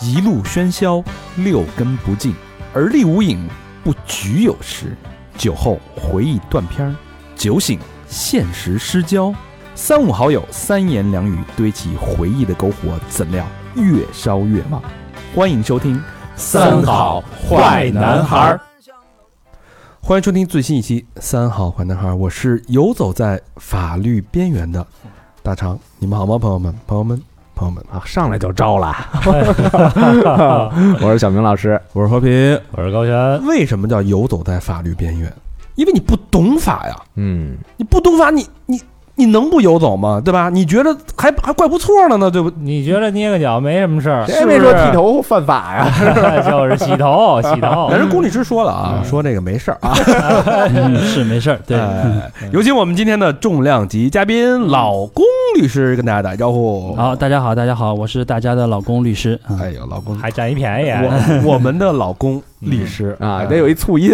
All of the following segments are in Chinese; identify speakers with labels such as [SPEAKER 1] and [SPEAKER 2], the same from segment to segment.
[SPEAKER 1] 一路喧嚣，六根不净，而立无影，不局有时。酒后回忆断片儿，酒醒现实失焦。三五好友，三言两语堆起回忆的篝火，怎料越烧越旺。欢迎收听《
[SPEAKER 2] 儿。
[SPEAKER 3] 欢迎收听最新一期《三好坏男孩》，我是游走在法律边缘的大肠，你们好吗，朋友们？朋友们，朋友们啊！
[SPEAKER 4] 哦上来就招了。 我是小明老师，
[SPEAKER 3] 我是和平。
[SPEAKER 2] 我是高璇，
[SPEAKER 3] 为什么叫游走在法律边缘？因为你不懂法呀，
[SPEAKER 4] 嗯，
[SPEAKER 3] 你不懂法，你你你能不游走吗？对吧？你觉得还还怪不错了呢，对不？
[SPEAKER 2] 你觉得捏个脚没什么事儿？
[SPEAKER 4] 谁
[SPEAKER 2] 是
[SPEAKER 4] 没
[SPEAKER 2] 不
[SPEAKER 4] 说
[SPEAKER 2] 啊是
[SPEAKER 4] 剃头犯法呀？
[SPEAKER 2] 就是洗头，洗头
[SPEAKER 3] 但。是龚律师说了啊，
[SPEAKER 2] 嗯
[SPEAKER 3] 说这个没事儿啊。
[SPEAKER 2] 嗯是没事儿，对，
[SPEAKER 3] 哎有请我们今天的重量级嘉宾老龚律师跟大家打招呼。
[SPEAKER 5] 好，大家好，大家好，我是大家的老公律师。嗯
[SPEAKER 3] 哎呦，老龚，
[SPEAKER 2] 还占一便宜。
[SPEAKER 3] 我我们的老公律师
[SPEAKER 4] 啊，
[SPEAKER 3] 哎
[SPEAKER 4] 得有一 促音，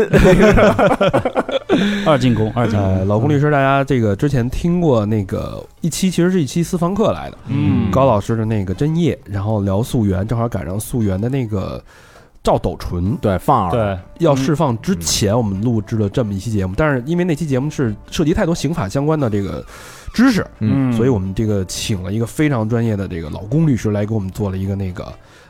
[SPEAKER 5] 二进宫，二进
[SPEAKER 3] 呃，
[SPEAKER 5] 宫。
[SPEAKER 3] 老龚律师，大家这个之前听过那个一期，其实是一期私房课来的，
[SPEAKER 2] 嗯
[SPEAKER 3] 高老师的那个针叶，然后聊溯源，正好赶上溯源的那个赵斗淳
[SPEAKER 4] 对，放了，
[SPEAKER 2] 对，
[SPEAKER 3] 要释放
[SPEAKER 4] 嗯
[SPEAKER 3] 之前，我们录制了这么一期节目，但是因为那期节目是涉及太多刑法相关的这个知识，
[SPEAKER 4] 嗯
[SPEAKER 3] 所以我们这个请了一个非常专业的这个老龚律师来给我们做了一个那个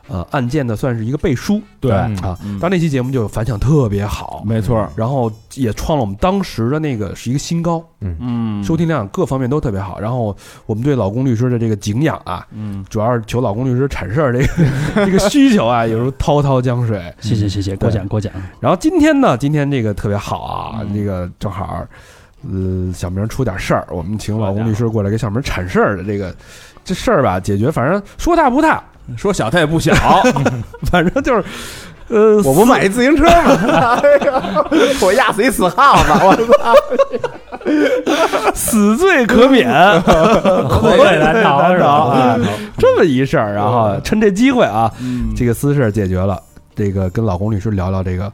[SPEAKER 3] 呃案件的算是一个背书，
[SPEAKER 2] 对
[SPEAKER 3] 啊，
[SPEAKER 5] 嗯
[SPEAKER 3] 但那期节目就反响特别好，
[SPEAKER 4] 没错，
[SPEAKER 3] 然后也创了我们当时的那个是一个新高。
[SPEAKER 5] 嗯
[SPEAKER 3] 收听量各方面都特别好。然后我们对老公律师的这个敬仰啊，
[SPEAKER 5] 嗯，
[SPEAKER 3] 主要是求老公律师铲事儿这个 这个需求
[SPEAKER 6] 嗯
[SPEAKER 3] 啊，有时候滔滔江水。
[SPEAKER 5] 谢谢
[SPEAKER 3] 嗯
[SPEAKER 5] 谢谢，过奖过奖。
[SPEAKER 3] 然后今天呢，今天这个特别好啊，
[SPEAKER 5] 嗯
[SPEAKER 3] 这个正好，呃，小明出点事儿，我们请老公律师过来给小明铲事儿的这个这事儿吧，解决反正说大不大，
[SPEAKER 6] 说小他也不小，
[SPEAKER 3] 反正就是。呃，
[SPEAKER 4] 我不买一自行车吗？ 哎呀我压死一死耗子，我
[SPEAKER 3] 死罪可 免，
[SPEAKER 2] 活罪难逃是吧？
[SPEAKER 3] 哎这么一事儿，然
[SPEAKER 6] 嗯
[SPEAKER 3] 后趁这机会啊，这个私事儿解决了，这个跟老公律师聊聊这个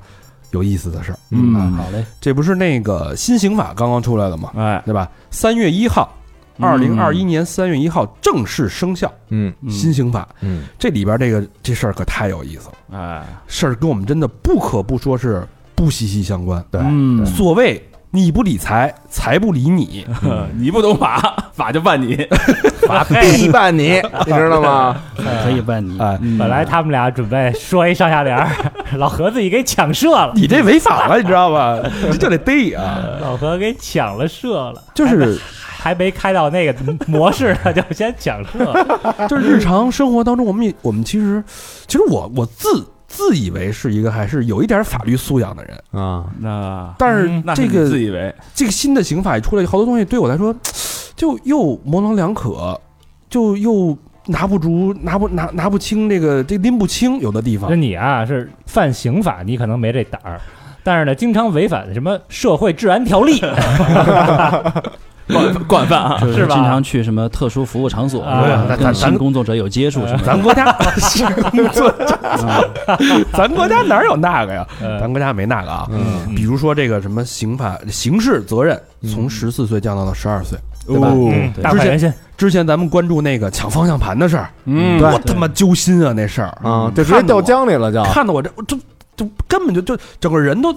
[SPEAKER 3] 有意思的事儿。啊
[SPEAKER 5] 嗯，好嘞。
[SPEAKER 3] 这不是那个新刑法刚刚出来了吗？
[SPEAKER 6] 哎，
[SPEAKER 3] 对吧？三月一号，二零二一年三月一号正式生效、
[SPEAKER 4] 嗯
[SPEAKER 3] 新刑法。
[SPEAKER 4] 嗯，
[SPEAKER 3] 这里边这个这事儿可太有意思了，
[SPEAKER 6] 哎，
[SPEAKER 3] 事儿跟我们真的不可不说是不息息相关。对
[SPEAKER 5] 嗯，
[SPEAKER 3] 所谓你不理财，财不理你，
[SPEAKER 6] 你不懂法， 法就办你。
[SPEAKER 4] 哎
[SPEAKER 2] 哎
[SPEAKER 4] 必办 你，你知道吗？
[SPEAKER 5] 可以办你。
[SPEAKER 3] 哎，
[SPEAKER 5] 嗯
[SPEAKER 2] 本来他们俩准备说一上下联儿， 老何自己给抢射了，
[SPEAKER 3] 你这违法了，你知道吧？这就得逮啊！
[SPEAKER 2] 老何给抢了射了，
[SPEAKER 3] 就是
[SPEAKER 2] 还没开到那个模式呢，就先抢射了。
[SPEAKER 3] 就是日常生活当中，我们也我们其实，其实我我自自以为是一个还是有一点法律素养的人，
[SPEAKER 4] 啊，
[SPEAKER 6] 那
[SPEAKER 3] 但是
[SPEAKER 6] 嗯那
[SPEAKER 3] 这
[SPEAKER 6] 你
[SPEAKER 3] 个
[SPEAKER 6] 自以为
[SPEAKER 3] 这个新的刑法一出来，好多东西对我来说就又模棱两可，就又拿不住、拿不拿拿不清这个这拎不清，有的地方
[SPEAKER 6] 哎
[SPEAKER 2] 就你啊，是犯刑法，你可能没这胆儿，但是呢，经常违反什么社会治安条 例，
[SPEAKER 6] 惯惯犯啊，
[SPEAKER 5] 就是
[SPEAKER 2] 是吧
[SPEAKER 5] 经常去什么特殊服务场所
[SPEAKER 2] 啊对啊，
[SPEAKER 3] 哎咱
[SPEAKER 5] 跟
[SPEAKER 3] 咱
[SPEAKER 5] 新工作者有接触什么
[SPEAKER 3] 咱国家，咱国家哪有那个呀？咱
[SPEAKER 2] 呃，
[SPEAKER 3] 国家没那个啊。
[SPEAKER 4] 嗯，
[SPEAKER 3] 比如说这个什么刑法刑事责任，
[SPEAKER 4] 嗯
[SPEAKER 3] 从十四岁降到了十二岁。
[SPEAKER 6] 对
[SPEAKER 3] 吧
[SPEAKER 2] 嗯大快人心，
[SPEAKER 3] 之前咱们关注那个抢方向盘的事儿，
[SPEAKER 6] 嗯
[SPEAKER 4] 对
[SPEAKER 3] 我他妈揪心啊那事儿，
[SPEAKER 4] 啊，就直接掉江里了，就
[SPEAKER 3] 看得我这我这就根本就就整个人都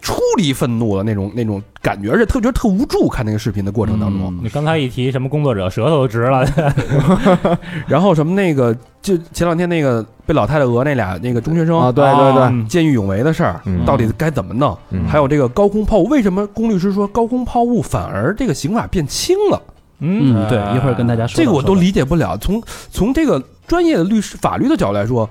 [SPEAKER 3] 出离愤怒了那种那种感觉，而且特觉得特无助。看那个视频的过程当中，
[SPEAKER 5] 嗯
[SPEAKER 2] 你刚才一提什么工作者，舌头都直了，
[SPEAKER 3] 然后什么那个就前两天那个被老太太讹那俩那个中学生
[SPEAKER 4] 啊，对对对，
[SPEAKER 2] 嗯
[SPEAKER 3] 见义勇为的事儿，
[SPEAKER 4] 嗯
[SPEAKER 3] 到底该怎么弄？
[SPEAKER 4] 嗯
[SPEAKER 3] 还有这个高空抛物，为什么龚律师说高空抛物反而这个刑法变轻了？
[SPEAKER 2] 嗯，
[SPEAKER 5] 嗯，对，
[SPEAKER 6] 哎
[SPEAKER 5] 一会儿跟大家说到。
[SPEAKER 3] 这个我都
[SPEAKER 5] 说到
[SPEAKER 3] 理解不了。从从这个专业的律师法律的角度来说，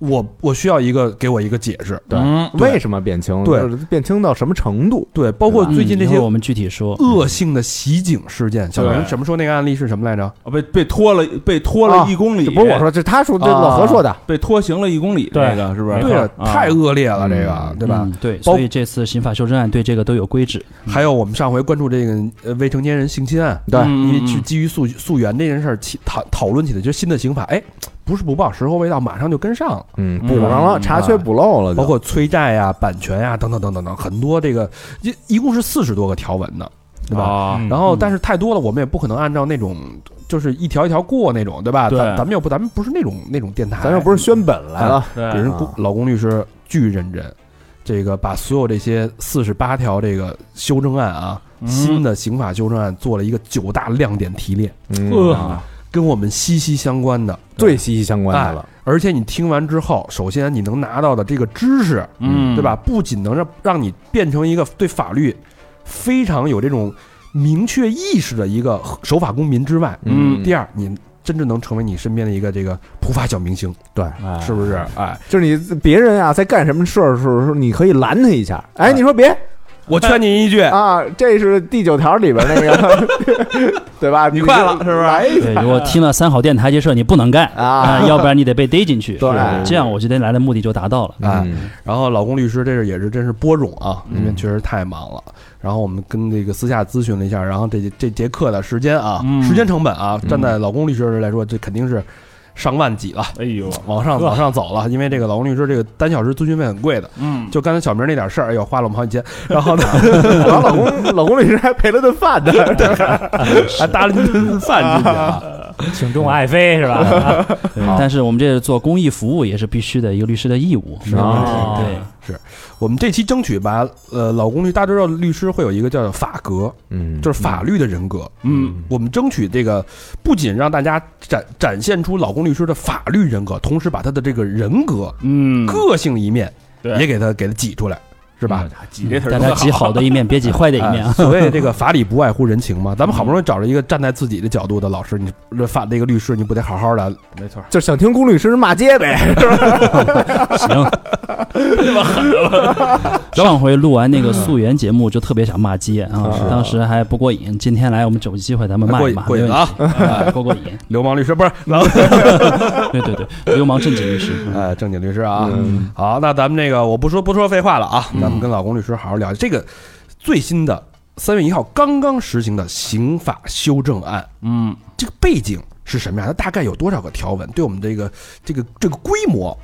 [SPEAKER 3] 我我需要一个给我一个解释。
[SPEAKER 4] 对
[SPEAKER 6] 嗯
[SPEAKER 4] 为什么变轻？
[SPEAKER 3] 对，
[SPEAKER 4] 变轻到什么程度？
[SPEAKER 3] 对，包括
[SPEAKER 5] 嗯
[SPEAKER 3] 最近这
[SPEAKER 5] 一会
[SPEAKER 3] 些
[SPEAKER 5] 儿我们具体说。
[SPEAKER 3] 恶性的袭警事件，小明
[SPEAKER 6] 对
[SPEAKER 3] 什么时候那个案例是什么来着？
[SPEAKER 6] 被被拖了，被拖了
[SPEAKER 4] 啊
[SPEAKER 6] 一公里，
[SPEAKER 4] 这不是我，说，这他说，这老何说的，
[SPEAKER 6] 被拖行了一公里，
[SPEAKER 2] 对
[SPEAKER 6] 这个是不是？
[SPEAKER 2] 没
[SPEAKER 3] 对
[SPEAKER 2] 错
[SPEAKER 3] 啊，太恶劣了，
[SPEAKER 4] 嗯
[SPEAKER 3] 这个对吧？
[SPEAKER 5] 嗯？对，
[SPEAKER 3] 包
[SPEAKER 5] 所以这次刑法修正案对这个都有规制。嗯
[SPEAKER 3] 还有我们上回关注这个呃未成年人性侵案，
[SPEAKER 4] 对
[SPEAKER 3] 因
[SPEAKER 6] 嗯
[SPEAKER 3] 为去基于溯溯源这件事儿起讨讨论起的，就是新的刑法，哎，不是不报，时候未到，马上就跟上了。
[SPEAKER 4] 嗯，补上了，查缺补漏了就，
[SPEAKER 3] 包啊括催债呀、版权呀等等等等等，很多这个一一共是四十多个条文呢。对吧？
[SPEAKER 4] 嗯
[SPEAKER 2] 嗯
[SPEAKER 6] 啊
[SPEAKER 3] 然后，但
[SPEAKER 5] 是
[SPEAKER 3] 是太多了，我们也不可能按照那种就是一条一条过那种，对吧？
[SPEAKER 6] 对
[SPEAKER 3] 咱咱们又不，咱们不是那种那种电台，
[SPEAKER 4] 咱又不是宣本来了，
[SPEAKER 3] 给
[SPEAKER 6] 对
[SPEAKER 3] 人公
[SPEAKER 4] 啊
[SPEAKER 3] 老公律师巨认真，这个把所有这些四十八条这个修正案啊，
[SPEAKER 6] 嗯
[SPEAKER 3] 新的刑法修正案做了一个九大亮点提炼，
[SPEAKER 4] 嗯，
[SPEAKER 2] 呃
[SPEAKER 6] 啊，
[SPEAKER 3] 跟我们息息相关的。
[SPEAKER 4] 最息息相关的了，
[SPEAKER 3] 而且你听完之后，首先你能拿到的这个知识，
[SPEAKER 6] 嗯，
[SPEAKER 3] 对吧？？不仅能让让你变成一个对法律非常有这种明确意识的一个守法公民之外，
[SPEAKER 6] 嗯
[SPEAKER 3] 第二，你真正能成为你身边的一个这个普法小明星，
[SPEAKER 4] 对，
[SPEAKER 3] 是不是？哎，
[SPEAKER 4] 就是你别人啊在干什么事儿的时候，你可以拦他一下。哎，
[SPEAKER 3] 哎
[SPEAKER 4] 你说别
[SPEAKER 3] 我劝您一句，
[SPEAKER 6] 哎
[SPEAKER 4] 啊，这是第九条里边那个， 对吧？
[SPEAKER 6] 你快了是不是
[SPEAKER 4] 来 一
[SPEAKER 5] 对，如果听了三好电台这事儿你不能干
[SPEAKER 4] 啊，
[SPEAKER 5] 啊，要不然你得被逮进去。
[SPEAKER 4] 对啊
[SPEAKER 5] 是这样我觉得来的目的就达到了。
[SPEAKER 3] 哎，
[SPEAKER 6] 嗯
[SPEAKER 3] 然后老公律师这是也是真是播种啊，
[SPEAKER 6] 嗯
[SPEAKER 3] 因为确实太忙了。然后我们跟这个私下咨询了一下，然后这节这节课的时间啊，
[SPEAKER 6] 嗯
[SPEAKER 3] 时间成本啊，
[SPEAKER 6] 嗯
[SPEAKER 3] 站在老公律师来说，这肯定是上万几了，
[SPEAKER 6] 哎呦，
[SPEAKER 3] 往上
[SPEAKER 2] 呵
[SPEAKER 3] 往上走了。因为这个老公律师这个单小时咨询费很贵的，
[SPEAKER 6] 嗯，
[SPEAKER 3] 就刚才小明那点事儿，哎呦花了我们好几千。然后呢，
[SPEAKER 4] 然后老公老公律师还赔了顿饭呢，
[SPEAKER 3] 还搭了一顿饭进去啊。
[SPEAKER 2] 请众爱妃是吧？
[SPEAKER 5] 对但是我们这做公益服务也是必须的一个律师的义务。没问题
[SPEAKER 2] 哦
[SPEAKER 5] 对，
[SPEAKER 3] 我们这期争取把呃老公律，大家都知道律师会有一个叫法格，
[SPEAKER 6] 嗯
[SPEAKER 3] 就是法律的人格。
[SPEAKER 6] 嗯
[SPEAKER 3] 我们争取这个，不仅让大家展展现出老公律师的法律人格，同时把他的这个人格、
[SPEAKER 6] 嗯，
[SPEAKER 3] 个性一面
[SPEAKER 6] 对
[SPEAKER 3] 也给他给他挤出来，是
[SPEAKER 6] 是
[SPEAKER 3] 吧？？
[SPEAKER 6] 挤这词
[SPEAKER 5] 大
[SPEAKER 6] 儿
[SPEAKER 5] 家
[SPEAKER 6] 多
[SPEAKER 5] 挤
[SPEAKER 6] 好，
[SPEAKER 5] 好的一面，别挤坏的一面
[SPEAKER 3] 哎
[SPEAKER 5] 啊。
[SPEAKER 3] 所谓这个法理不外乎人情嘛，咱们好不容易找着一个站在自己的角度的老师，你这法这个律师，你不得好好的？
[SPEAKER 6] 没错，
[SPEAKER 4] 就想听龚律师骂街呗。
[SPEAKER 5] 行，上回录完那个溯源节目就特别想骂街啊，当时还不过瘾。今天来我们找机会咱们骂
[SPEAKER 3] 过
[SPEAKER 5] 一
[SPEAKER 3] 瘾
[SPEAKER 5] 骂，
[SPEAKER 3] 过瘾了啊！
[SPEAKER 5] 没问题啊过过瘾。
[SPEAKER 3] 流氓律师不是，
[SPEAKER 5] 对对对，流氓正经律师。
[SPEAKER 3] 呃，正经律师啊。
[SPEAKER 4] 嗯
[SPEAKER 3] 好，那咱们这个我不说不说废话了啊，咱们跟老公律师好好聊这个最新的三月一号刚刚实行的刑法修正案。
[SPEAKER 6] 嗯，
[SPEAKER 3] 这个背景是什么呀？它大概有多少个条文？对我们这个这个这个规模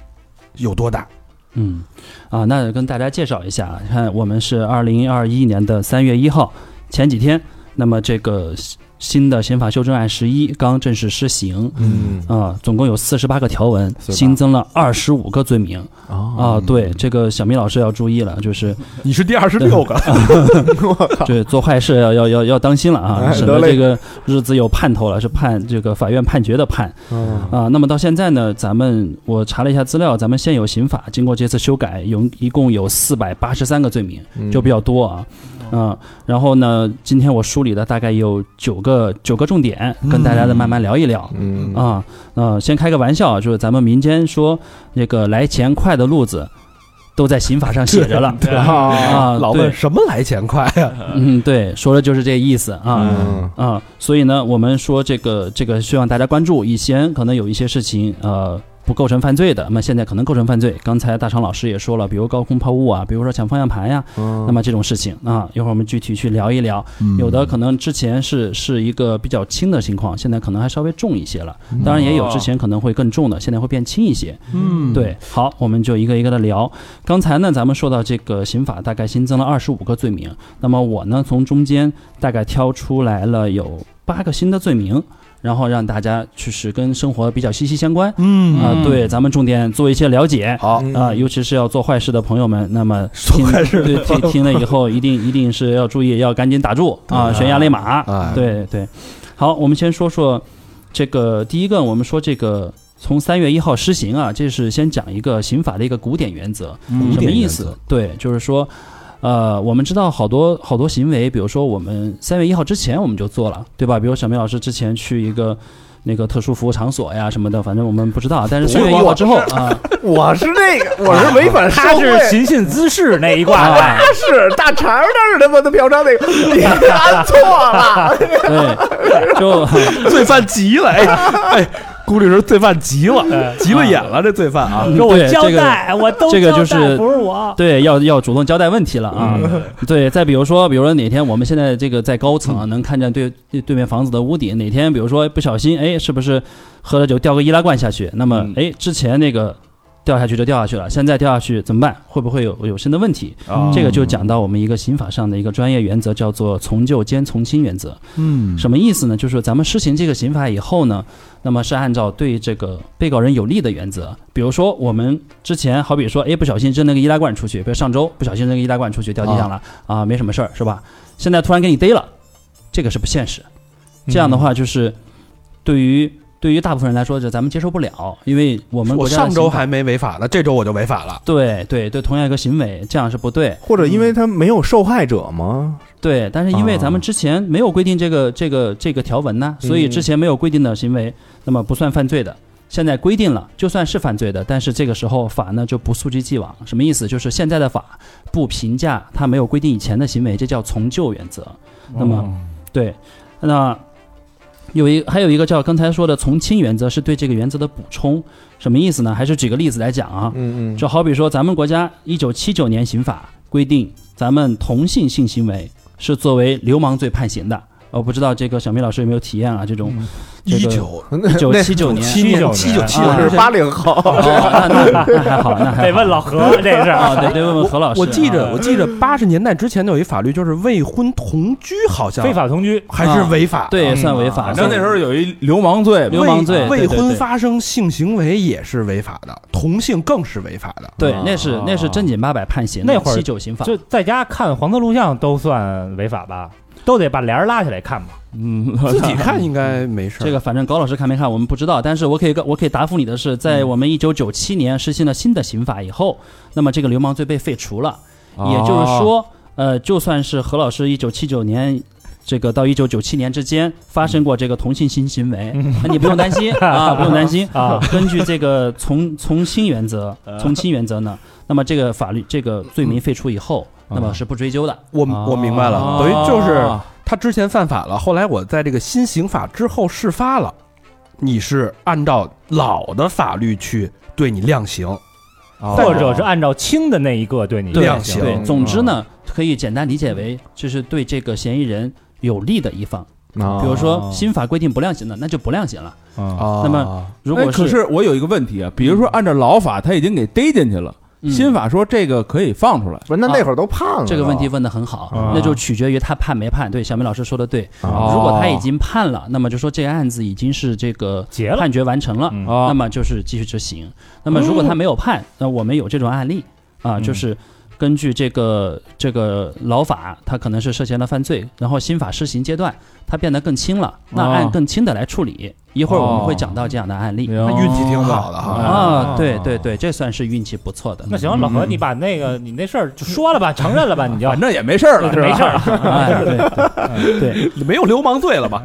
[SPEAKER 3] 有多大？
[SPEAKER 5] 嗯，啊，那跟大家介绍一下啊，你看我们是二零二一年的三月一号前几天，那么这个新新的刑法修正案十一刚正式施行。
[SPEAKER 4] 嗯
[SPEAKER 5] 啊、总共有四十八个条文，
[SPEAKER 4] 48
[SPEAKER 5] 新增了二十五个罪名
[SPEAKER 4] 啊，
[SPEAKER 5] 啊、对，这个小明老师要注意了， 就是
[SPEAKER 3] 你是第二十六个，
[SPEAKER 5] 对做坏事要要要要当心了啊，
[SPEAKER 4] 哎
[SPEAKER 5] 省
[SPEAKER 4] 得
[SPEAKER 5] 得
[SPEAKER 4] 嘞
[SPEAKER 5] 这个日子有盼头了，是判这个法院判决的判。啊、那么到现在呢，咱们我查了一下资料，咱们现有刑法经过这次修改，有一共有四百八十三个罪名，
[SPEAKER 4] 嗯
[SPEAKER 5] 就比较多啊。嗯、然后呢，今天我梳理的大概有九个九个重点，跟大家再慢慢聊一聊。
[SPEAKER 4] 嗯
[SPEAKER 5] 啊，呃，先开个玩笑啊，就是咱们民间说那个来钱快的路子，都在刑法上写 着了
[SPEAKER 4] 啊，
[SPEAKER 5] 啊。
[SPEAKER 3] 老
[SPEAKER 5] 对
[SPEAKER 3] 问，什么来钱快呀？
[SPEAKER 5] 嗯，对，说的就是这意思啊。
[SPEAKER 4] 嗯
[SPEAKER 5] 啊，所以呢，我们说这个这个希望大家关注。以前可能有一些事情，呃，不构成犯罪的，那么现在可能构成犯罪。刚才大常老师也说了，比如高空抛物啊，比如说抢方向盘呀、
[SPEAKER 4] 嗯
[SPEAKER 5] 那么这种事情啊，一会儿我们具体去聊一聊。
[SPEAKER 3] 嗯
[SPEAKER 5] 有的可能之前是是一个比较轻的情况，现在可能还稍微重一些了。当然也有之前可能会更重的，现在会变轻一些。
[SPEAKER 3] 哦嗯，
[SPEAKER 5] 对，好，我们就一个一个的聊。刚才呢，咱们说到这个刑法大概新增了二十五个罪名，那么我呢从中间大概挑出来了有八个新的罪名，然后让大家就是跟生活比较息息相关。
[SPEAKER 3] 嗯，
[SPEAKER 5] 啊、对，咱们重点做一些了解。
[SPEAKER 3] 好，
[SPEAKER 4] 嗯
[SPEAKER 5] 啊、尤其是要做坏事的朋友们，那么
[SPEAKER 3] 嗯做
[SPEAKER 5] 听
[SPEAKER 3] 坏事的
[SPEAKER 5] 对
[SPEAKER 3] 朋友
[SPEAKER 5] 听听了以后，一定一定是要注意，要赶紧打住啊，悬崖勒马。
[SPEAKER 3] 哎
[SPEAKER 5] 对对，好，我们先说说这个第一个，我们说这个从三月一号施行啊，这是先讲一个刑法的一个古典原则，
[SPEAKER 3] 嗯古
[SPEAKER 5] 什么
[SPEAKER 3] 典
[SPEAKER 5] 意
[SPEAKER 3] 原
[SPEAKER 5] 思
[SPEAKER 3] 则？
[SPEAKER 5] 对，就是说。呃，我们知道好多好多行为，比如说我们三月一号之前我们就做了，对吧？比如小明老师之前去一个那个特殊服务场所呀什么的，反正我们不知道。但是三月一号之后啊，
[SPEAKER 4] 我是那个，我是违反社
[SPEAKER 2] 他是
[SPEAKER 4] 会。
[SPEAKER 2] 寻衅滋事那一挂的。
[SPEAKER 4] 他是大肠儿，那是他妈的嫖娼那个，你按错了。
[SPEAKER 5] 对，就
[SPEAKER 3] 罪犯急了，哎哎，顾律师罪犯急了，急了眼了，这罪犯啊，
[SPEAKER 2] 说我
[SPEAKER 5] 对
[SPEAKER 2] 交
[SPEAKER 5] 这个
[SPEAKER 2] 代，我都
[SPEAKER 5] 这个
[SPEAKER 2] 交
[SPEAKER 5] 就
[SPEAKER 2] 代
[SPEAKER 5] 是
[SPEAKER 2] 不是我。
[SPEAKER 5] 对，要要主动交代问题了啊。对，再比如说，比如说哪天我们现在这个在高层啊，能看见对对对面房子的屋顶，哪天比如说不小心，哎，是不是喝了酒掉个易拉罐下去？那么
[SPEAKER 6] 嗯，
[SPEAKER 5] 哎，之前那个。掉下去就掉下去了，现在掉下去怎么办？会不会有有新的问题？
[SPEAKER 6] 啊
[SPEAKER 5] 嗯这个就讲到我们一个刑法上的一个专业原则，叫做从旧兼从轻原则。
[SPEAKER 1] 嗯
[SPEAKER 5] 什么意思呢？就是说咱们施行这个刑法以后呢，那么是按照对这个被告人有利的原则，比如说我们之前好比说，哎，不小心扔那个易拉罐出去，比如上周不小心扔个易拉罐出去掉地上了啊没什么事儿是吧？现在突然给你逮了，这个是不现实。这样
[SPEAKER 3] 嗯
[SPEAKER 5] 的话就是对于。对于大部分人来说，就咱们接受不了，因为我们
[SPEAKER 3] 我
[SPEAKER 5] 国家的
[SPEAKER 3] 上周
[SPEAKER 5] 刑法
[SPEAKER 3] 还没违法呢，这周我就违法了。
[SPEAKER 5] 对对对，同样一个行为，这样是不对。
[SPEAKER 4] 或者因为他没有受害者吗？
[SPEAKER 5] 对，但是因为咱们之前没有规定这个、这个这个条文呢，所以之前没有规定的行为，那么不算犯罪的。现在规定了，就算是犯罪的，但是这个时候法呢就不溯及既往。什么意思？就是现在的法不评价它没有规定以前的行为，这叫从旧原则。那么
[SPEAKER 2] 嗯
[SPEAKER 5] 对，那有一还有一个叫刚才说的从轻原则，是对这个原则的补充。什么意思呢？还是举个例子来讲啊，
[SPEAKER 4] 嗯
[SPEAKER 5] 就好比说，咱们国家一九七九年刑法规定，咱们同性性行为是作为流氓罪判刑的。我不知道这个小明老师有没有体验啊？这种
[SPEAKER 3] 一九
[SPEAKER 5] 一九七九年，
[SPEAKER 3] 七
[SPEAKER 2] 79
[SPEAKER 3] 七九七
[SPEAKER 5] 啊
[SPEAKER 3] 九
[SPEAKER 4] 我
[SPEAKER 5] 我
[SPEAKER 4] 是八零后，
[SPEAKER 5] 哦，那那那还好，那还
[SPEAKER 2] 得
[SPEAKER 5] 好
[SPEAKER 2] 问老何这事儿。
[SPEAKER 5] 啊，对，得问问何老师啊。
[SPEAKER 3] 我记着，我记着八十年代之前的有一法律，就是未婚同居，好像
[SPEAKER 2] 非法同居，
[SPEAKER 3] 还是违法。
[SPEAKER 5] 啊对，算违法。
[SPEAKER 6] 反正那时候有一流氓罪，
[SPEAKER 5] 流氓罪
[SPEAKER 3] 未
[SPEAKER 5] 对对对
[SPEAKER 3] 婚发生性行为也是违法的，同性更是违法的。
[SPEAKER 5] 对，那是那是正经八百判刑的。
[SPEAKER 2] 那会儿
[SPEAKER 5] 七九刑法，
[SPEAKER 2] 就在家看黄色录像都算违法吧？都得把帘儿拉起来看嘛。
[SPEAKER 6] 嗯，
[SPEAKER 3] 自己看应该没事儿。
[SPEAKER 5] 这个反正高老师看没看我们不知道，但是我可以告我可以答复你的是，在我们一九九七年实行了新的刑法以后，那么这个流氓罪被废除了，也就是说，呃，就算是何老师一九七九年。这个到一九九七年之间发生过这个同性性行为，那你不用担心啊，不用 担心
[SPEAKER 2] 啊。
[SPEAKER 5] 根据这个从从轻原则，从轻原则呢，那么这个法律这个罪名废除以后，那么是不追究的。
[SPEAKER 3] 我我明白了，等于就是他之前犯法了，后来我在这个新刑法之后释发了，你是按照老的法律去对你量刑，
[SPEAKER 4] 哦
[SPEAKER 2] 或者是按照轻的那一个对你
[SPEAKER 5] 对
[SPEAKER 3] 量刑
[SPEAKER 2] 刑。
[SPEAKER 5] 对，总之呢，可以简单理解为就是对这个嫌疑人有利的一方。
[SPEAKER 4] 哦
[SPEAKER 5] 比如
[SPEAKER 2] 哦
[SPEAKER 5] 说新法规定不量刑的，那就不量刑了。
[SPEAKER 3] 啊
[SPEAKER 5] 那么如
[SPEAKER 6] 哎
[SPEAKER 5] 果
[SPEAKER 6] 可是我有一个问题啊，比如说按照老法，他已经给逮进去了，
[SPEAKER 5] 嗯
[SPEAKER 6] 新法说这个可以放出来，
[SPEAKER 4] 不是那那会儿都胖了，
[SPEAKER 5] 这个问题问得很好，
[SPEAKER 2] 啊
[SPEAKER 5] 那就取决于他判没判。对，小明老师说的对，
[SPEAKER 6] 哦
[SPEAKER 5] 如果他已经判了，那么就说这个案子已经是这个
[SPEAKER 6] 哎
[SPEAKER 2] 结了
[SPEAKER 5] 判决完成了，
[SPEAKER 2] 嗯
[SPEAKER 6] 啊
[SPEAKER 5] 那么就是继续执行。那么如果他没有判，那我们有这种案例
[SPEAKER 6] 嗯
[SPEAKER 5] 啊，就是。根据这个这个老法，他可能是涉嫌了犯罪，然后新法施行阶段，他变得更轻了，那
[SPEAKER 6] 哦
[SPEAKER 5] 按更轻的来处理。一会儿我们会
[SPEAKER 6] 哦
[SPEAKER 5] 讲到这样的案例
[SPEAKER 3] 那
[SPEAKER 6] 那
[SPEAKER 3] 运气挺好的哈。
[SPEAKER 5] 啊，对对对，这算是运气不错的。
[SPEAKER 2] 那行，老何，你把那个你那事儿就说了吧，承认了吧，你就
[SPEAKER 6] 反正也没事儿了，是吧？
[SPEAKER 2] 没事儿。啊
[SPEAKER 5] 哎，对对对
[SPEAKER 3] 没有流氓罪了吧？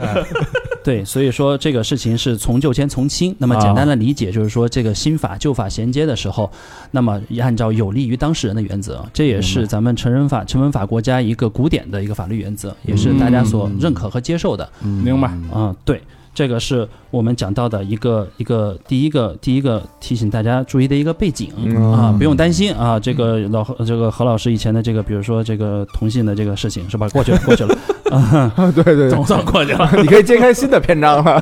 [SPEAKER 5] 对，所以说这个事情是从旧兼从轻。那么简单的理解就是说，这个新法旧法衔接的时候，那么按照有利于当事人的原则，这也是咱们成人法、成文法国家一个古典的一个法律原则，也是大家所认可和接受的。
[SPEAKER 6] 明白。
[SPEAKER 5] 嗯，对，这个是我们讲到的一个一个第一个第一个提醒大家注意的一个背景、
[SPEAKER 4] 嗯
[SPEAKER 5] 啊，不用担心啊。这个老何这个何老师以前的这个，比如说这个同性的这个事情是吧？过去了，过去了。
[SPEAKER 4] 啊，对 对对，
[SPEAKER 6] 总算过去了，
[SPEAKER 4] 你可以揭开新的篇章了。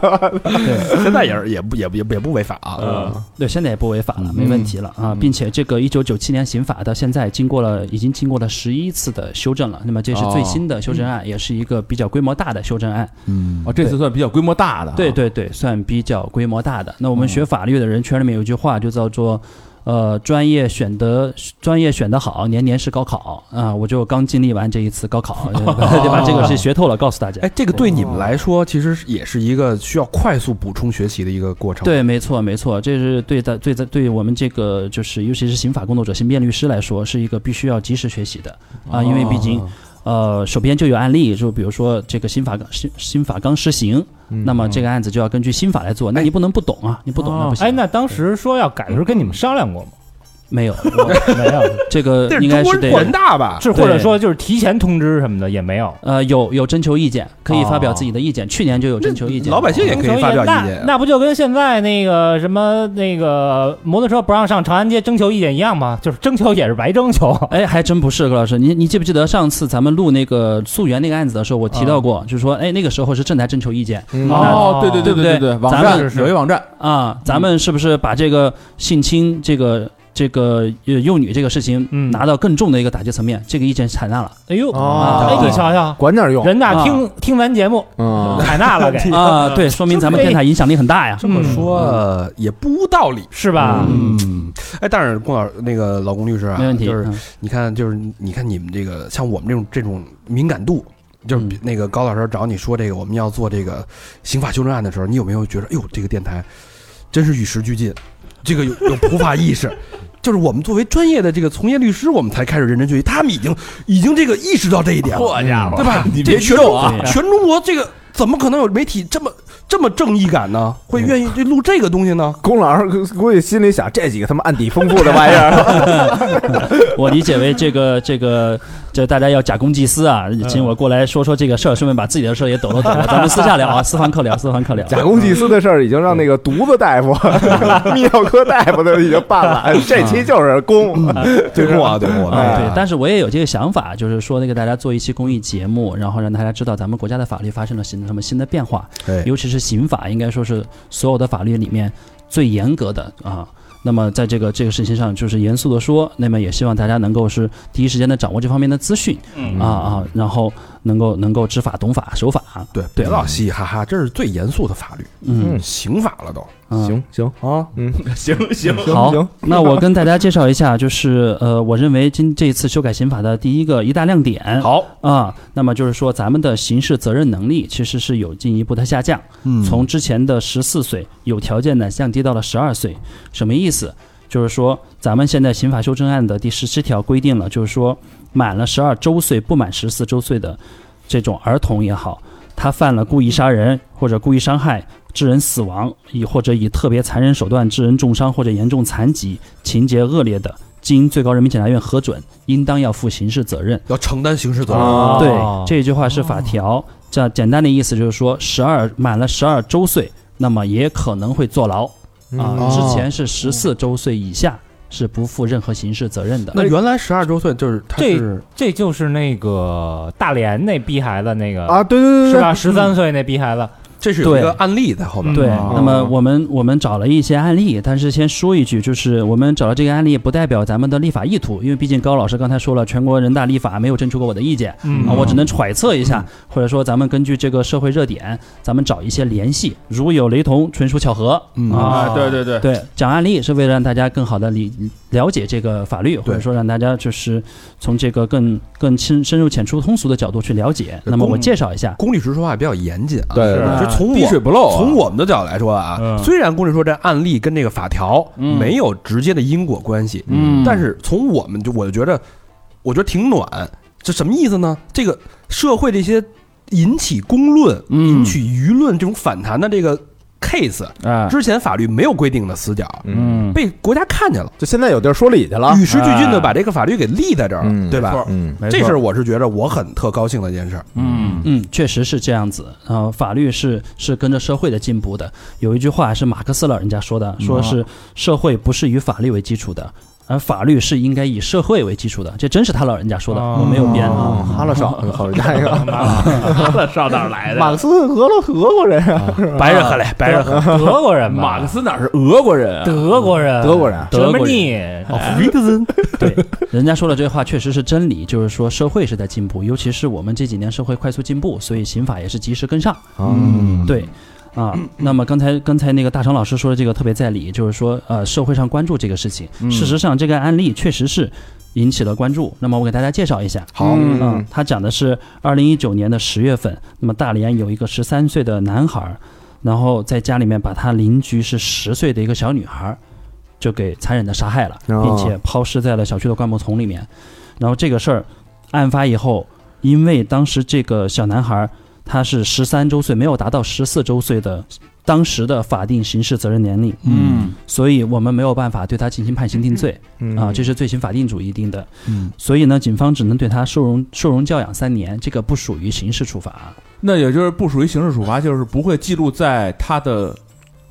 [SPEAKER 3] 现在也是也不也不也不也不违法啊。
[SPEAKER 5] 对，现在也不违法了，没问题了啊，并且这个一九九七年刑法到现在经过了，已经经过了十一次的修正了，那么这是最新的修正案，也是一个比较规模大的修正案。
[SPEAKER 3] 嗯，
[SPEAKER 6] 哦，这次算比较规模大的啊，
[SPEAKER 5] 对对对，算比较规模大的。那我们学法律的人圈里面有句话就叫做。呃，专业选得专业选得好，年年是高考啊、我就刚经历完这一次高考，就就把这个是学透了，告诉大家。
[SPEAKER 3] 哎，这个对你
[SPEAKER 5] 哦
[SPEAKER 3] 们来说其实是也是一个需要快速补充学习的一个过程。，
[SPEAKER 5] 对，没错，没错，这是对的，对的，对我们这个就是，尤其是刑法工作者、刑辩律师来说，是一个必须要及时学习的啊，因为毕竟，
[SPEAKER 3] 哦
[SPEAKER 5] 呃，手边就有案例，就比如说这个新法刚新新法刚施行，
[SPEAKER 3] 嗯
[SPEAKER 5] 那么这个案子就
[SPEAKER 3] 哎
[SPEAKER 5] 要
[SPEAKER 3] 哦
[SPEAKER 5] 根据新法来做，那你不能不懂啊，你不懂那不行。
[SPEAKER 2] 哎，那当时说要改的时候跟你们商量过吗？
[SPEAKER 5] 没 有，我
[SPEAKER 2] 没有，
[SPEAKER 5] 这个
[SPEAKER 3] 这是
[SPEAKER 5] 应该
[SPEAKER 3] 中国
[SPEAKER 5] 是得
[SPEAKER 3] 人广大吧？
[SPEAKER 2] 是或者说就是提前通知什么的也没有。
[SPEAKER 5] 呃有有征求意见，可以发表自己的意见。去年就有征求意见，
[SPEAKER 3] 哦老百姓也可以发表意见
[SPEAKER 2] 那，那不就跟现在那个什么那个摩托车不让上长安街征求意见一样吗？就是征求也是白征求。
[SPEAKER 5] 哎，还真不是，葛老师，你你记不记得上次咱们录那个溯源那个案子的时候，我
[SPEAKER 3] 嗯
[SPEAKER 5] 提到过，就是说，哎，那个时候是正在征求意见
[SPEAKER 4] 嗯
[SPEAKER 6] 哦，对对对
[SPEAKER 5] 对
[SPEAKER 6] 对
[SPEAKER 5] 不对
[SPEAKER 6] 对，网
[SPEAKER 5] 咱
[SPEAKER 2] 们
[SPEAKER 6] 站有一网站，
[SPEAKER 5] 啊，咱们是不是把这个性侵这个这个呃幼女这个事情
[SPEAKER 2] 嗯
[SPEAKER 5] 拿到更重的一个打击层面？这个意见采 纳了
[SPEAKER 2] 哎呦，
[SPEAKER 4] 哦
[SPEAKER 2] 哎，你瞧瞧，
[SPEAKER 4] 管点用。
[SPEAKER 2] 人大
[SPEAKER 5] 啊
[SPEAKER 2] 听听咱节目
[SPEAKER 4] 嗯，
[SPEAKER 2] 采纳了给，
[SPEAKER 5] 啊，对，说明咱们电台影响力很大呀。
[SPEAKER 3] 这么
[SPEAKER 2] 嗯
[SPEAKER 3] 说呃也不无道理。
[SPEAKER 2] 是吧？
[SPEAKER 3] 嗯，哎，但是龚老那个老龚律师啊，
[SPEAKER 5] 没问题，
[SPEAKER 3] 就是
[SPEAKER 5] 嗯
[SPEAKER 3] 你看，就是你看你们这个，像我们这种这种敏感度，就是
[SPEAKER 5] 嗯
[SPEAKER 3] 比那个高老师找你说这个，我们要做这个刑法修正案的时候，你有没有觉得，哎呦，这个电台真是与时俱进，这个有有普法意识。 就是我们作为专业的这个从业律师，我们才开始认真学习，他们已经已经这个意识到 这一点了，
[SPEAKER 6] 家
[SPEAKER 3] 对吧？
[SPEAKER 6] 你
[SPEAKER 3] 这
[SPEAKER 6] 别
[SPEAKER 3] 全
[SPEAKER 6] 激
[SPEAKER 3] 中
[SPEAKER 6] 动
[SPEAKER 5] 哎
[SPEAKER 6] 啊！
[SPEAKER 3] 全中国这个怎么可能有媒体这么这么正义感呢？会愿意
[SPEAKER 5] 嗯
[SPEAKER 3] 这录这个东西呢？
[SPEAKER 4] 龚老师估计心里想，这几个他妈案底丰富的玩意儿，
[SPEAKER 5] 我理解为这个这个这大家要假公济私啊，
[SPEAKER 3] 嗯
[SPEAKER 5] 请我过来说说这个事儿，顺便把自己的事儿也抖了抖 了，咱们私下聊啊，私房客聊，私房客聊。
[SPEAKER 4] 假公济私的事儿已经让那个犊子大夫、泌尿科大夫都已经办了。这期就是公，
[SPEAKER 3] 对不啊，对不
[SPEAKER 5] 啊，
[SPEAKER 4] 哎
[SPEAKER 5] 对，但是我也有这个想法，就是说那个大家做一期公益节目，然后让大家知道咱们国家的法律发生了新什么新的变化，
[SPEAKER 3] 对
[SPEAKER 5] 尤其是刑法，应该说是所有的法律里面最严格的啊。那么在这个这个事情上，就是严肃的说，那么也希望大家能够是第一时间的掌握这方面的资讯
[SPEAKER 4] 嗯
[SPEAKER 5] 啊啊，然后能够能够知法懂法守法。
[SPEAKER 3] 对，别老嘻嘻哈哈，这是最严肃的法律，
[SPEAKER 5] 嗯，
[SPEAKER 3] 刑法了都。
[SPEAKER 5] 嗯
[SPEAKER 4] 行行
[SPEAKER 3] 啊，
[SPEAKER 4] 嗯，
[SPEAKER 6] 行行，
[SPEAKER 5] 好
[SPEAKER 4] 行，
[SPEAKER 5] 那我跟大家介绍一下，就是呃，我认为今这一次修改刑法的第一个一大亮点，
[SPEAKER 3] 好，
[SPEAKER 5] 啊，那么就是说，咱们的刑事责任能力其实是有进一步的下降，
[SPEAKER 3] 嗯
[SPEAKER 5] 从之前的十四岁有条件的降低到了十二岁，什么意思？就是说，咱们现在刑法修正案的第十七条规定了，就是说，满了十二周岁不满十四周岁的这种儿童也好，他犯了故意杀人或者故意伤害、致人死亡，以或者以特别残忍手段致人重伤或者严重残疾，情节恶劣的，经最高人民检察院核准，应当要负刑事责任。
[SPEAKER 3] 要承担刑事
[SPEAKER 4] 啊
[SPEAKER 3] 责任。
[SPEAKER 2] 哦
[SPEAKER 5] 对，这一句话是法条。这简单的意思就是说，十二满了十二周岁，那么也可能会坐牢啊。
[SPEAKER 2] 哦
[SPEAKER 4] 嗯
[SPEAKER 5] 之前是十四周岁以下是不负任何刑事责任的。
[SPEAKER 3] 那原来十二周岁就是他
[SPEAKER 2] 这
[SPEAKER 3] 是
[SPEAKER 2] 这就是那个大连那逼孩子那个
[SPEAKER 4] 啊，对对对
[SPEAKER 2] 是
[SPEAKER 4] 对，
[SPEAKER 2] 吧？十三岁那逼孩子，
[SPEAKER 3] 这是有一个
[SPEAKER 5] 对
[SPEAKER 3] 案例在后面。
[SPEAKER 5] 对，
[SPEAKER 2] 嗯
[SPEAKER 5] 那么我们我们找了一些案例，但是先说一句，就是我们找了这个案例，不代表咱们的立法意图，因为毕竟高老师刚才说了，全国人大立法没有征求过我的意见，
[SPEAKER 2] 嗯
[SPEAKER 5] 啊，我只能揣测一下，或者说咱们根据这个社会热点，咱们找一些联系，如有雷同，纯属巧合
[SPEAKER 3] 嗯
[SPEAKER 5] 啊。
[SPEAKER 6] 啊，对对对，
[SPEAKER 5] 对，讲案例是为了让大家更好的理了解这个法律，或者说让大家就是从这个更更深深入浅出通俗的角度去了解。
[SPEAKER 3] 对
[SPEAKER 5] 那么
[SPEAKER 3] 公
[SPEAKER 5] 我介绍一下，
[SPEAKER 3] 龚律师说话比较严谨啊，
[SPEAKER 4] 对
[SPEAKER 3] 就
[SPEAKER 2] 是
[SPEAKER 3] 从我
[SPEAKER 6] 滴水不漏啊，
[SPEAKER 3] 从我们的角度来说啊，
[SPEAKER 2] 嗯
[SPEAKER 3] 虽然龚律师说这案例跟这个法条
[SPEAKER 6] 嗯
[SPEAKER 3] 没有直接的因果关系，
[SPEAKER 6] 嗯
[SPEAKER 3] 但是从我们就我就觉得，我觉得挺暖。这什么意思呢？这个社会这些引起公论、
[SPEAKER 6] 嗯
[SPEAKER 3] 引起舆论这种反弹的这个 case，
[SPEAKER 6] 哎，
[SPEAKER 3] 之前法律没有规定的死角，
[SPEAKER 6] 嗯，
[SPEAKER 3] 被国家看见了，
[SPEAKER 4] 就现在有地儿说理去了，
[SPEAKER 3] 与时俱进的把这个法律给立在这儿了，
[SPEAKER 4] 嗯
[SPEAKER 3] 对吧？
[SPEAKER 4] 嗯，
[SPEAKER 6] 没错
[SPEAKER 3] 这事儿我是觉得我很特高兴的一件事儿。
[SPEAKER 6] 嗯
[SPEAKER 5] 嗯，确实是这样子。呃，法律是是跟着社会的进步的。有一句话是马克思老人家说的，说是社会不是以法律为基础的，而法律是应该以社会为基础的。这真是他老人家说的，
[SPEAKER 2] 哦
[SPEAKER 5] 我没有编。啊
[SPEAKER 4] 哦哈勒少，好家伙，
[SPEAKER 6] 这上哪儿来
[SPEAKER 4] 马克思俄罗俄国人啊，
[SPEAKER 3] 白人喝嘞，白人喝。
[SPEAKER 2] 啊德国人吧，
[SPEAKER 6] 马克思哪是俄国人啊？
[SPEAKER 2] 德国人，
[SPEAKER 4] 德国人，
[SPEAKER 5] 德国人
[SPEAKER 2] Germany
[SPEAKER 3] 哦嗯
[SPEAKER 5] 人家说的这话确实是真理，就是说社会是在进步，尤其是我们这几年社会快速进步，所以刑法也是及时跟上。
[SPEAKER 4] 嗯，
[SPEAKER 5] 对，啊，那么刚才刚才那个大成老师说的这个特别在理，就是说呃社会上关注这个事情，事实上这个案例确实是引起了关注。那么我给大家介绍一下，
[SPEAKER 3] 好，
[SPEAKER 5] 嗯，他讲的是二零一九年的十月份，那么大连有一个十三岁的男孩儿，然后在家里面把他邻居是十岁的一个小女孩儿，就给残忍的杀害了，
[SPEAKER 4] 哦
[SPEAKER 5] 并且抛尸在了小区的灌木丛里面。然后这个事儿案发以后，因为当时这个小男孩儿他是十三周岁，没有达到十四周岁的当时的法定刑事责任年龄，
[SPEAKER 1] 嗯
[SPEAKER 5] 所以我们没有办法对他进行判刑定罪
[SPEAKER 4] 嗯
[SPEAKER 5] 啊，这是罪刑法定主义定的。
[SPEAKER 1] 嗯，
[SPEAKER 5] 所以呢，警方只能对他收容收容教养三年，这个不属于刑事处罚。
[SPEAKER 6] 那也就是不属于刑事处罚，就是不会记录在他的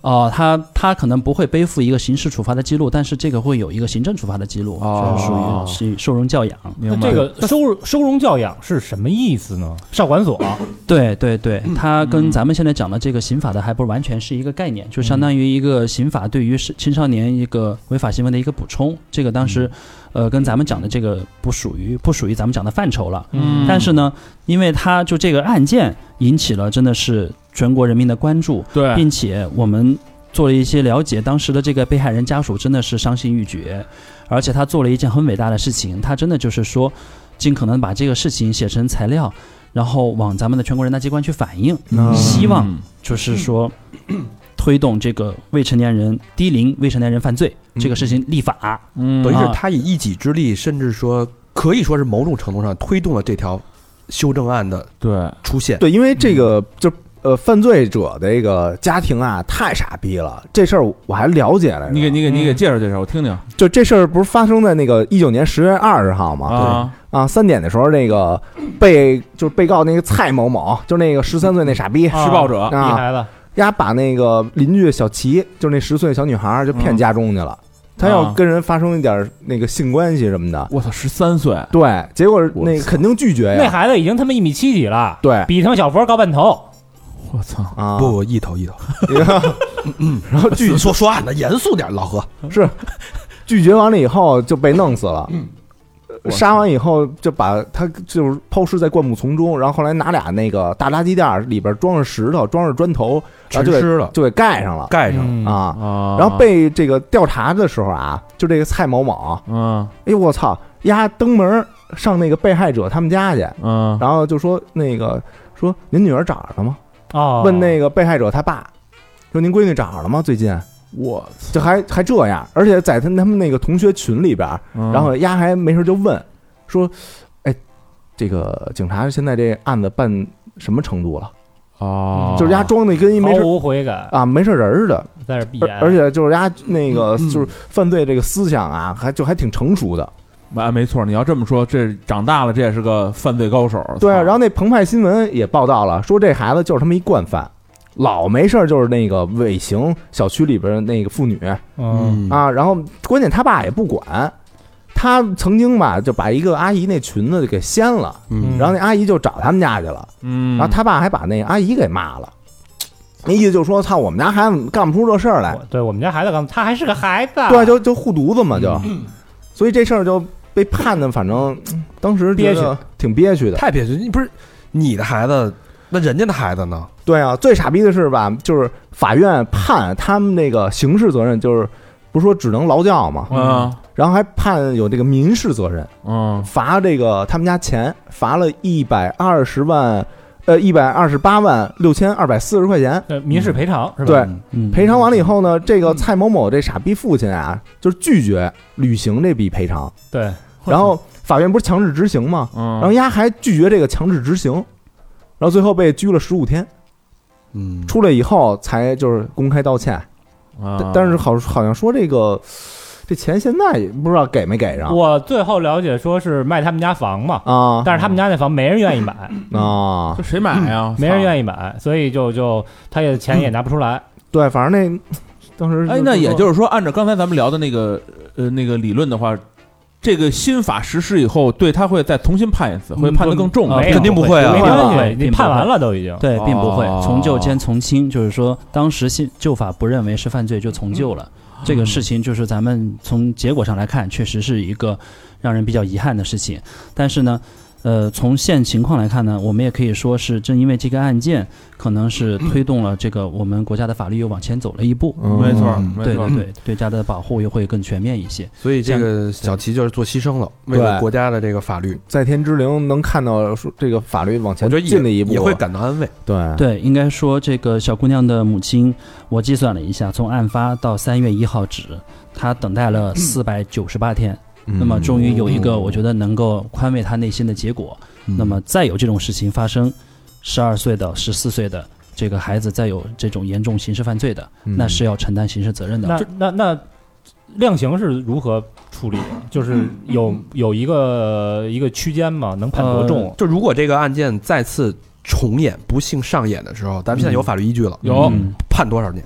[SPEAKER 5] 哦、他他可能不会背负一个刑事处罚的记录，但是这个会有一个行政处罚的记录，
[SPEAKER 6] 哦
[SPEAKER 5] 是属于是收容教养。
[SPEAKER 2] 那这个收收容教养是什么意思呢？少管所，
[SPEAKER 5] 对对对，它跟咱们现在讲的这个刑法的还不完全是一个概念，就相当于一个刑法对于是青少年一个违法行为的一个补充。这个当时，呃，跟咱们讲的这个不属于不属于咱们讲的范畴了。
[SPEAKER 2] 嗯
[SPEAKER 5] 但是呢，因为它就这个案件引起了真的是全国人民的关注，
[SPEAKER 6] 对
[SPEAKER 5] 并且我们做了一些了解，当时的这个被害人家属真的是伤心欲绝，而且他做了一件很伟大的事情，他真的就是说，尽可能把这个事情写成材料，然后往咱们的全国人大机关去反映，
[SPEAKER 4] 嗯
[SPEAKER 5] 希望
[SPEAKER 6] 嗯
[SPEAKER 5] 就是说。推动这个未成年人低龄未成年人犯罪这个事情立法，
[SPEAKER 6] 嗯
[SPEAKER 3] 等于
[SPEAKER 5] 啊
[SPEAKER 3] 是他以一己之力，甚至说可以说是某种程度上推动了这条修正案的
[SPEAKER 6] 对
[SPEAKER 3] 出现。
[SPEAKER 4] 对，因为这个就呃，犯罪者的这个家庭啊，太傻逼了。这事儿我还了解来着。
[SPEAKER 6] 你给你给你给
[SPEAKER 2] 嗯
[SPEAKER 6] 介绍介绍，我听听
[SPEAKER 4] 就这事儿不是发生在那个一九年十月二十号吗？
[SPEAKER 6] 啊
[SPEAKER 4] 啊，三点的时候，那个被就是被告那个蔡某某，就那个十三岁那傻逼，
[SPEAKER 2] 啊
[SPEAKER 6] 施暴者
[SPEAKER 2] 一
[SPEAKER 4] 啊，
[SPEAKER 2] 孩子，
[SPEAKER 4] 丫把那个邻居小齐，就是那十岁小女孩儿，就骗
[SPEAKER 6] 嗯
[SPEAKER 4] 家中去了。他要
[SPEAKER 6] 啊
[SPEAKER 4] 跟人发生一点儿那个性关系什么的，
[SPEAKER 6] 我操，十三岁，
[SPEAKER 4] 对，结果
[SPEAKER 6] 我
[SPEAKER 4] 那个肯定拒绝
[SPEAKER 2] 那
[SPEAKER 4] 哎呀，
[SPEAKER 2] 孩子已经他妈一米七几了，
[SPEAKER 4] 对
[SPEAKER 2] 比他妈小佛高半头，
[SPEAKER 6] 我操，
[SPEAKER 4] 啊，
[SPEAKER 3] 不不，一头一头，
[SPEAKER 4] 然后拒
[SPEAKER 3] 据说说案子严肃点，老何。
[SPEAKER 4] 拒绝完了以后就被弄死了，
[SPEAKER 6] 我
[SPEAKER 4] 杀完以后就把他就是抛尸在灌木丛中，然后后来拿俩那个大垃圾袋儿里边装着石头、装着砖头，
[SPEAKER 3] 全
[SPEAKER 4] 然后就给
[SPEAKER 3] 湿了，
[SPEAKER 4] 就给盖上了
[SPEAKER 3] 啊盖上了。
[SPEAKER 4] 啊。
[SPEAKER 6] 啊
[SPEAKER 4] 然后被这个调查的时候啊，就这个蔡某某，
[SPEAKER 6] 嗯
[SPEAKER 4] 哎呦我操，丫登门儿上那个被害者他们家去，
[SPEAKER 6] 嗯
[SPEAKER 4] 然后就说那个说您女儿找着了吗？
[SPEAKER 2] 哦，
[SPEAKER 4] 问那个被害者他爸，说您闺女找着了吗？最近
[SPEAKER 6] 我
[SPEAKER 4] 就还还这样，而且在他他们那个同学群里边儿，
[SPEAKER 6] 嗯
[SPEAKER 4] 然后丫还没事就问说，哎，这个警察现在这案子办什么程度了？
[SPEAKER 6] 哦，
[SPEAKER 4] 就是丫装的跟一
[SPEAKER 2] 毫
[SPEAKER 4] 没事
[SPEAKER 2] 无悔感，
[SPEAKER 4] 啊没事人似的，
[SPEAKER 2] 在这闭
[SPEAKER 4] 而
[SPEAKER 2] 眼，
[SPEAKER 4] 而且就是丫那个
[SPEAKER 6] 嗯
[SPEAKER 4] 就是犯罪这个思想啊，还就还挺成熟的。
[SPEAKER 6] 啊，没错，你要这么说，这长大了，这也是个犯罪高手。
[SPEAKER 4] 对啊，
[SPEAKER 6] 操
[SPEAKER 4] 然后那澎湃新闻也报道了，说这孩子就是他妈一惯犯，老没事儿就是那个尾行小区里边那个妇女
[SPEAKER 2] 嗯，
[SPEAKER 4] 啊，然后关键他爸也不管，他曾经吧就把一个阿姨那裙子给掀了，
[SPEAKER 2] 嗯
[SPEAKER 4] 然后那阿姨就找他们家去了，
[SPEAKER 6] 嗯，
[SPEAKER 4] 然后他爸还把那阿姨给骂了，那意思就是说，操，我们家孩子干不出这事儿来，
[SPEAKER 2] 我对我们家孩子刚，他还是个孩子，
[SPEAKER 4] 哎
[SPEAKER 2] 啊
[SPEAKER 4] 对，就就护犊子嘛，就，
[SPEAKER 2] 嗯
[SPEAKER 4] 所以这事儿就被判的，反正嗯当时觉得
[SPEAKER 2] 憋
[SPEAKER 4] 挺憋屈的。
[SPEAKER 3] 太憋屈，你不是你的孩子，那人家的孩子呢？
[SPEAKER 4] 对啊，最傻逼的是吧，就是法院判他们那个刑事责任，就是不是说只能劳教
[SPEAKER 2] 哦
[SPEAKER 4] 嘛，
[SPEAKER 6] 嗯
[SPEAKER 4] 然后还判有这个民事责任，
[SPEAKER 6] 嗯
[SPEAKER 4] 罚这个他们家钱，罚了一百二十万，呃，一百二十八万六千二百四十块钱。
[SPEAKER 2] 呃，民事赔偿是吧？
[SPEAKER 4] 对，
[SPEAKER 5] 嗯，
[SPEAKER 4] 赔偿完了以后呢，这个蔡某某这傻逼父亲啊，就是拒绝履行这笔赔偿，
[SPEAKER 2] 对，
[SPEAKER 4] 然后法院不是强制执行吗？
[SPEAKER 6] 嗯，
[SPEAKER 4] 然后丫还拒绝这个强制执行，然后最后被拘了十五天，
[SPEAKER 3] 嗯，
[SPEAKER 4] 出来以后才就是公开道歉。但
[SPEAKER 6] 啊
[SPEAKER 4] 但是好好像说这个这钱现在也不知道给没给上
[SPEAKER 2] 我最后了解说是卖他们家房嘛，
[SPEAKER 4] 啊
[SPEAKER 2] 但是他们家那房没人愿意买，
[SPEAKER 4] 啊
[SPEAKER 6] 这，谁买呀？
[SPEAKER 2] 没人
[SPEAKER 6] 意。
[SPEAKER 2] 愿意买，所以就就他也钱也拿不出来，
[SPEAKER 4] 对，反正那当时
[SPEAKER 6] 哎，那也
[SPEAKER 4] 是
[SPEAKER 6] 就是说，按照刚才咱们聊的那个呃那个理论的话，这个新法实施以后，对他会再重新判一次，会判得更重。
[SPEAKER 5] 嗯
[SPEAKER 2] 没有
[SPEAKER 3] 肯定不会啊
[SPEAKER 2] 没
[SPEAKER 4] 不会
[SPEAKER 2] 关
[SPEAKER 5] 吧
[SPEAKER 2] 系，你
[SPEAKER 5] 并不
[SPEAKER 2] 判
[SPEAKER 5] 会
[SPEAKER 2] 完了都已经。
[SPEAKER 5] 对，并不会
[SPEAKER 6] 啊哦
[SPEAKER 5] 从旧兼从轻，就是说当时新旧法不认为是犯罪就从旧了。
[SPEAKER 6] 嗯
[SPEAKER 5] 这个事情就是咱们从结果上来看，确实是一个让人比较遗憾的事情。但是呢，呃，从现情况来看呢，我们也可以说是正因为这个案件，可能是推动了这个我们国家的法律又往前走了一步。
[SPEAKER 6] 没错，
[SPEAKER 3] 嗯
[SPEAKER 6] 没
[SPEAKER 5] 对
[SPEAKER 6] 错嗯
[SPEAKER 5] 对。对，对家的保护又会更全面一些。
[SPEAKER 3] 所以这个小齐就是做牺牲了，为了国家的这个法律，
[SPEAKER 4] 在天之灵能看到说这个法律往
[SPEAKER 3] 我
[SPEAKER 4] 前
[SPEAKER 3] 觉得也
[SPEAKER 4] 进了一步，
[SPEAKER 3] 也会感到安慰。
[SPEAKER 4] 对
[SPEAKER 5] 对，应该说这个小姑娘的母亲，我计算了一下，从案发到三月一号止，她等待
[SPEAKER 6] 嗯
[SPEAKER 5] 了四百九十八天。
[SPEAKER 4] 嗯
[SPEAKER 5] 那
[SPEAKER 3] 嗯
[SPEAKER 5] 么终于有一个我觉得能够
[SPEAKER 4] 嗯
[SPEAKER 5] 宽
[SPEAKER 3] 嗯
[SPEAKER 5] 慰他内心的结果。那么再有这种事情发生，十二岁的、十四岁的、这个孩子再有这种严重刑事犯罪的，
[SPEAKER 4] 嗯
[SPEAKER 3] 嗯
[SPEAKER 5] 那是要承担刑事责任的。
[SPEAKER 2] 那那那量刑是如何处理的？就是有有一个一个区间嘛，能判多重？啊
[SPEAKER 3] 就如果这个案件再次重演，不幸上演的时候，咱们现在有法律依据了，
[SPEAKER 6] 有
[SPEAKER 5] 嗯
[SPEAKER 3] 判多少年？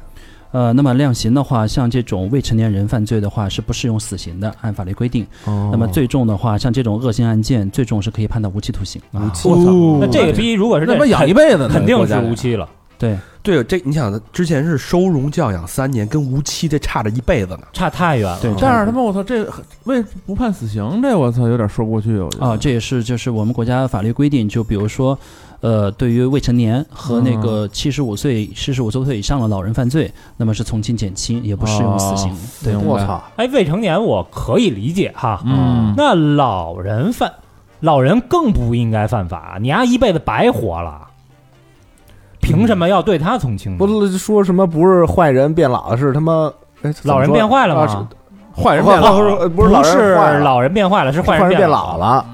[SPEAKER 5] 呃，那么量刑的话，像这种未成年人犯罪的话是不适用死刑的，按法律规定。那
[SPEAKER 4] 那
[SPEAKER 5] 么最重的话，像这种恶性案件，最重是可以判到无期徒刑。啊
[SPEAKER 4] 无期
[SPEAKER 3] 哦
[SPEAKER 2] 那这个逼如果是
[SPEAKER 6] 那么
[SPEAKER 2] 这
[SPEAKER 6] 养一
[SPEAKER 2] 肯
[SPEAKER 6] 辈子呢，
[SPEAKER 2] 肯定
[SPEAKER 6] 国
[SPEAKER 2] 是
[SPEAKER 6] 家
[SPEAKER 2] 无期了，
[SPEAKER 5] 对，
[SPEAKER 3] 对，这你想，之前是收容教养三年，跟无期这差着一辈子呢。
[SPEAKER 2] 差太远了。
[SPEAKER 4] 哦
[SPEAKER 5] 对
[SPEAKER 6] 但是他妈我操，这为不判死刑，这我操有点说不过去。我觉得
[SPEAKER 5] 啊，这也是就是我们国家法律规定，就比如说，呃，对于未成年和那
[SPEAKER 6] 嗯
[SPEAKER 5] 个七十五岁、四十五周岁以上的老人犯罪，那么是从轻减轻，也不适用死刑。
[SPEAKER 6] 哦
[SPEAKER 5] 对，
[SPEAKER 6] 明白
[SPEAKER 4] 我操，
[SPEAKER 2] 哎，未成年我可以理解哈，
[SPEAKER 6] 嗯
[SPEAKER 2] 那老人犯，老人更不应该犯法，啊你丫一辈子白活了，凭什么要对他从轻呢？
[SPEAKER 4] 不是说什么不是坏人变老了，是他妈哎怎么
[SPEAKER 2] 老人
[SPEAKER 4] 说
[SPEAKER 2] 变坏了吗
[SPEAKER 4] 啊
[SPEAKER 2] 哦
[SPEAKER 4] 是？坏人变老了，不
[SPEAKER 2] 不
[SPEAKER 4] 是老
[SPEAKER 2] 是
[SPEAKER 4] 人坏了
[SPEAKER 2] 老人变坏了，是
[SPEAKER 4] 坏
[SPEAKER 2] 坏人
[SPEAKER 4] 变
[SPEAKER 2] 老
[SPEAKER 4] 老了，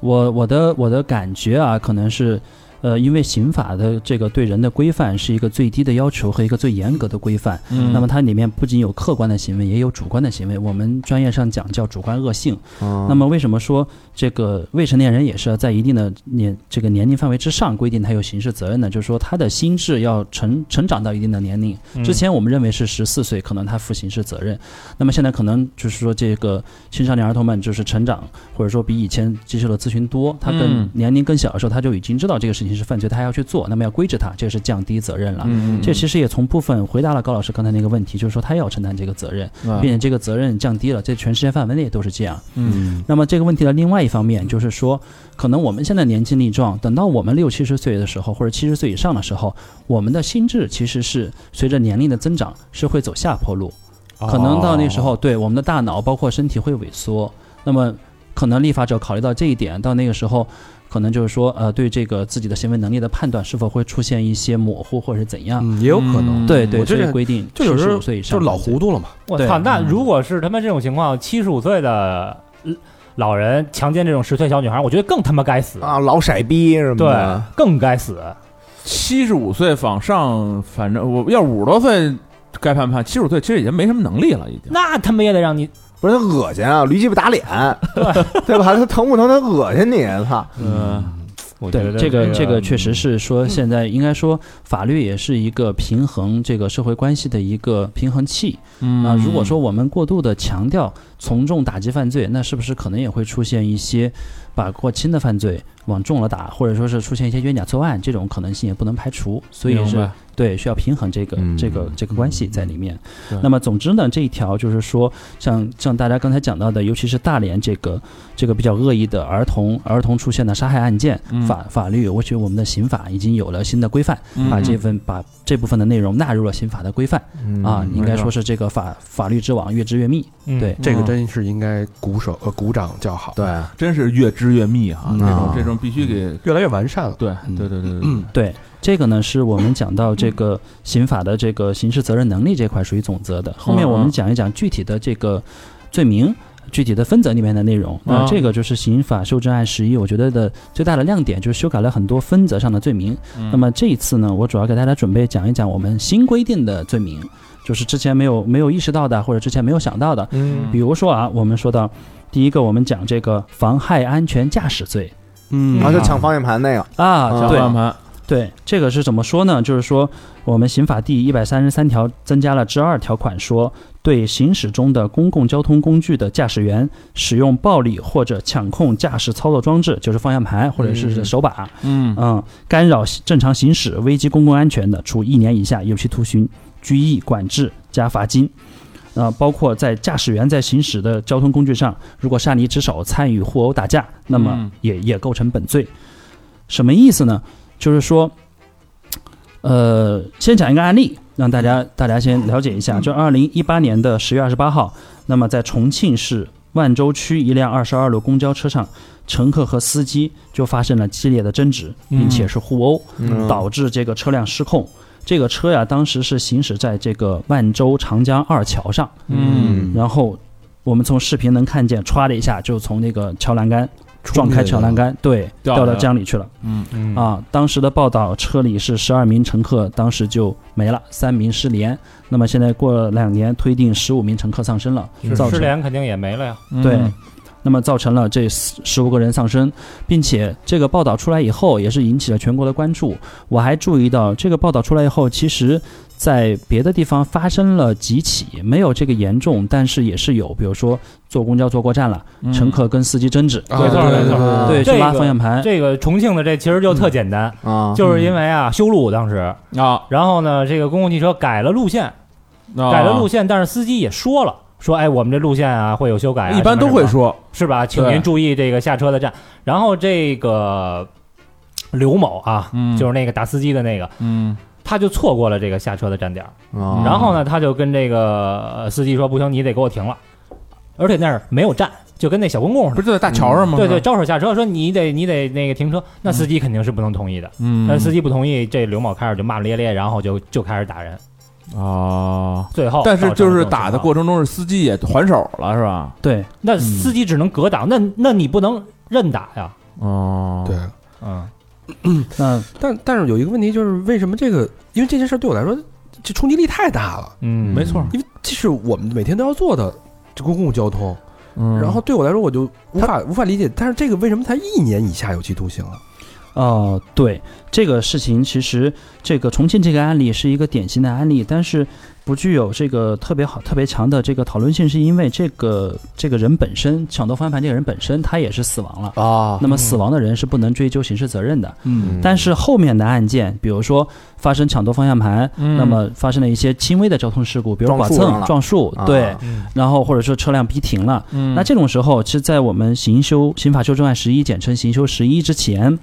[SPEAKER 5] 我我的我的感觉啊，可能是，呃，因为刑法的这个对人的规范是一个最低的要求和一个最严格的规范，
[SPEAKER 6] 嗯
[SPEAKER 5] 那么它里面不仅有客观的行为，也有主观的行为。我们专业上讲叫主观恶性。
[SPEAKER 6] 啊
[SPEAKER 5] 那么为什么说这个未成年人也是要在一定的年这个年龄范围之上规定他有刑事责任呢？就是说他的心智要成成长到一定的年龄。
[SPEAKER 6] 嗯
[SPEAKER 5] 之前我们认为是十四岁可能他负刑事责任，那么现在可能就是说这个青少年儿童们就是成长或者说比以前接受的咨询多，他更
[SPEAKER 6] 嗯
[SPEAKER 5] 年龄更小的时候他就已经知道这个事情是犯罪，他还要去做，那么要规制他，这是降低责任了。
[SPEAKER 6] 嗯，
[SPEAKER 5] 这其实也从部分回答了高老师刚才那个问题，就是说他也要承担这个责任，
[SPEAKER 6] 嗯
[SPEAKER 5] 并且这个责任降低了，在全世界范围内都是这样。
[SPEAKER 6] 嗯
[SPEAKER 5] 那么这个问题的另外一方面就是说，可能我们现在年轻力壮，等到我们六七十岁的时候，或者七十岁以上的时候，我们的心智其实是随着年龄的增长是会走下坡路，
[SPEAKER 3] 哦
[SPEAKER 6] 嗯
[SPEAKER 5] 可能
[SPEAKER 6] 哦
[SPEAKER 5] 到那时候，对我们的大脑包括身体会萎缩。那么可能立法者考虑到这一点，到那个时候。可能就是说，呃，对这个自己的行为能力的判断是否会出现一些模糊或者是怎样？
[SPEAKER 3] 嗯，也有可能，
[SPEAKER 6] 嗯
[SPEAKER 5] 对对，
[SPEAKER 3] 我之
[SPEAKER 5] 所以
[SPEAKER 3] 前
[SPEAKER 5] 规定
[SPEAKER 3] 就有时候
[SPEAKER 5] 15岁以上
[SPEAKER 3] 就是老糊
[SPEAKER 5] 涂。
[SPEAKER 3] 涂了嘛。
[SPEAKER 2] 我
[SPEAKER 5] 对
[SPEAKER 2] 操！那如果是他妈这种情况，七十五岁的呃老人强奸这种十岁小女孩，我觉得更他妈该死，
[SPEAKER 4] 啊，老色逼什么
[SPEAKER 2] 对
[SPEAKER 4] 的，，
[SPEAKER 2] 更该死。
[SPEAKER 6] 七十五岁往上，反正我要五十多岁该判判，七十五岁其实已经没什么能力了，已经。
[SPEAKER 2] 那他妈也得让你
[SPEAKER 4] 不是他恶心啊，驴鸡巴打脸， 对吧？他疼不疼？他恶心你，操！
[SPEAKER 6] 嗯，
[SPEAKER 2] 我觉
[SPEAKER 5] 对
[SPEAKER 2] 得
[SPEAKER 5] 这个这
[SPEAKER 2] 这
[SPEAKER 5] 个确实是说，现在应该说法律也是一个平衡这个社会关系的一个平衡器
[SPEAKER 6] 嗯
[SPEAKER 5] 啊。如果说我们过度的强调从重打击犯罪，那是不是可能也会出现一些把过轻的犯罪往重了打，或者说是出现一些冤假错案这种可能性也不能排除，所以
[SPEAKER 6] 明
[SPEAKER 5] 是
[SPEAKER 6] 白
[SPEAKER 5] 对需要平衡这个
[SPEAKER 4] 嗯
[SPEAKER 5] 这个这个关系在里面
[SPEAKER 6] 对。
[SPEAKER 5] 那么总之呢，这一条就是说，像像大家刚才讲到的，尤其是大连这个这个比较恶意的儿童儿童出现的杀害案件
[SPEAKER 6] 嗯，
[SPEAKER 5] 法法律，我觉得我们的刑法已经有了新的规范，把这份把这部分的内容纳入了刑法的规范
[SPEAKER 4] 嗯
[SPEAKER 5] 啊，应该说是这个法法律之网越织越密。
[SPEAKER 2] 嗯
[SPEAKER 5] 对
[SPEAKER 3] 这个真是应该鼓手呃鼓掌叫好，
[SPEAKER 4] 对，
[SPEAKER 6] 嗯真是越织越密哈，
[SPEAKER 4] 嗯
[SPEAKER 6] 这种
[SPEAKER 4] 啊
[SPEAKER 6] 这种必须给
[SPEAKER 3] 越来越完善了。
[SPEAKER 6] 对
[SPEAKER 5] 嗯
[SPEAKER 6] 对对对对
[SPEAKER 3] 嗯，
[SPEAKER 5] 对，这个呢是我们讲到这个刑法的这个刑事责任能力这块属于总则的，后面我们讲一讲具体的这个罪名。具体的分则里面的内容，
[SPEAKER 6] 嗯
[SPEAKER 5] 那这个就是刑法修正案十一，我觉得的最大的亮点就是修改了很多分则上的罪名。
[SPEAKER 6] 嗯
[SPEAKER 5] 那么这一次呢，我主要给大家准备讲一讲我们新规定的罪名，就是之前没有没有意识到的，或者之前没有想到的。
[SPEAKER 4] 嗯
[SPEAKER 5] 比如说啊，我们说到第一个，我们讲这个妨害安全驾驶罪
[SPEAKER 3] 嗯
[SPEAKER 4] 然后就抢方向盘那个，
[SPEAKER 5] 啊，
[SPEAKER 4] 啊
[SPEAKER 5] 对，
[SPEAKER 6] 换盘，
[SPEAKER 5] 对，这个是怎么说呢？就是说，我们刑法第一百三十三条增加了之二条款说，对行驶中的公共交通工具的驾驶员使用暴力或者抢控驾驶操作装置，就是方向盘或者是手把，
[SPEAKER 6] 嗯
[SPEAKER 5] 嗯，干扰正常行驶、危及公共安全的，处一年以下有期徒刑、拘役、管制加罚金。呃，包括在驾驶员在行驶的交通工具上，如果擅离职守、参与互殴打架，那么
[SPEAKER 6] 嗯
[SPEAKER 5] 也、也构成本罪。什么意思呢？就是说，呃，先讲一个案例，让大家大家先了解一
[SPEAKER 6] 嗯
[SPEAKER 5] 下。就二零一八年的十月二十八号，那么在重庆市万州区一辆二十二路公交车上，乘客和司机就发生了激烈的争执，并且是互殴，
[SPEAKER 4] 嗯
[SPEAKER 5] 导致这个车辆失控。这个车呀，当时是行驶在这个万州长江二桥上，
[SPEAKER 6] 嗯
[SPEAKER 5] 然后我们从视频能看见，歘的一下就从那个桥栏杆撞开桥栏杆，对，
[SPEAKER 6] 掉
[SPEAKER 5] 掉到
[SPEAKER 6] 了
[SPEAKER 5] 江里去了。
[SPEAKER 6] 嗯，
[SPEAKER 2] 嗯，
[SPEAKER 5] 啊，当时的报道，车里是十二名乘客，当时就没了，三名失联。那么现在过了两年，推定十五名乘客丧生了，造
[SPEAKER 2] 失
[SPEAKER 5] 成
[SPEAKER 2] 联肯定也没了呀。
[SPEAKER 6] 嗯
[SPEAKER 5] 对，那么造成了这十五个人丧生，并且这个报道出来以后，也是引起了全国的关注。我还注意到，这个报道出来以后，其实在别的地方发生了几起，没有这个严重，但是也是有，比如说坐公交坐过站了，
[SPEAKER 6] 嗯
[SPEAKER 5] 乘客跟司机争执，
[SPEAKER 3] 啊
[SPEAKER 2] 没错没错
[SPEAKER 3] 对
[SPEAKER 5] 对，
[SPEAKER 2] 这
[SPEAKER 5] 去拉
[SPEAKER 2] 个
[SPEAKER 5] 方向盘，
[SPEAKER 2] 这个重庆的这其实就特简单，
[SPEAKER 4] 啊，
[SPEAKER 6] 嗯
[SPEAKER 2] 就是因为啊修路当时，
[SPEAKER 6] 啊，
[SPEAKER 2] 然后呢这个公共汽车改了路线，改
[SPEAKER 6] 改
[SPEAKER 2] 了路线，但是司机也说了。说，哎，我们这路线啊会有修改啊、
[SPEAKER 6] 一般都
[SPEAKER 2] 什么什
[SPEAKER 6] 会
[SPEAKER 2] 么
[SPEAKER 6] 说
[SPEAKER 2] 是吧？请
[SPEAKER 6] 对
[SPEAKER 2] 您注意这个下车的站。然后这个刘某啊，
[SPEAKER 6] 嗯
[SPEAKER 2] 就是那个打司机的那个，
[SPEAKER 6] 嗯
[SPEAKER 2] 他就错过了这个下车的站点儿。
[SPEAKER 6] 哦
[SPEAKER 4] 啊
[SPEAKER 2] 然后呢，他就跟这个呃司机说：“不行，你得给我停了。”而且那儿没有站，就跟那小公共似
[SPEAKER 6] 不
[SPEAKER 2] 的。
[SPEAKER 6] 是就在大桥上吗？
[SPEAKER 2] 嗯对对，
[SPEAKER 6] 是吧，
[SPEAKER 2] 招手下车说你得你得那个停车，那司机肯定是不能同意的。
[SPEAKER 6] 嗯，
[SPEAKER 2] 但司机不同意，这刘某开始就骂骂咧咧，然后就就开始打人，
[SPEAKER 6] 啊，
[SPEAKER 2] 最后
[SPEAKER 6] 但是
[SPEAKER 2] 哦造成
[SPEAKER 6] 就
[SPEAKER 2] 了这
[SPEAKER 6] 是
[SPEAKER 2] 种
[SPEAKER 6] 打的
[SPEAKER 2] 情况
[SPEAKER 6] 过程中是司机也还手了是吧？
[SPEAKER 5] 对，
[SPEAKER 2] 那司机只能格挡，那那你不能认打呀，
[SPEAKER 6] 哦，
[SPEAKER 3] 对，
[SPEAKER 2] 嗯，
[SPEAKER 5] 那
[SPEAKER 3] 但但是有一个问题就是，为什么这个？因为这件事儿对我来说，这冲击力太大了，
[SPEAKER 2] 嗯，
[SPEAKER 6] 没错，
[SPEAKER 3] 因为这是我们每天都要做的这公共交通。
[SPEAKER 6] 嗯
[SPEAKER 3] 然后对我来说，我就无法无法理解，但是这个为什么才一年以下有期徒刑啊？
[SPEAKER 5] 哦，对这个事情，其实这个重庆这个案例是一个典型的案例，但是不具有这个特别好、特别强的这个讨论性，是因为这个这个人本身抢夺方向盘这个人本身他也是死亡了。
[SPEAKER 3] 啊，
[SPEAKER 5] 那么死亡的人是不能追究刑事责任的，
[SPEAKER 4] 哦嗯
[SPEAKER 5] 但是后面的案件，比如说发生抢夺方向盘，
[SPEAKER 6] 嗯
[SPEAKER 5] 那么发生了一些轻微的交通事故，比如
[SPEAKER 4] 撞
[SPEAKER 5] 剐
[SPEAKER 4] 树上
[SPEAKER 5] 蹭、
[SPEAKER 4] 了
[SPEAKER 5] 撞树，
[SPEAKER 4] 啊
[SPEAKER 5] 对，
[SPEAKER 2] 嗯
[SPEAKER 5] 然后或者说车辆逼停了，
[SPEAKER 6] 嗯
[SPEAKER 5] 那这种时候，其实，在我们刑修刑法修正案十一，简称刑修十一之前，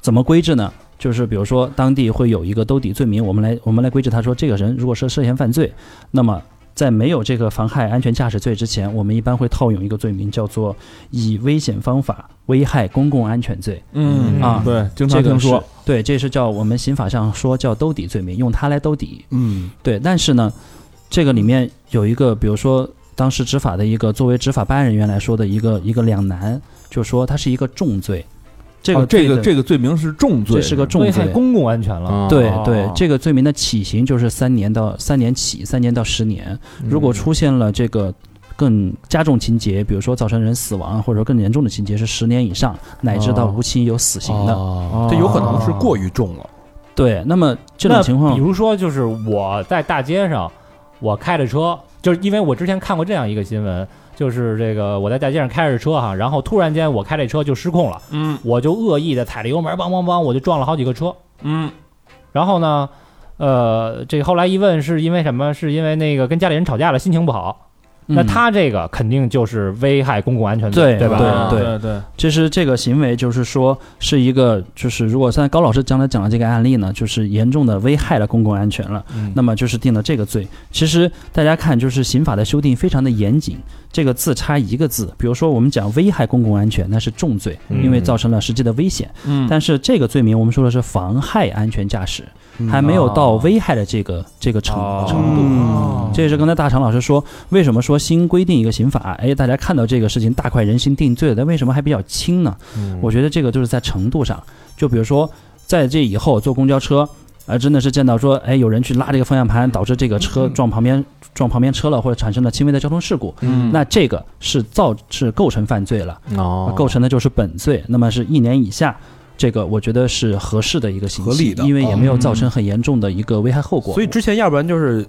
[SPEAKER 5] 怎么规制呢？就是比如说，当地会有一个兜底罪名，我们来我们来规制。他说，这个人如果是涉嫌犯罪，那么在没有这个妨害安全驾驶罪之前，我们一般会套用一个罪名，叫做以危险方法危害公共安全罪。
[SPEAKER 6] 嗯
[SPEAKER 5] 啊
[SPEAKER 6] 对，经常
[SPEAKER 5] 这个
[SPEAKER 6] 听
[SPEAKER 5] 是
[SPEAKER 6] 说，
[SPEAKER 5] 对，这是叫我们刑法上说叫兜底罪名，用它来兜底。
[SPEAKER 3] 嗯
[SPEAKER 5] 对，但是呢，这个里面有一个，比如说当时执法的一个作为执法办案人员来说的一个一个两难，就说它是一个重罪，这个、
[SPEAKER 6] 哦这个
[SPEAKER 5] 这
[SPEAKER 6] 这个罪名是重罪，
[SPEAKER 5] 这是个重
[SPEAKER 2] 危
[SPEAKER 5] 罪
[SPEAKER 2] 害。公共安全了，
[SPEAKER 5] 对
[SPEAKER 6] 哦
[SPEAKER 5] 对，这个罪名的起刑就是三年到三年起，三年到十年。
[SPEAKER 6] 嗯
[SPEAKER 5] 如果出现了这个更加重情节，比如说造成人死亡，或者说更严重的情节是十年以上，乃至到
[SPEAKER 6] 哦
[SPEAKER 5] 无期有死刑的。
[SPEAKER 3] 的，这有可能是过于重了。
[SPEAKER 5] 对，那么这
[SPEAKER 2] 那
[SPEAKER 5] 种情况
[SPEAKER 2] 比，如说就是我在大街上，我开着车，就是因为我之前看过这样一个新闻，就是这个我在大街上开着车哈，然后突然间我开这车就失控了，
[SPEAKER 6] 嗯
[SPEAKER 2] 我就恶意的踩着油门，梆梆梆，我就撞了好几个车。
[SPEAKER 6] 嗯
[SPEAKER 2] 然后呢，呃，这个后来一问是因为什么？是因为那个跟家里人吵架了，心情不好。那
[SPEAKER 5] 嗯
[SPEAKER 2] 他这个肯定就是危害公共安全罪，
[SPEAKER 5] 对
[SPEAKER 2] 吧？
[SPEAKER 5] 对对
[SPEAKER 6] 对对，
[SPEAKER 5] 其实这个行为就是说是一个，就是如果像高老师刚才讲的这个案例呢，就是严重的危害了公共安全了，
[SPEAKER 2] 嗯
[SPEAKER 5] 那么就是定了这个罪。其实大家看，就是刑法的修订非常的严谨，这个字差一个字。比如说我们讲危害公共安全，那是重罪，
[SPEAKER 4] 嗯
[SPEAKER 5] 因为造成了实际的危险。
[SPEAKER 6] 嗯
[SPEAKER 5] 但是这个罪名我们说的是妨害安全驾驶，还没有到危害的这个这个程
[SPEAKER 6] 哦
[SPEAKER 5] 程度。
[SPEAKER 3] 嗯
[SPEAKER 5] 这也是刚才大常老师说，为什么说新规定一个刑法？哎，大家看到这个事情大快人心定罪了，但为什么还比较轻呢？
[SPEAKER 3] 嗯
[SPEAKER 5] 我觉得这个就是在程度上，就比如说在这以后坐公交车。啊，真的是见到说，哎，有人去拉这个方向盘，导致这个车撞旁边撞旁边车了，或者产生了轻微的交通事故，
[SPEAKER 4] 嗯
[SPEAKER 5] 那这个是造是构成犯罪了，
[SPEAKER 4] 哦
[SPEAKER 5] 构成的就是本罪，那么是一年以下，这个我觉得是合适的一个刑
[SPEAKER 3] 合
[SPEAKER 5] 期
[SPEAKER 3] 理的
[SPEAKER 5] 因为也没有
[SPEAKER 6] 嗯
[SPEAKER 5] 造成很严重的一个危害后果。
[SPEAKER 3] 所以之前要不然就是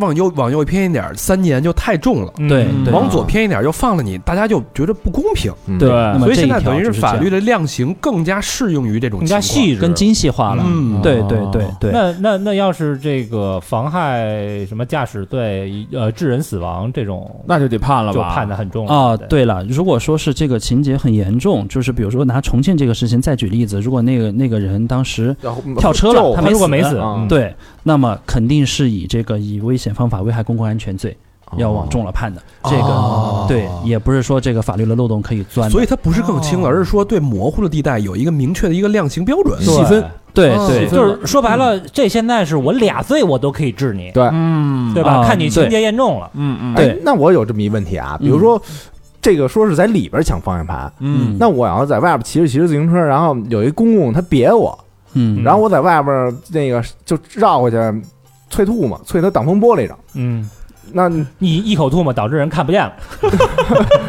[SPEAKER 3] 往右往右偏一点儿，三年就太重了；
[SPEAKER 5] 对
[SPEAKER 2] 嗯
[SPEAKER 5] 对
[SPEAKER 3] 往左偏一点儿又放了你，大家就觉得不公平。
[SPEAKER 5] 对，
[SPEAKER 6] 对
[SPEAKER 5] 那么
[SPEAKER 3] 所以
[SPEAKER 5] 这一
[SPEAKER 3] 现在
[SPEAKER 5] 条
[SPEAKER 3] 等于
[SPEAKER 5] 就是是
[SPEAKER 3] 法
[SPEAKER 5] 这
[SPEAKER 3] 律
[SPEAKER 5] 样
[SPEAKER 3] 的量刑更加适用于这种
[SPEAKER 2] 更加
[SPEAKER 3] 情况
[SPEAKER 2] 细致，
[SPEAKER 5] 更精细化了。
[SPEAKER 3] 嗯，
[SPEAKER 5] 对对对对，
[SPEAKER 2] 那那那要是这个妨害什么驾驶罪，呃，致人死亡这种，
[SPEAKER 6] 那就得判了
[SPEAKER 2] 就
[SPEAKER 6] 吧？
[SPEAKER 2] 判的很重了
[SPEAKER 5] 啊，，对了，如果说是这个情节很严重，就是比如说拿重庆这个事情再举例子，如果那个那个人当时
[SPEAKER 4] 然后
[SPEAKER 5] 跳车了，
[SPEAKER 4] 咒
[SPEAKER 5] 他
[SPEAKER 2] 他如果没
[SPEAKER 5] 没
[SPEAKER 2] 死，
[SPEAKER 4] 啊
[SPEAKER 2] 嗯，
[SPEAKER 5] 对，那么肯定是以这个以危险方法危害公共安全罪要往重了判的。这个、
[SPEAKER 3] 哦
[SPEAKER 5] 对，也不是说这个法律的漏洞可以钻的。
[SPEAKER 3] 所以它不是更轻了，而是说对模糊的地带有一个明确的一个量刑标准。
[SPEAKER 2] 对
[SPEAKER 5] 细分，对
[SPEAKER 3] 哦
[SPEAKER 5] 对
[SPEAKER 3] 细分
[SPEAKER 2] 就是说白了，这现在是我俩罪我都可以治你，
[SPEAKER 4] 对
[SPEAKER 6] 嗯
[SPEAKER 2] 对吧？
[SPEAKER 5] 啊
[SPEAKER 2] 看你情节严重了，
[SPEAKER 6] 嗯嗯，
[SPEAKER 5] 对嗯
[SPEAKER 4] 哎那我有这么一问题啊，比如说，这个说是在里边抢方向盘，
[SPEAKER 6] 嗯
[SPEAKER 4] 那我要在外边骑着骑着自行车，然后有一公公他别我，
[SPEAKER 5] 嗯，
[SPEAKER 4] 然后我在外边那个就绕过去，啐吐沫，啐他挡风玻璃上。
[SPEAKER 2] 嗯，
[SPEAKER 4] 那
[SPEAKER 2] 你一口吐沫导致人看不见了。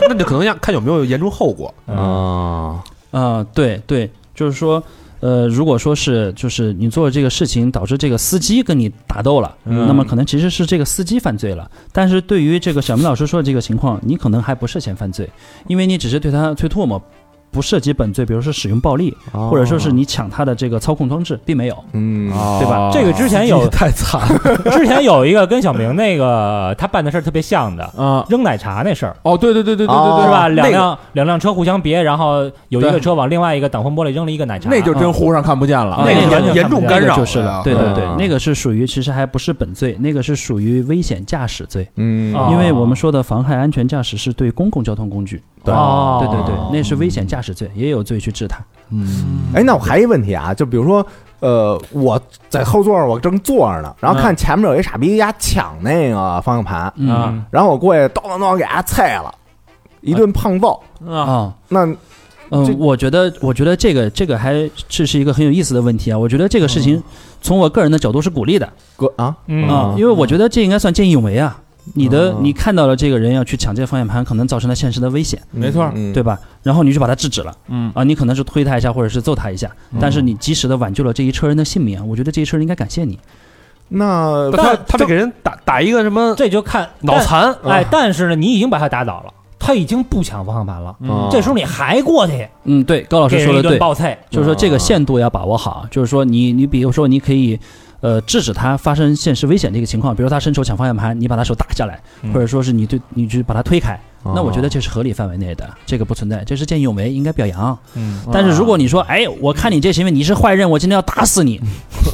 [SPEAKER 3] 那你可能要看有没有严重后果。
[SPEAKER 2] 嗯
[SPEAKER 4] 啊，
[SPEAKER 5] 啊、对对，就是说，呃，如果说是就是你做这个事情导致这个司机跟你打斗了，
[SPEAKER 6] 嗯
[SPEAKER 5] 那么可能其实是这个司机犯罪了。但是对于这个小明老师说的这个情况，你可能还不涉嫌犯罪，因为你只是对他催吐沫，不涉及本罪，比如说使用暴力，
[SPEAKER 4] 哦
[SPEAKER 5] 或者说是啊你抢他的这个操控装置，并没有。
[SPEAKER 4] 嗯
[SPEAKER 6] 哦
[SPEAKER 2] 对吧？这个之前有
[SPEAKER 3] 太惨了，
[SPEAKER 2] 之前有一个跟小明那个他办的事儿特别像的，
[SPEAKER 6] 啊，
[SPEAKER 2] 扔奶茶那事儿。
[SPEAKER 6] 哦，对对对对对
[SPEAKER 4] 哦
[SPEAKER 6] 对
[SPEAKER 2] 是
[SPEAKER 6] 对，
[SPEAKER 2] 吧？
[SPEAKER 4] 那个
[SPEAKER 2] 两辆两辆车互相别，然后有一个
[SPEAKER 6] 对
[SPEAKER 2] 车往另外一个挡风玻璃扔了一个奶茶，啊
[SPEAKER 6] 那就真糊上看不见了，
[SPEAKER 5] 那个
[SPEAKER 2] 完全
[SPEAKER 3] 严重
[SPEAKER 2] 看不见
[SPEAKER 3] 干
[SPEAKER 5] 那
[SPEAKER 3] 扰嗯
[SPEAKER 5] 个就是了，对对对
[SPEAKER 4] 啊，
[SPEAKER 5] 那个是属于其实还不是本罪，那个是属于危险驾驶罪，
[SPEAKER 4] 嗯
[SPEAKER 2] 啊
[SPEAKER 5] 因为我们说的妨害安全驾驶是对公共交通工具，啊
[SPEAKER 2] 哦，
[SPEAKER 5] 对对对，那是危险驾驶罪，也有罪去治他。
[SPEAKER 4] 哎，那我还一问题啊，就比如说，呃，我在后座上我正坐着呢，然后看前面有一傻逼丫抢那个方向盘，
[SPEAKER 5] 嗯
[SPEAKER 2] 啊
[SPEAKER 4] 然后我过去叨叨叨给他菜了，一顿胖揍。
[SPEAKER 6] 啊
[SPEAKER 5] 啊，
[SPEAKER 4] 那这
[SPEAKER 5] 嗯，我觉得，我觉得这个这个还这是一个很有意思的问题啊。我觉得这个事情从我个人的角度是鼓励的
[SPEAKER 4] 哥啊，
[SPEAKER 2] 嗯
[SPEAKER 5] 啊，因为我觉得这应该算见义勇为啊。你的你看到了这个人要去抢这方向盘，可能造成了现实的危险，
[SPEAKER 6] 没错
[SPEAKER 4] 嗯
[SPEAKER 5] 对吧？然后你就把他制止了
[SPEAKER 6] 嗯
[SPEAKER 5] 啊，你可能是推他一下或者是揍他一下，但是你及时的挽救了这一车人的性命啊。我觉得这一车人应该感谢你。
[SPEAKER 4] 那
[SPEAKER 3] 他他得给人打打一个什么
[SPEAKER 2] 这就看
[SPEAKER 3] 脑残，
[SPEAKER 2] 但哎，但是呢，你已经把他打倒了，他已经不抢方向盘了，
[SPEAKER 4] 啊哦
[SPEAKER 6] 嗯
[SPEAKER 2] 这时候你还过去
[SPEAKER 5] 嗯，对，高老师
[SPEAKER 2] 给
[SPEAKER 5] 说
[SPEAKER 2] 人一
[SPEAKER 5] 的
[SPEAKER 2] 顿，
[SPEAKER 5] 对
[SPEAKER 2] 暴菜，
[SPEAKER 5] 就是说这
[SPEAKER 3] 哦
[SPEAKER 5] 个限度要把握好，就是说你你比如说你可以。呃，制止他发生现实危险的一个情况，比如他伸手抢方向盘，你把他手打下来，
[SPEAKER 2] 嗯
[SPEAKER 5] 或者说是你对你去把他推开，
[SPEAKER 3] 哦
[SPEAKER 4] 啊
[SPEAKER 5] 那我觉得这是合理范围内的，这个不存在，这是见义勇为，应该表扬。
[SPEAKER 2] 嗯
[SPEAKER 5] 但是如果你说，哎，我看你这行为你是坏人，我今天要打死你，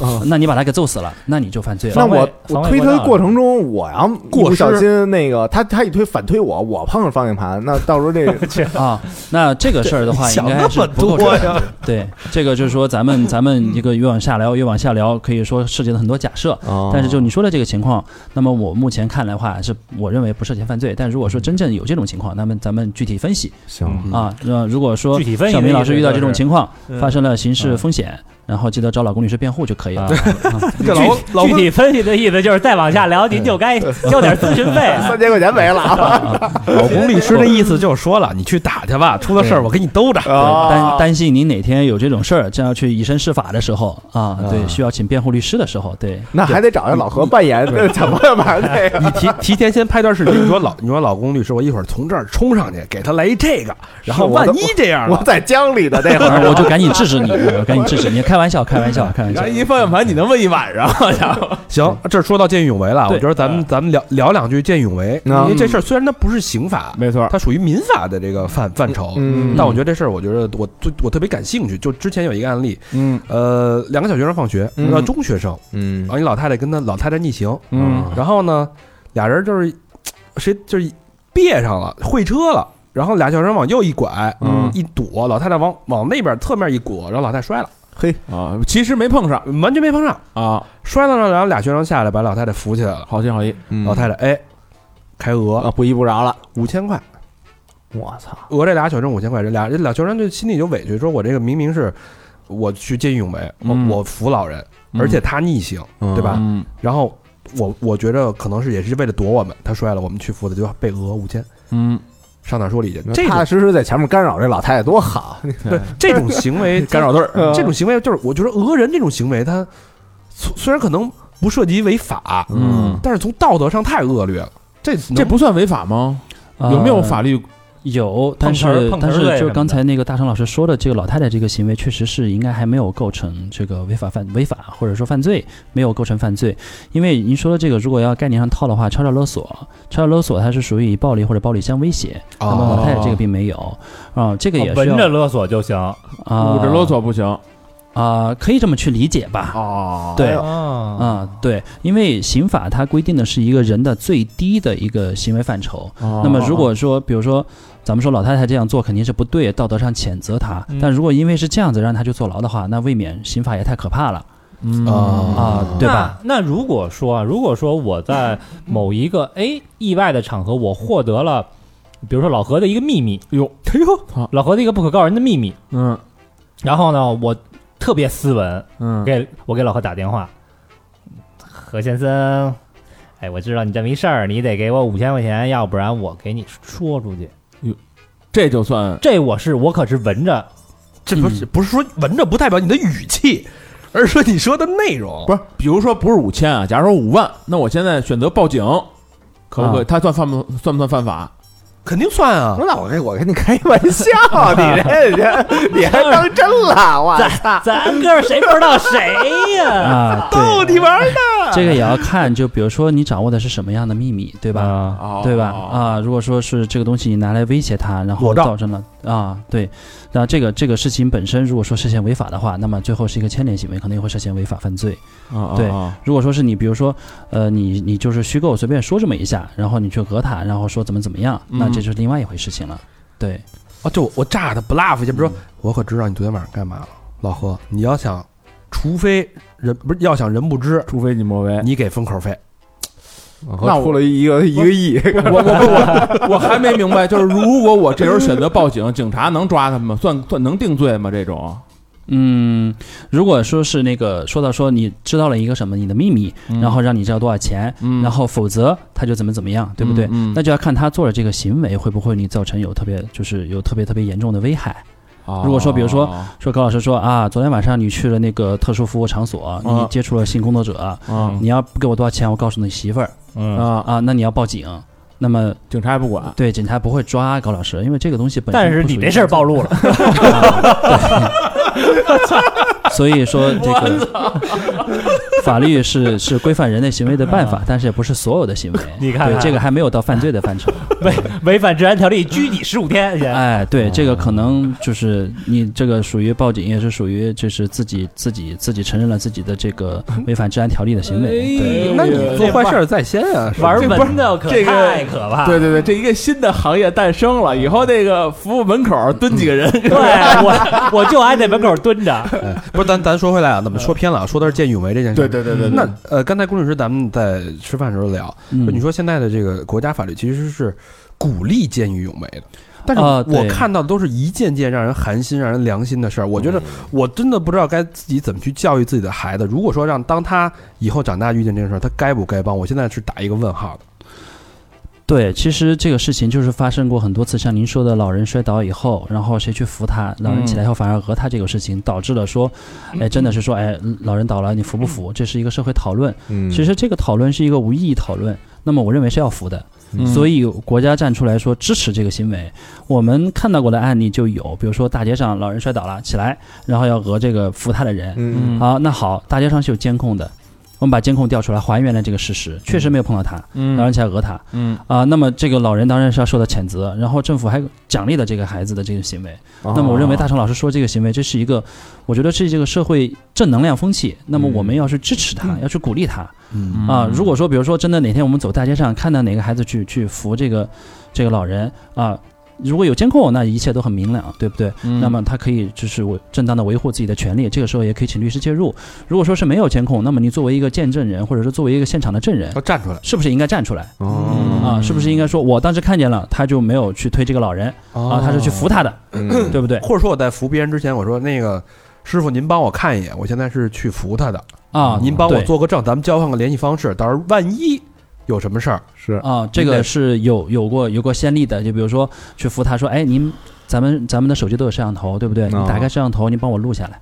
[SPEAKER 3] 嗯
[SPEAKER 5] 那你把他给揍死了，那你就犯罪了。
[SPEAKER 4] 那我
[SPEAKER 2] 防卫
[SPEAKER 4] 我推他的过程中，我要一
[SPEAKER 3] 过
[SPEAKER 4] 不
[SPEAKER 3] 失
[SPEAKER 4] 小心那个他他一推反推我，我碰上方向盘，那到时候 这
[SPEAKER 5] 啊，那这个事儿的话，应
[SPEAKER 3] 想
[SPEAKER 5] 该
[SPEAKER 3] 那
[SPEAKER 5] 是
[SPEAKER 3] 么
[SPEAKER 5] 不构成
[SPEAKER 3] 多呀？
[SPEAKER 5] 对，这个就是说咱们咱们一个越往下聊，越往下聊，可以说涉及了很多假设。
[SPEAKER 6] 哦
[SPEAKER 4] 哦
[SPEAKER 5] 但是就你说的这个情况，那么我目前看来话是，我认为不涉嫌犯罪。但如果说真正有这种情况，那么咱们具体分析
[SPEAKER 4] 行
[SPEAKER 3] 嗯
[SPEAKER 5] 啊。那如果说
[SPEAKER 2] 具体分析
[SPEAKER 5] 小
[SPEAKER 2] 的
[SPEAKER 5] 明
[SPEAKER 2] 意
[SPEAKER 5] 老
[SPEAKER 2] 思
[SPEAKER 5] 师遇到这
[SPEAKER 2] 就
[SPEAKER 5] 种
[SPEAKER 2] 是
[SPEAKER 5] 情况，
[SPEAKER 2] 嗯
[SPEAKER 5] 发生了刑事风险，然后记得找老公律师辩护就可以了。
[SPEAKER 6] 嗯
[SPEAKER 3] 这老老
[SPEAKER 2] 具体分析的意思就是再往下聊，您就该交点咨询费
[SPEAKER 4] 三千块钱没了啊！
[SPEAKER 3] 老公律师的意思就是说了，你去打去吧，出了事儿我给你兜着。
[SPEAKER 4] 啊
[SPEAKER 6] 哦
[SPEAKER 5] 担担心您哪天有这种事儿，这样去以身试法的时候啊，
[SPEAKER 6] 嗯
[SPEAKER 5] 对，需要请辩护律师的时候， 对，
[SPEAKER 4] 那还得找一老何扮演那抢方向 盘那个。
[SPEAKER 3] 你提提前先拍段视频，你说老你说老公律师，我一会儿从这儿冲上去，给他来一这个，然后
[SPEAKER 4] 是我
[SPEAKER 3] 万
[SPEAKER 4] 都
[SPEAKER 3] 一这样
[SPEAKER 4] 我
[SPEAKER 3] 了，
[SPEAKER 4] 在江里的那会
[SPEAKER 5] 然
[SPEAKER 4] 儿，
[SPEAKER 5] 后我就赶紧制止你，我赶紧制止你，开玩笑，开玩笑，开玩笑
[SPEAKER 6] 然后。一方向盘你能问一晚上，
[SPEAKER 3] 行，这说到见义勇为了，我
[SPEAKER 5] 对
[SPEAKER 3] 觉得咱们咱们聊聊两句见义勇为，因
[SPEAKER 4] 嗯
[SPEAKER 3] 为这事儿虽然它不是刑法，
[SPEAKER 6] 没错，
[SPEAKER 3] 它属于民法的这个范范畴，
[SPEAKER 4] 嗯
[SPEAKER 3] 但我觉得这事儿，我觉得我最我特别感兴趣。就之前有一个案例，
[SPEAKER 4] 嗯
[SPEAKER 3] 呃，两个小学生放学，
[SPEAKER 4] 嗯
[SPEAKER 3] 然后中学生，
[SPEAKER 4] 嗯
[SPEAKER 3] 然后一老太太跟他老太太逆行，
[SPEAKER 4] 嗯
[SPEAKER 6] 啊
[SPEAKER 3] 然后呢，俩人就是嘖谁就是别上了，会车了，然后俩小学生往右一拐，
[SPEAKER 4] 嗯
[SPEAKER 3] 一躲，老太太往往那边侧面一裹，然后老太太摔了，
[SPEAKER 6] 啊，其实没碰上
[SPEAKER 3] 完全没碰上，
[SPEAKER 6] 啊，
[SPEAKER 3] 摔了呢，然后俩学生下来把老太太扶起来了，
[SPEAKER 6] 好心好意，
[SPEAKER 3] 老太太哎，开
[SPEAKER 4] 嗯啊，
[SPEAKER 6] 嗯
[SPEAKER 3] 讹
[SPEAKER 4] 不依不饶了，
[SPEAKER 3] 五千块。
[SPEAKER 4] 我操！
[SPEAKER 3] 讹这俩小学生五千块，这俩这俩小学生就心里就委屈，说我这个明明是我去见义勇为，我、
[SPEAKER 6] 嗯
[SPEAKER 3] 我扶老人，
[SPEAKER 6] 嗯
[SPEAKER 3] 而且他逆行，
[SPEAKER 4] 嗯
[SPEAKER 3] 对吧？
[SPEAKER 6] 嗯
[SPEAKER 3] 然后我我觉着可能是也是为了躲我们，他摔了，我们去扶的，就被讹五千，
[SPEAKER 6] 嗯，
[SPEAKER 3] 上哪说理去？这
[SPEAKER 4] 踏踏
[SPEAKER 3] 种
[SPEAKER 4] 实实在前面干扰这老太太多好，
[SPEAKER 3] 对这种行为
[SPEAKER 4] 干扰队儿
[SPEAKER 3] 这种行为就是我觉得讹人这种行为，他虽虽然可能不涉及违法，
[SPEAKER 6] 嗯
[SPEAKER 3] 但是从道德上太恶劣了。这
[SPEAKER 6] 这不算违法吗？
[SPEAKER 5] 呃啊
[SPEAKER 6] 有没有法律？
[SPEAKER 5] 有，但
[SPEAKER 2] 碰瓷儿
[SPEAKER 5] 是
[SPEAKER 2] 碰瓷儿
[SPEAKER 5] 但
[SPEAKER 2] 罪
[SPEAKER 5] 是
[SPEAKER 2] 什么
[SPEAKER 5] 就
[SPEAKER 2] 的
[SPEAKER 5] 刚才那个大成老师说的，这个老太太这个行为确实是应该还没有构成这个违法犯违法或者说犯罪，没有构成犯罪。因为您说的这个，如果要概念上套的话，敲诈勒索，敲诈勒索它是属于以暴力或者暴力相威胁，那
[SPEAKER 3] 啊
[SPEAKER 5] 么老太太这个并没有啊，这个也是
[SPEAKER 2] 哦闻着勒索就行。
[SPEAKER 5] 啊，
[SPEAKER 6] 捂着勒索不行
[SPEAKER 5] 啊，可以这么去理解吧？
[SPEAKER 4] 哎
[SPEAKER 6] 哦
[SPEAKER 5] 对。
[SPEAKER 2] 啊，
[SPEAKER 5] 啊、对，因为刑法它规定的是一个人的最低的一个行为范畴，那
[SPEAKER 6] 那
[SPEAKER 5] 么如果说，比如说，咱们说老太太这样做肯定是不对，道德上谴责她。
[SPEAKER 2] 嗯
[SPEAKER 5] 但如果因为是这样子让她去坐牢的话，那未免刑法也太可怕了
[SPEAKER 3] 啊
[SPEAKER 5] 啊，对吧？
[SPEAKER 2] 那？那如果说啊，如果说我在某一个哎意外的场合，我获得了比如说老何的一个秘密，
[SPEAKER 6] 哟，
[SPEAKER 3] 哎呦，
[SPEAKER 2] 老何的一个不可告人的秘密。
[SPEAKER 6] 嗯
[SPEAKER 2] 然后呢，我特别斯文，
[SPEAKER 6] 嗯，
[SPEAKER 2] 给我给老何打电话，何先生，哎，我知道你这么一事儿，你得给我五千块钱，要不然我给你说出去。
[SPEAKER 6] 这就算
[SPEAKER 2] 这我是我可是闻着，
[SPEAKER 3] 这不是不是说闻着不代表你的语气， 而是说你说的内容。
[SPEAKER 6] 不是，比如说不是五千啊，假如说五万，那我现在选择报警，可不可以？
[SPEAKER 2] 啊
[SPEAKER 6] 他算犯不算不算犯法？
[SPEAKER 3] 肯定算啊
[SPEAKER 4] 我，那我跟我跟你开玩 笑，你这这你还当真了？我操！
[SPEAKER 2] 咱哥们谁不知道谁 呀？
[SPEAKER 5] 啊，
[SPEAKER 3] 逗
[SPEAKER 5] 对，
[SPEAKER 3] 你玩呢。
[SPEAKER 5] 这个也要看，就比如说你掌握的是什么样的秘密，对吧？
[SPEAKER 2] 啊，
[SPEAKER 6] 哦
[SPEAKER 5] 对吧？啊，如果说是这个东西你拿来威胁他，然
[SPEAKER 3] 裸
[SPEAKER 5] 后
[SPEAKER 3] 照
[SPEAKER 5] 造成了啊，对，那这个这个事情本身如果说涉嫌违法的话，那么最后是一个牵连行为，可能也会涉嫌违法犯罪。
[SPEAKER 6] 啊，
[SPEAKER 5] 对
[SPEAKER 6] 啊啊
[SPEAKER 5] 如果说是你，比如说，呃，你你就是虚构随便说这么一下，然后你去讹他，然后说怎么怎么样，那
[SPEAKER 6] 嗯
[SPEAKER 5] 这就是另外一回事情了。对，
[SPEAKER 3] 啊，就我炸他 bluff 一下，比如说我可知道你昨天晚上干嘛了，老何，你要想，除非人不是要想人不知，
[SPEAKER 6] 除非你莫为。
[SPEAKER 3] 你给封口费。
[SPEAKER 6] 那我
[SPEAKER 4] 出了一个一个亿，
[SPEAKER 6] 我我我我还没明白，就是如果我这时候选择报警，警察能抓他们吗？算算能定罪吗？这种
[SPEAKER 5] 嗯，如果说是那个说到说你知道了一个什么你的秘密，然后让你知道多少钱，
[SPEAKER 6] 嗯
[SPEAKER 5] 然后否则他就怎么怎么样，对不对？
[SPEAKER 6] 嗯嗯
[SPEAKER 5] 那就要看他做了这个行为会不会你造成有特别就是有特别特别严重的危害。如果说比如说
[SPEAKER 6] 啊
[SPEAKER 5] 说高老师说啊，昨天晚上你去了那个特殊服务场所，
[SPEAKER 6] 嗯
[SPEAKER 5] 你接触了性工作者，
[SPEAKER 6] 啊
[SPEAKER 5] 你要不给我多少钱，我告诉你媳妇儿
[SPEAKER 2] 嗯，
[SPEAKER 6] 啊，
[SPEAKER 5] 啊，那你要报警。那么
[SPEAKER 6] 警察也不管，
[SPEAKER 5] 对警察不会抓高老师，因为这个东西本身
[SPEAKER 2] 但是
[SPEAKER 5] 不属
[SPEAKER 2] 你
[SPEAKER 5] 于
[SPEAKER 2] 这事儿暴露了，
[SPEAKER 5] 所以说这个法律是是规范人类行为的办法，但是也不是所有的行为。
[SPEAKER 2] 啊 你看看
[SPEAKER 5] 对这个还没有到犯罪的范 畴。
[SPEAKER 2] 违违反治安条例拘你十五天去。
[SPEAKER 5] 哎，对，这
[SPEAKER 2] 哦
[SPEAKER 5] 个可能就是你这个属于报警，也是属于就是自己自己自己承认了自己的这个违反治安条例的行
[SPEAKER 2] 哎
[SPEAKER 5] 为。对，
[SPEAKER 3] 那你做坏事儿在先啊，
[SPEAKER 2] 嗯玩
[SPEAKER 3] 这
[SPEAKER 2] 文的可
[SPEAKER 6] 这个
[SPEAKER 2] 太可怕了。
[SPEAKER 6] 对对对，这一个新的行业诞生了，以后这个服务门口蹲几个人，
[SPEAKER 2] 对我我就爱在门口蹲 着。
[SPEAKER 3] 不是咱咱说回来啊，
[SPEAKER 5] 嗯
[SPEAKER 3] 怎么说偏了啊？说的是见义勇为这件事。
[SPEAKER 6] 对对对对对
[SPEAKER 3] 那呃，刚才龚律师咱们在吃饭的时候聊，
[SPEAKER 5] 嗯
[SPEAKER 3] 就你说现在的这个国家法律其实是鼓励见义勇为的，但是
[SPEAKER 5] 啊对
[SPEAKER 3] 我看到的都是一件件让人寒心、让人良心的事儿。我觉
[SPEAKER 5] 嗯
[SPEAKER 3] 得我真的不知道该自己怎么去教育自己的孩子。如果说让当他以后长大遇见这件事儿，他该不该帮？我现在是打一个问号的。
[SPEAKER 5] 对，其实这个事情就是发生过很多次，像您说的，老人摔倒以后，然后谁去扶他，老人起来以后反而讹他这个事情，导致了说，哎，真的是说，哎，老人倒了，你扶不扶？这是一个社会讨论。
[SPEAKER 4] 嗯
[SPEAKER 5] 其实这个讨论是一个无意义讨论，那么我认为是要扶的。所
[SPEAKER 6] 以
[SPEAKER 5] 以国家站出来说支持这个行为，我们看到过的案例就有，比如说大街上老人摔倒了，起来，然后要讹这个扶他的人。
[SPEAKER 4] 嗯
[SPEAKER 5] 好，那好，大街上是有监控的，我们把监控调出来，还原了这个事实，确实没有碰到他，老人起来讹他。
[SPEAKER 6] 嗯
[SPEAKER 5] 啊，那么这个老人当然是要受到谴责，然后政府还奖励了这个孩子的这个行为。
[SPEAKER 4] 哦
[SPEAKER 5] 那么我认为大成老师说这个行为，这是一个，我觉得是这个社会正能量风气。那么我们要去支持他，要去鼓励他。
[SPEAKER 3] 嗯
[SPEAKER 5] 啊，如果说比如说真的哪天我们走大街上看到哪个孩子去去扶这个这个老人啊，如果有监控，那一切都很明朗，对不对？
[SPEAKER 3] 嗯
[SPEAKER 5] 那么他可以就是我正当的维护自己的权利，这个时候也可以请律师介入。如果说是没有监控，那么你作为一个见证人，或者说作为一个现场的证人
[SPEAKER 3] 要，站出来
[SPEAKER 5] 是不是应该站出来
[SPEAKER 4] 哦
[SPEAKER 3] 嗯
[SPEAKER 5] 啊？是不是应该说我当时看见了，他就没有去推这个老人啊，他是去扶他的，对不对？
[SPEAKER 3] 哦或者说我在扶别人之前，我说那个师傅，您帮我看一眼，我现在是去扶他的，
[SPEAKER 5] 啊，
[SPEAKER 3] 您帮我
[SPEAKER 5] 对
[SPEAKER 3] 做个证，咱们交换个联系方式，到时候万一有什么事儿，
[SPEAKER 4] 是
[SPEAKER 5] 啊，这个是有有过有过先例的，就比如说去扶他说，哎，您咱们咱们的手机都有摄像头，对不对？你
[SPEAKER 4] 哦
[SPEAKER 5] 打开摄像头，您帮我录下来，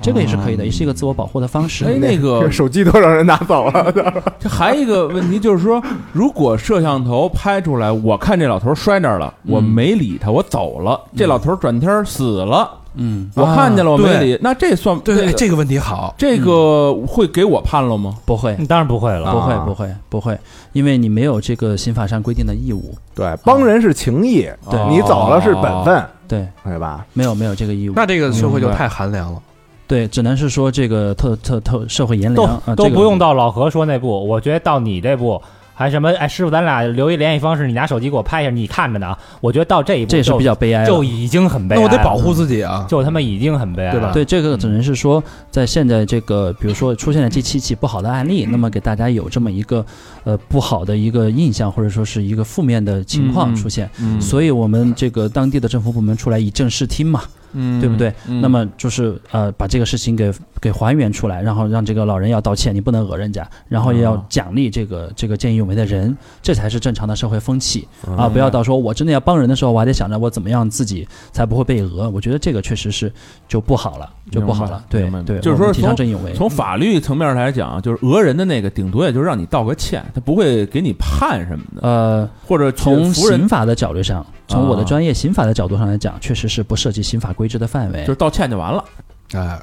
[SPEAKER 5] 这个也是可以的，也是一个自我保护的方式。
[SPEAKER 6] 哎 那个
[SPEAKER 4] 手机都让人拿走了，
[SPEAKER 6] 这还有一个问题就是说，如果摄像头拍出来，我看这老头摔那儿了，我没理他，我走了，这老头转天死了，
[SPEAKER 5] 嗯，
[SPEAKER 6] 我看见了，我没
[SPEAKER 3] 对
[SPEAKER 6] 理，那这算
[SPEAKER 3] 对，
[SPEAKER 6] 这
[SPEAKER 3] 哎
[SPEAKER 6] 个
[SPEAKER 3] 这个问题好，
[SPEAKER 6] 这个会给我判了吗？
[SPEAKER 5] 不会，
[SPEAKER 2] 你当然不会
[SPEAKER 5] 不
[SPEAKER 2] 了，
[SPEAKER 5] 会
[SPEAKER 4] 啊，
[SPEAKER 5] 不会，不会，因为你没有这个刑法上规定的义务，
[SPEAKER 4] 对，帮人是情义，
[SPEAKER 5] 对
[SPEAKER 4] 你走了是本分，
[SPEAKER 5] 对，
[SPEAKER 4] 对吧？
[SPEAKER 5] 没有没有这个义务，
[SPEAKER 3] 嗯那这个社会就
[SPEAKER 6] 明白
[SPEAKER 3] 太寒凉了。
[SPEAKER 5] 对，只能是说这个特特特社会炎
[SPEAKER 2] 都
[SPEAKER 5] 凉啊，
[SPEAKER 2] 都
[SPEAKER 5] 这个
[SPEAKER 2] 不用到老何说那步，我觉得到你这步，还什么哎师傅，咱俩留一联系方式，你拿手机给我拍一下，你看着呢啊。我觉得到这一步
[SPEAKER 5] 这也是
[SPEAKER 2] 就
[SPEAKER 5] 比较悲哀的。
[SPEAKER 2] 就已经很悲哀
[SPEAKER 3] 那
[SPEAKER 2] 了，
[SPEAKER 3] 我
[SPEAKER 6] 哎
[SPEAKER 3] 得保护自己啊。
[SPEAKER 2] 就他妈已经很悲哀了，
[SPEAKER 3] 对吧
[SPEAKER 5] 对，这个只能是说，在现在这个，比如说出现了这七起不好的案
[SPEAKER 6] 嗯
[SPEAKER 5] 例，那么给大家有这么一个呃不好的一个印象，或者说是一个负面的情况出现。
[SPEAKER 6] 嗯，
[SPEAKER 5] 所以我们这个当地的政府部门出来以正视听嘛，
[SPEAKER 6] 嗯
[SPEAKER 5] 对不对？
[SPEAKER 6] 嗯
[SPEAKER 5] 那么就是呃把这个事情给给还原出来，然后让这个老人要道歉，你不能讹人家，然后也要
[SPEAKER 2] 哦
[SPEAKER 5] 奖励这个这个见义勇为的人，这才是正常的社会风气
[SPEAKER 6] 哦
[SPEAKER 5] 啊！不要到说我真的要帮人的时候，我还得想着我怎么样自己才不会被讹。我觉得这个确实是就不好了，就不好了。对
[SPEAKER 6] 明白
[SPEAKER 5] 对，
[SPEAKER 6] 就是
[SPEAKER 5] 我们
[SPEAKER 6] 说
[SPEAKER 5] 提倡正义勇为。
[SPEAKER 6] 从法律层面来讲，就是讹人的那个，顶多也就是让你道个歉，他不会给你判什么的，
[SPEAKER 5] 呃，
[SPEAKER 6] 或者去
[SPEAKER 5] 从
[SPEAKER 6] 服人啊
[SPEAKER 5] 刑法的角度上，从我的专业刑法的角度上来讲，确实是不涉及刑法规制的范围
[SPEAKER 6] 就。是道歉就完了。
[SPEAKER 3] 哎，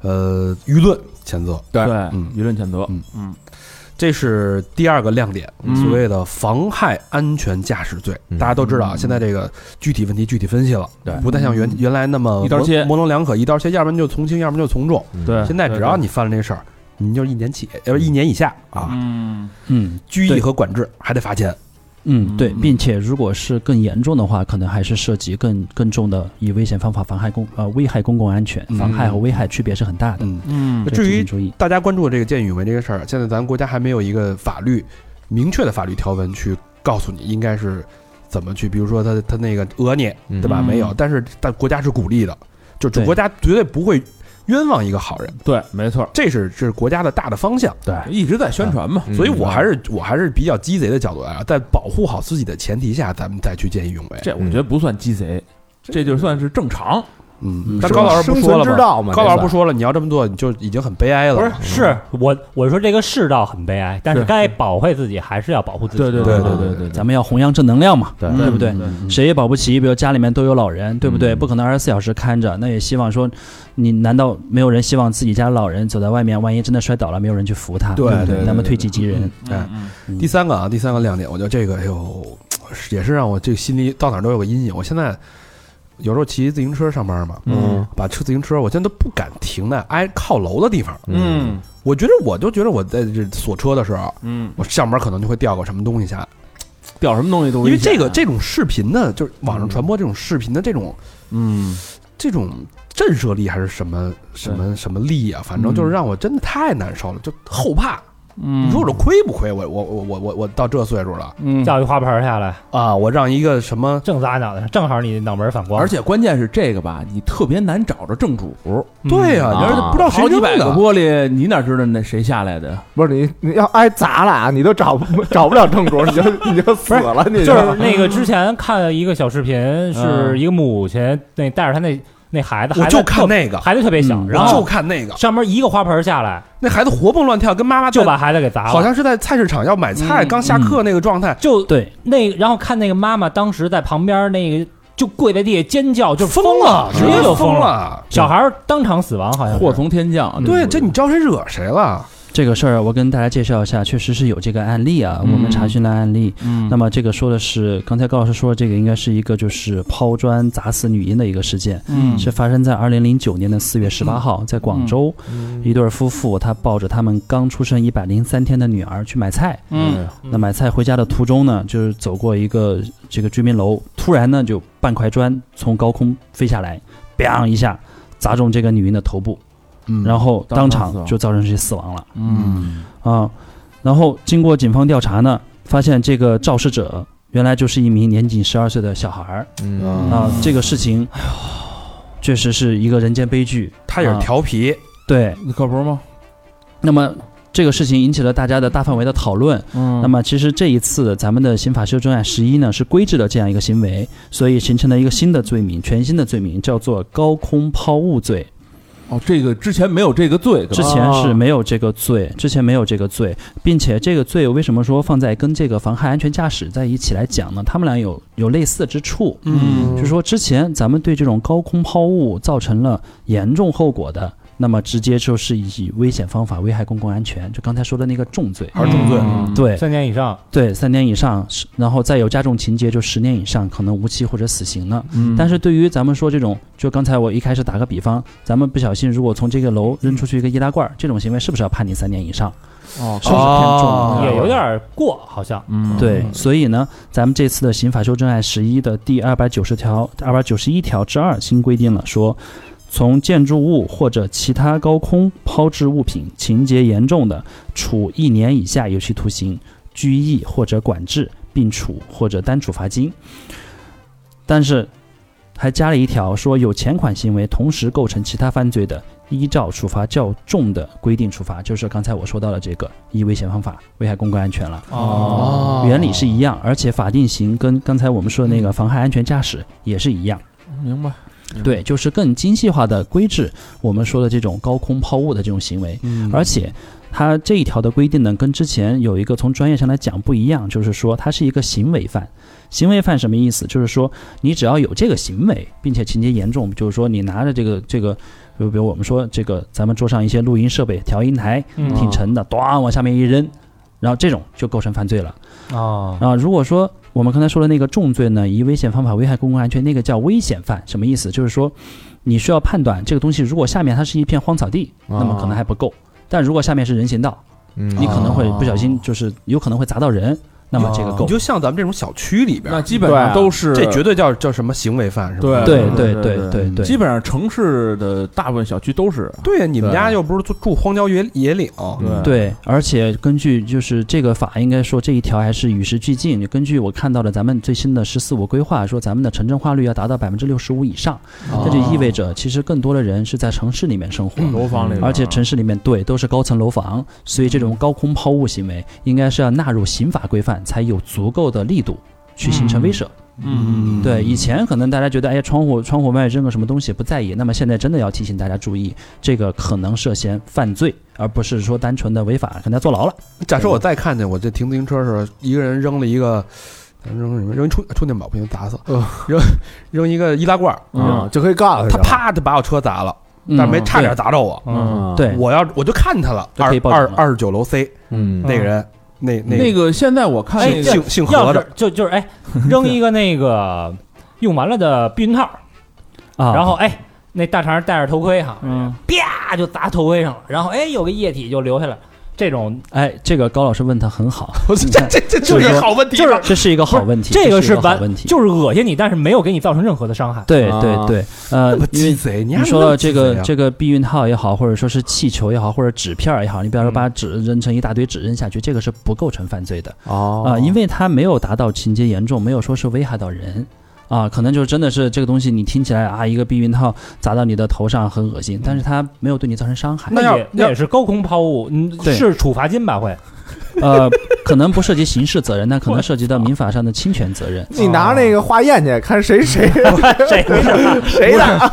[SPEAKER 3] 呃，舆论谴责，
[SPEAKER 6] 对
[SPEAKER 3] 嗯
[SPEAKER 6] 舆论谴责。
[SPEAKER 3] 嗯
[SPEAKER 6] 嗯
[SPEAKER 3] 这是第二个亮点，
[SPEAKER 6] 嗯
[SPEAKER 3] 所谓的妨害安全驾驶罪。
[SPEAKER 4] 嗯
[SPEAKER 3] 大家都知道，啊现在这个具体问题具体分析了，
[SPEAKER 6] 对
[SPEAKER 3] 不再像原原来那么
[SPEAKER 6] 一刀切嗯
[SPEAKER 3] 模模棱两可，一刀切，要不然就从轻，要不然就从重。
[SPEAKER 6] 对，
[SPEAKER 3] 现在只要你犯了这事儿，你就是一年起，要不一年以下
[SPEAKER 6] 对对
[SPEAKER 3] 啊，
[SPEAKER 6] 嗯
[SPEAKER 5] 嗯
[SPEAKER 3] 拘役
[SPEAKER 5] 对
[SPEAKER 3] 和管制还得罚钱。
[SPEAKER 5] 嗯，对，
[SPEAKER 6] 嗯
[SPEAKER 5] 并且如果是更严重的话，可能还是涉及更更重的以危险方法妨害公呃危害公共安全，妨害和危害区别是很大的。
[SPEAKER 3] 嗯，
[SPEAKER 6] 嗯
[SPEAKER 3] 那
[SPEAKER 5] 这
[SPEAKER 3] 至于
[SPEAKER 5] 请注意，
[SPEAKER 3] 大家关注这个见义勇为这个事儿，现在咱国家还没有一个法律明确的法律条文去告诉你应该是怎么去，比如说他他那个讹你，对
[SPEAKER 4] 嗯
[SPEAKER 3] 吧？
[SPEAKER 6] 嗯
[SPEAKER 3] 没有，但是但国家是鼓励的，就就
[SPEAKER 5] 对
[SPEAKER 3] 国家绝对不会冤枉一个好人，
[SPEAKER 6] 对，没错，
[SPEAKER 3] 这是这是国家的大的方向。对
[SPEAKER 6] 一直在宣传嘛。
[SPEAKER 4] 嗯
[SPEAKER 3] 所以我还是我还是比较鸡贼的角度啊，在保护好自己的前提下，咱们再去见义勇为。
[SPEAKER 6] 这我觉得不算鸡贼，嗯这就算是正常。
[SPEAKER 3] 嗯
[SPEAKER 5] 嗯，
[SPEAKER 3] 但高老师不
[SPEAKER 4] 生
[SPEAKER 3] 说
[SPEAKER 4] 存
[SPEAKER 3] 了
[SPEAKER 4] 之
[SPEAKER 3] 吗？
[SPEAKER 4] 道嘛，
[SPEAKER 3] 高老师不
[SPEAKER 4] 对吧
[SPEAKER 3] 说了，你要这么做，你就已经很悲哀了。
[SPEAKER 2] 不是，是我我说这个世道很悲哀，但是
[SPEAKER 6] 对
[SPEAKER 2] 该保卫自己还是要保护自己。
[SPEAKER 6] 对对
[SPEAKER 3] 对
[SPEAKER 6] 对
[SPEAKER 3] 对
[SPEAKER 6] 对
[SPEAKER 3] 对嗯
[SPEAKER 6] 对对，
[SPEAKER 5] 咱们要弘扬正能量嘛，
[SPEAKER 4] 对
[SPEAKER 5] 对不对？谁也保不齐，比如家里面都有老人，对不对？
[SPEAKER 4] 嗯
[SPEAKER 5] 不可能二十四小时看着，那也希望说，你难道没有人希望自己家老人走在外面，万一真的摔倒了，没有人去扶他，
[SPEAKER 3] 对
[SPEAKER 5] 不
[SPEAKER 3] 对对
[SPEAKER 5] 那么推己及人，
[SPEAKER 3] 哎
[SPEAKER 6] 嗯
[SPEAKER 3] 第三个啊，第三个亮点，我觉得这个哎呦，也是让我这个心里到哪儿都有个阴影。我现在有时候骑自行车上班嘛，
[SPEAKER 6] 嗯
[SPEAKER 3] 把车自行车我现在都不敢停在挨靠楼的地方。
[SPEAKER 6] 嗯
[SPEAKER 3] 我觉得我就觉得我在这锁车的时候，
[SPEAKER 6] 嗯，
[SPEAKER 3] 我上边可能就会掉个什么东西下来，
[SPEAKER 6] 掉什么东西都
[SPEAKER 3] 因
[SPEAKER 6] 危
[SPEAKER 3] 为
[SPEAKER 6] 险啊
[SPEAKER 3] 这个这种视频的，就是网上传播这种视频的这种
[SPEAKER 6] 嗯
[SPEAKER 3] 这种震慑力还是什么什么什么力啊，反正就是让我真的太难受了，就后怕。
[SPEAKER 6] 嗯
[SPEAKER 3] 你说我这亏不亏？我我我我我我到这岁数了
[SPEAKER 6] 嗯
[SPEAKER 2] 叫一花盆下来，
[SPEAKER 3] 啊，我让一个什么？
[SPEAKER 2] 正砸脑袋上，正好你脑门反光。
[SPEAKER 6] 而且关键是这个吧，你特别难找着正主，
[SPEAKER 3] 对呀、
[SPEAKER 6] 啊
[SPEAKER 3] 你而且不知道谁
[SPEAKER 6] 好几
[SPEAKER 3] 扔
[SPEAKER 6] 百个
[SPEAKER 3] 的。
[SPEAKER 6] 玻璃，你哪知道那谁下来的？
[SPEAKER 4] 不是你你要挨砸了啊，你都找不找不了正主，你就你就死了，你
[SPEAKER 2] 就是那个之前看了一个小视频，是一个母亲那带着她那那孩子，
[SPEAKER 3] 嗯我
[SPEAKER 2] 孩子
[SPEAKER 3] 就
[SPEAKER 2] 特
[SPEAKER 3] 看那个，
[SPEAKER 2] 孩子特别小，
[SPEAKER 5] 嗯
[SPEAKER 2] 然
[SPEAKER 3] 我就
[SPEAKER 2] 后
[SPEAKER 3] 看那个，
[SPEAKER 2] 上面一个花盆下来
[SPEAKER 3] 那孩子活蹦乱跳，跟妈妈在
[SPEAKER 2] 就把孩子给砸了，
[SPEAKER 3] 好像是在菜市场要买菜，
[SPEAKER 6] 嗯
[SPEAKER 3] 刚下课那个状态，
[SPEAKER 2] 就
[SPEAKER 5] 对，
[SPEAKER 2] 那然后看那个妈妈当时在旁边那个就跪在地下尖叫，就
[SPEAKER 3] 疯
[SPEAKER 2] 了，
[SPEAKER 3] 直
[SPEAKER 2] 直
[SPEAKER 3] 接
[SPEAKER 2] 接就
[SPEAKER 3] 疯
[SPEAKER 2] 疯。
[SPEAKER 3] 了。
[SPEAKER 2] 小孩儿当场死亡，好像是
[SPEAKER 6] 祸从天降。
[SPEAKER 3] 对，
[SPEAKER 6] 嗯
[SPEAKER 3] 这你知道谁惹谁了？
[SPEAKER 5] 这个事儿，我跟大家介绍一下，确实是有这个案例啊，
[SPEAKER 6] 嗯
[SPEAKER 5] 我们查询了案例。
[SPEAKER 6] 嗯
[SPEAKER 5] 那么这个说的是，刚才高老师说的这个应该是一个就是抛砖砸死女婴的一个事件，
[SPEAKER 6] 嗯
[SPEAKER 5] 是发生在二零零九年的四月十八号，在广州，一对儿夫妇他抱着他们刚出生一百零三天的女儿去买菜，
[SPEAKER 6] 嗯
[SPEAKER 5] 那买菜回家的途中呢，就是走过一个这个居民楼，突然呢就半块砖从高空飞下来，bang 一下砸中这个女婴的头部，
[SPEAKER 3] 嗯
[SPEAKER 5] 然后
[SPEAKER 6] 当
[SPEAKER 5] 当
[SPEAKER 6] 场死
[SPEAKER 5] 场
[SPEAKER 6] 亡
[SPEAKER 5] 就造成其死亡了。
[SPEAKER 6] 嗯
[SPEAKER 5] 啊，然后经过警方调查呢，发现这个肇事者原来就是一名年仅十二岁的小孩儿
[SPEAKER 4] 嗯
[SPEAKER 5] 啊，这个事情，
[SPEAKER 6] 哎
[SPEAKER 5] 确实是一个人间悲剧。
[SPEAKER 3] 他也是
[SPEAKER 5] 啊
[SPEAKER 3] 调皮，
[SPEAKER 5] 对，
[SPEAKER 6] 可不是吗？
[SPEAKER 5] 那么这个事情引起了大家的大范围的讨论。
[SPEAKER 6] 嗯
[SPEAKER 5] 那么其实这一次咱们的刑法修正案十一呢，是规制了这样一个行为，所以形成了一个新的罪名，全新的罪名叫做高空抛物罪。
[SPEAKER 6] 哦，这个之前没有这个罪，
[SPEAKER 5] 之前是没有这个罪，之前没有这个罪，并且这个罪为什么说放在跟这个妨害安全驾驶在一起来讲呢？他们俩有有类似之处，
[SPEAKER 6] 嗯
[SPEAKER 5] 就是说之前咱们对这种高空抛物造成了严重后果的，那么直接就是以危险方法危害公共安全，就刚才说的那个重罪。
[SPEAKER 3] 还是重罪，
[SPEAKER 6] 嗯
[SPEAKER 5] 对
[SPEAKER 2] 三年以上，
[SPEAKER 5] 对，三年以上，是然后再有加重情节就十年以上，可能无期或者死刑了。
[SPEAKER 6] 嗯
[SPEAKER 5] 但是对于咱们说这种，就刚才我一开始打个比方，咱们不小心如果从这个楼扔出去一个易拉罐儿，这种行为是不是要判你三年以上？
[SPEAKER 6] 哦
[SPEAKER 5] 是不是偏重
[SPEAKER 3] 嗯
[SPEAKER 6] 哦
[SPEAKER 5] 了
[SPEAKER 2] 也有点儿过，好像。
[SPEAKER 6] 嗯
[SPEAKER 5] 对，所以呢，咱们这次的刑法修正案十一的第二百九十条、二百九十一条之二新规定了说，从建筑物或者其他高空抛掷物品情节严重的，处一年以下有期徒刑、拘役或者管制，并处或者单处罚金。但是还加了一条说，有钱款行为同时构成其他犯罪的，依照处罚较重的规定处罚，就是刚才我说到的这个以危险方法危害公共安全了。
[SPEAKER 2] 哦，
[SPEAKER 5] 原理是一样，而且法定刑跟刚才我们说的那个妨害安全驾驶也是一样。
[SPEAKER 6] 明白。
[SPEAKER 5] 对，就是更精细化的规制我们说的这种高空抛物的这种行为，
[SPEAKER 6] 嗯
[SPEAKER 5] 而且。它这一条的规定呢，跟之前有一个从专业上来讲不一样，就是说它是一个行为犯。行为犯什么意思？就是说你只要有这个行为，并且情节严重，就是说你拿着这个这个，比如比如我们说这个咱们桌上一些录音设备、调音台
[SPEAKER 2] 嗯
[SPEAKER 5] 挺沉的，咣往下面一扔，然后这种就构成犯罪了。
[SPEAKER 3] 嗯
[SPEAKER 2] 哦，
[SPEAKER 5] 啊，如果说我们刚才说的那个重罪呢，以危险方法危害公共安全，那个叫危险犯，什么意思？就是说，你需要判断这个东西，如果下面它是一片荒草地，
[SPEAKER 4] 哦啊
[SPEAKER 5] 那么可能还不够；但如果下面是人行道，你
[SPEAKER 4] 你
[SPEAKER 5] 可能会不小心，就是有可能会砸到人，那么这个
[SPEAKER 3] 啊你
[SPEAKER 5] 够。
[SPEAKER 3] 就像咱们这种小区里边
[SPEAKER 6] 那，基本上都是
[SPEAKER 3] 这绝对叫叫什么行为犯是吧？
[SPEAKER 6] 啊对
[SPEAKER 5] 对
[SPEAKER 6] 对
[SPEAKER 5] 对对对对，
[SPEAKER 6] 基本上城市的大部分小区都是
[SPEAKER 3] 对啊呀，你们
[SPEAKER 6] 对
[SPEAKER 3] 家又不是住住荒郊野野岭，
[SPEAKER 4] 哦
[SPEAKER 5] 对，而且根据就是这个法，应该说这一条还是与时俱进。就根据我看到的咱们最新的“十四五”规划，说咱们的城镇化率要达到百分之六十五以上，
[SPEAKER 3] 啊
[SPEAKER 5] 那就意味着其实更多的人是在城市里面生活，
[SPEAKER 4] 嗯
[SPEAKER 6] 楼房里边儿，
[SPEAKER 5] 而且城市里面对都是高层楼房，所以这种高空抛物行为应该是要纳入刑法规范，才有足够的力度去形成威慑。
[SPEAKER 6] 嗯
[SPEAKER 5] 对，以前可能大家觉得，哎，窗户窗户外扔个什么东西不在意，那么现在真的要提醒大家注意，这个可能涉嫌犯罪，而不是说单纯的违法，可能要坐牢了。
[SPEAKER 3] 假设我再看见我这停自行车的时候，一个人扔了一个，扔什么？扔一充充电宝不行，砸死
[SPEAKER 4] 呃
[SPEAKER 5] 哦
[SPEAKER 3] 了。扔扔一个易拉罐儿，
[SPEAKER 4] 啊，就可以告诉
[SPEAKER 3] 他
[SPEAKER 4] 他，
[SPEAKER 3] 啪就把我车砸了，但嗯是没差点砸着我。
[SPEAKER 2] 嗯，
[SPEAKER 4] 嗯，
[SPEAKER 5] 嗯对，
[SPEAKER 3] 我要我就看他了，
[SPEAKER 5] 就
[SPEAKER 3] 二
[SPEAKER 5] 可以报警
[SPEAKER 3] 二
[SPEAKER 5] 了
[SPEAKER 3] 二十九楼 C
[SPEAKER 4] 嗯，
[SPEAKER 3] 那个人，那
[SPEAKER 6] 那
[SPEAKER 3] 个
[SPEAKER 6] 个现在我看那
[SPEAKER 2] 哎
[SPEAKER 6] 个
[SPEAKER 2] 这
[SPEAKER 3] 姓姓
[SPEAKER 2] 要
[SPEAKER 3] 何
[SPEAKER 2] 是
[SPEAKER 3] 的，
[SPEAKER 2] 就就是哎，扔一个那个用完了的避孕套，
[SPEAKER 5] 啊，
[SPEAKER 2] 然后哎，那大肠戴着头盔哈，啪就砸头盔上了，然后哎有个液体就流下来，这种
[SPEAKER 5] 哎，这个高老师问他很好，
[SPEAKER 3] 我 这这这这
[SPEAKER 5] 就是
[SPEAKER 3] 是好问题
[SPEAKER 2] 就是
[SPEAKER 3] 吧，
[SPEAKER 5] 这是一个好问题，
[SPEAKER 2] 这个
[SPEAKER 5] 是一好
[SPEAKER 2] 完
[SPEAKER 5] 问题，
[SPEAKER 2] 就是恶心你，但是没有给你造成任何的伤害。
[SPEAKER 5] 对
[SPEAKER 4] 啊
[SPEAKER 5] 对对，呃
[SPEAKER 3] 这么，
[SPEAKER 5] 因为
[SPEAKER 3] 鸡贼，你还
[SPEAKER 5] 你说
[SPEAKER 3] 那
[SPEAKER 5] 到
[SPEAKER 3] 么鸡
[SPEAKER 5] 这
[SPEAKER 3] 贼
[SPEAKER 5] 个
[SPEAKER 3] 啊
[SPEAKER 5] 这个避孕套也好，或者说是气球也好，或者纸片儿也好，你比
[SPEAKER 3] 嗯
[SPEAKER 5] 方说把纸扔成一大堆纸扔下去，这个是不构成犯罪的
[SPEAKER 4] 哦
[SPEAKER 5] 啊、因为它没有达到情节严重，没有说是危害到人啊、可能就真的是这个东西你听起来啊，一个避孕套砸到你的头上很恶心，但是它没有对你造成伤害，
[SPEAKER 3] 那要
[SPEAKER 2] 也那也是高空抛物，嗯，
[SPEAKER 5] 对
[SPEAKER 2] 是处罚金吧？会
[SPEAKER 5] 呃，可能不涉及刑事责任，但可能涉及到民法上的侵权责任。
[SPEAKER 4] 你拿那个化验去看谁谁
[SPEAKER 2] 谁 的？
[SPEAKER 4] 谁的，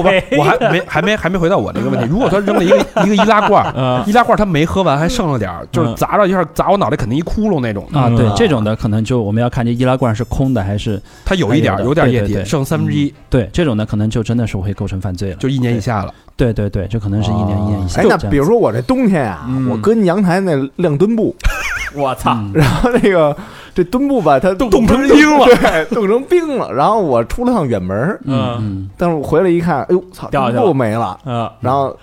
[SPEAKER 2] 谁
[SPEAKER 3] 我还没还没还没回到我这个问题。如果他扔了 一个一个易拉罐
[SPEAKER 5] 嗯
[SPEAKER 3] 儿，易拉罐儿他没喝完还剩了点儿，就是砸着一下砸我脑袋肯定一窟窿那种的，
[SPEAKER 5] 啊，对
[SPEAKER 4] 嗯
[SPEAKER 5] 这种的可能就我们要看这易拉罐是空的还是
[SPEAKER 3] 他有一点
[SPEAKER 5] 还
[SPEAKER 3] 儿
[SPEAKER 5] 哎有的
[SPEAKER 3] 有点儿液
[SPEAKER 5] 对对嗯
[SPEAKER 3] 体，
[SPEAKER 5] 对
[SPEAKER 3] 剩三分之一
[SPEAKER 5] 对这种的可能就真的是会构成犯罪了。
[SPEAKER 3] 就一年以下了。
[SPEAKER 5] 对对对，这可能是一年一年以下。
[SPEAKER 4] 哎，那比如说我这冬天啊，
[SPEAKER 6] 嗯
[SPEAKER 4] 我跟阳台那晾墩布，
[SPEAKER 2] 我操！
[SPEAKER 5] 嗯
[SPEAKER 4] 然后那个这墩布吧，它冻
[SPEAKER 3] 冻成冰了
[SPEAKER 4] 对，冻成冰了。然后我出了趟远门儿，
[SPEAKER 5] 嗯
[SPEAKER 4] 但是我回来一看，哎呦，操，
[SPEAKER 2] 掉下
[SPEAKER 4] 墩
[SPEAKER 2] 去了
[SPEAKER 4] 布没了，
[SPEAKER 2] 嗯，
[SPEAKER 4] 然后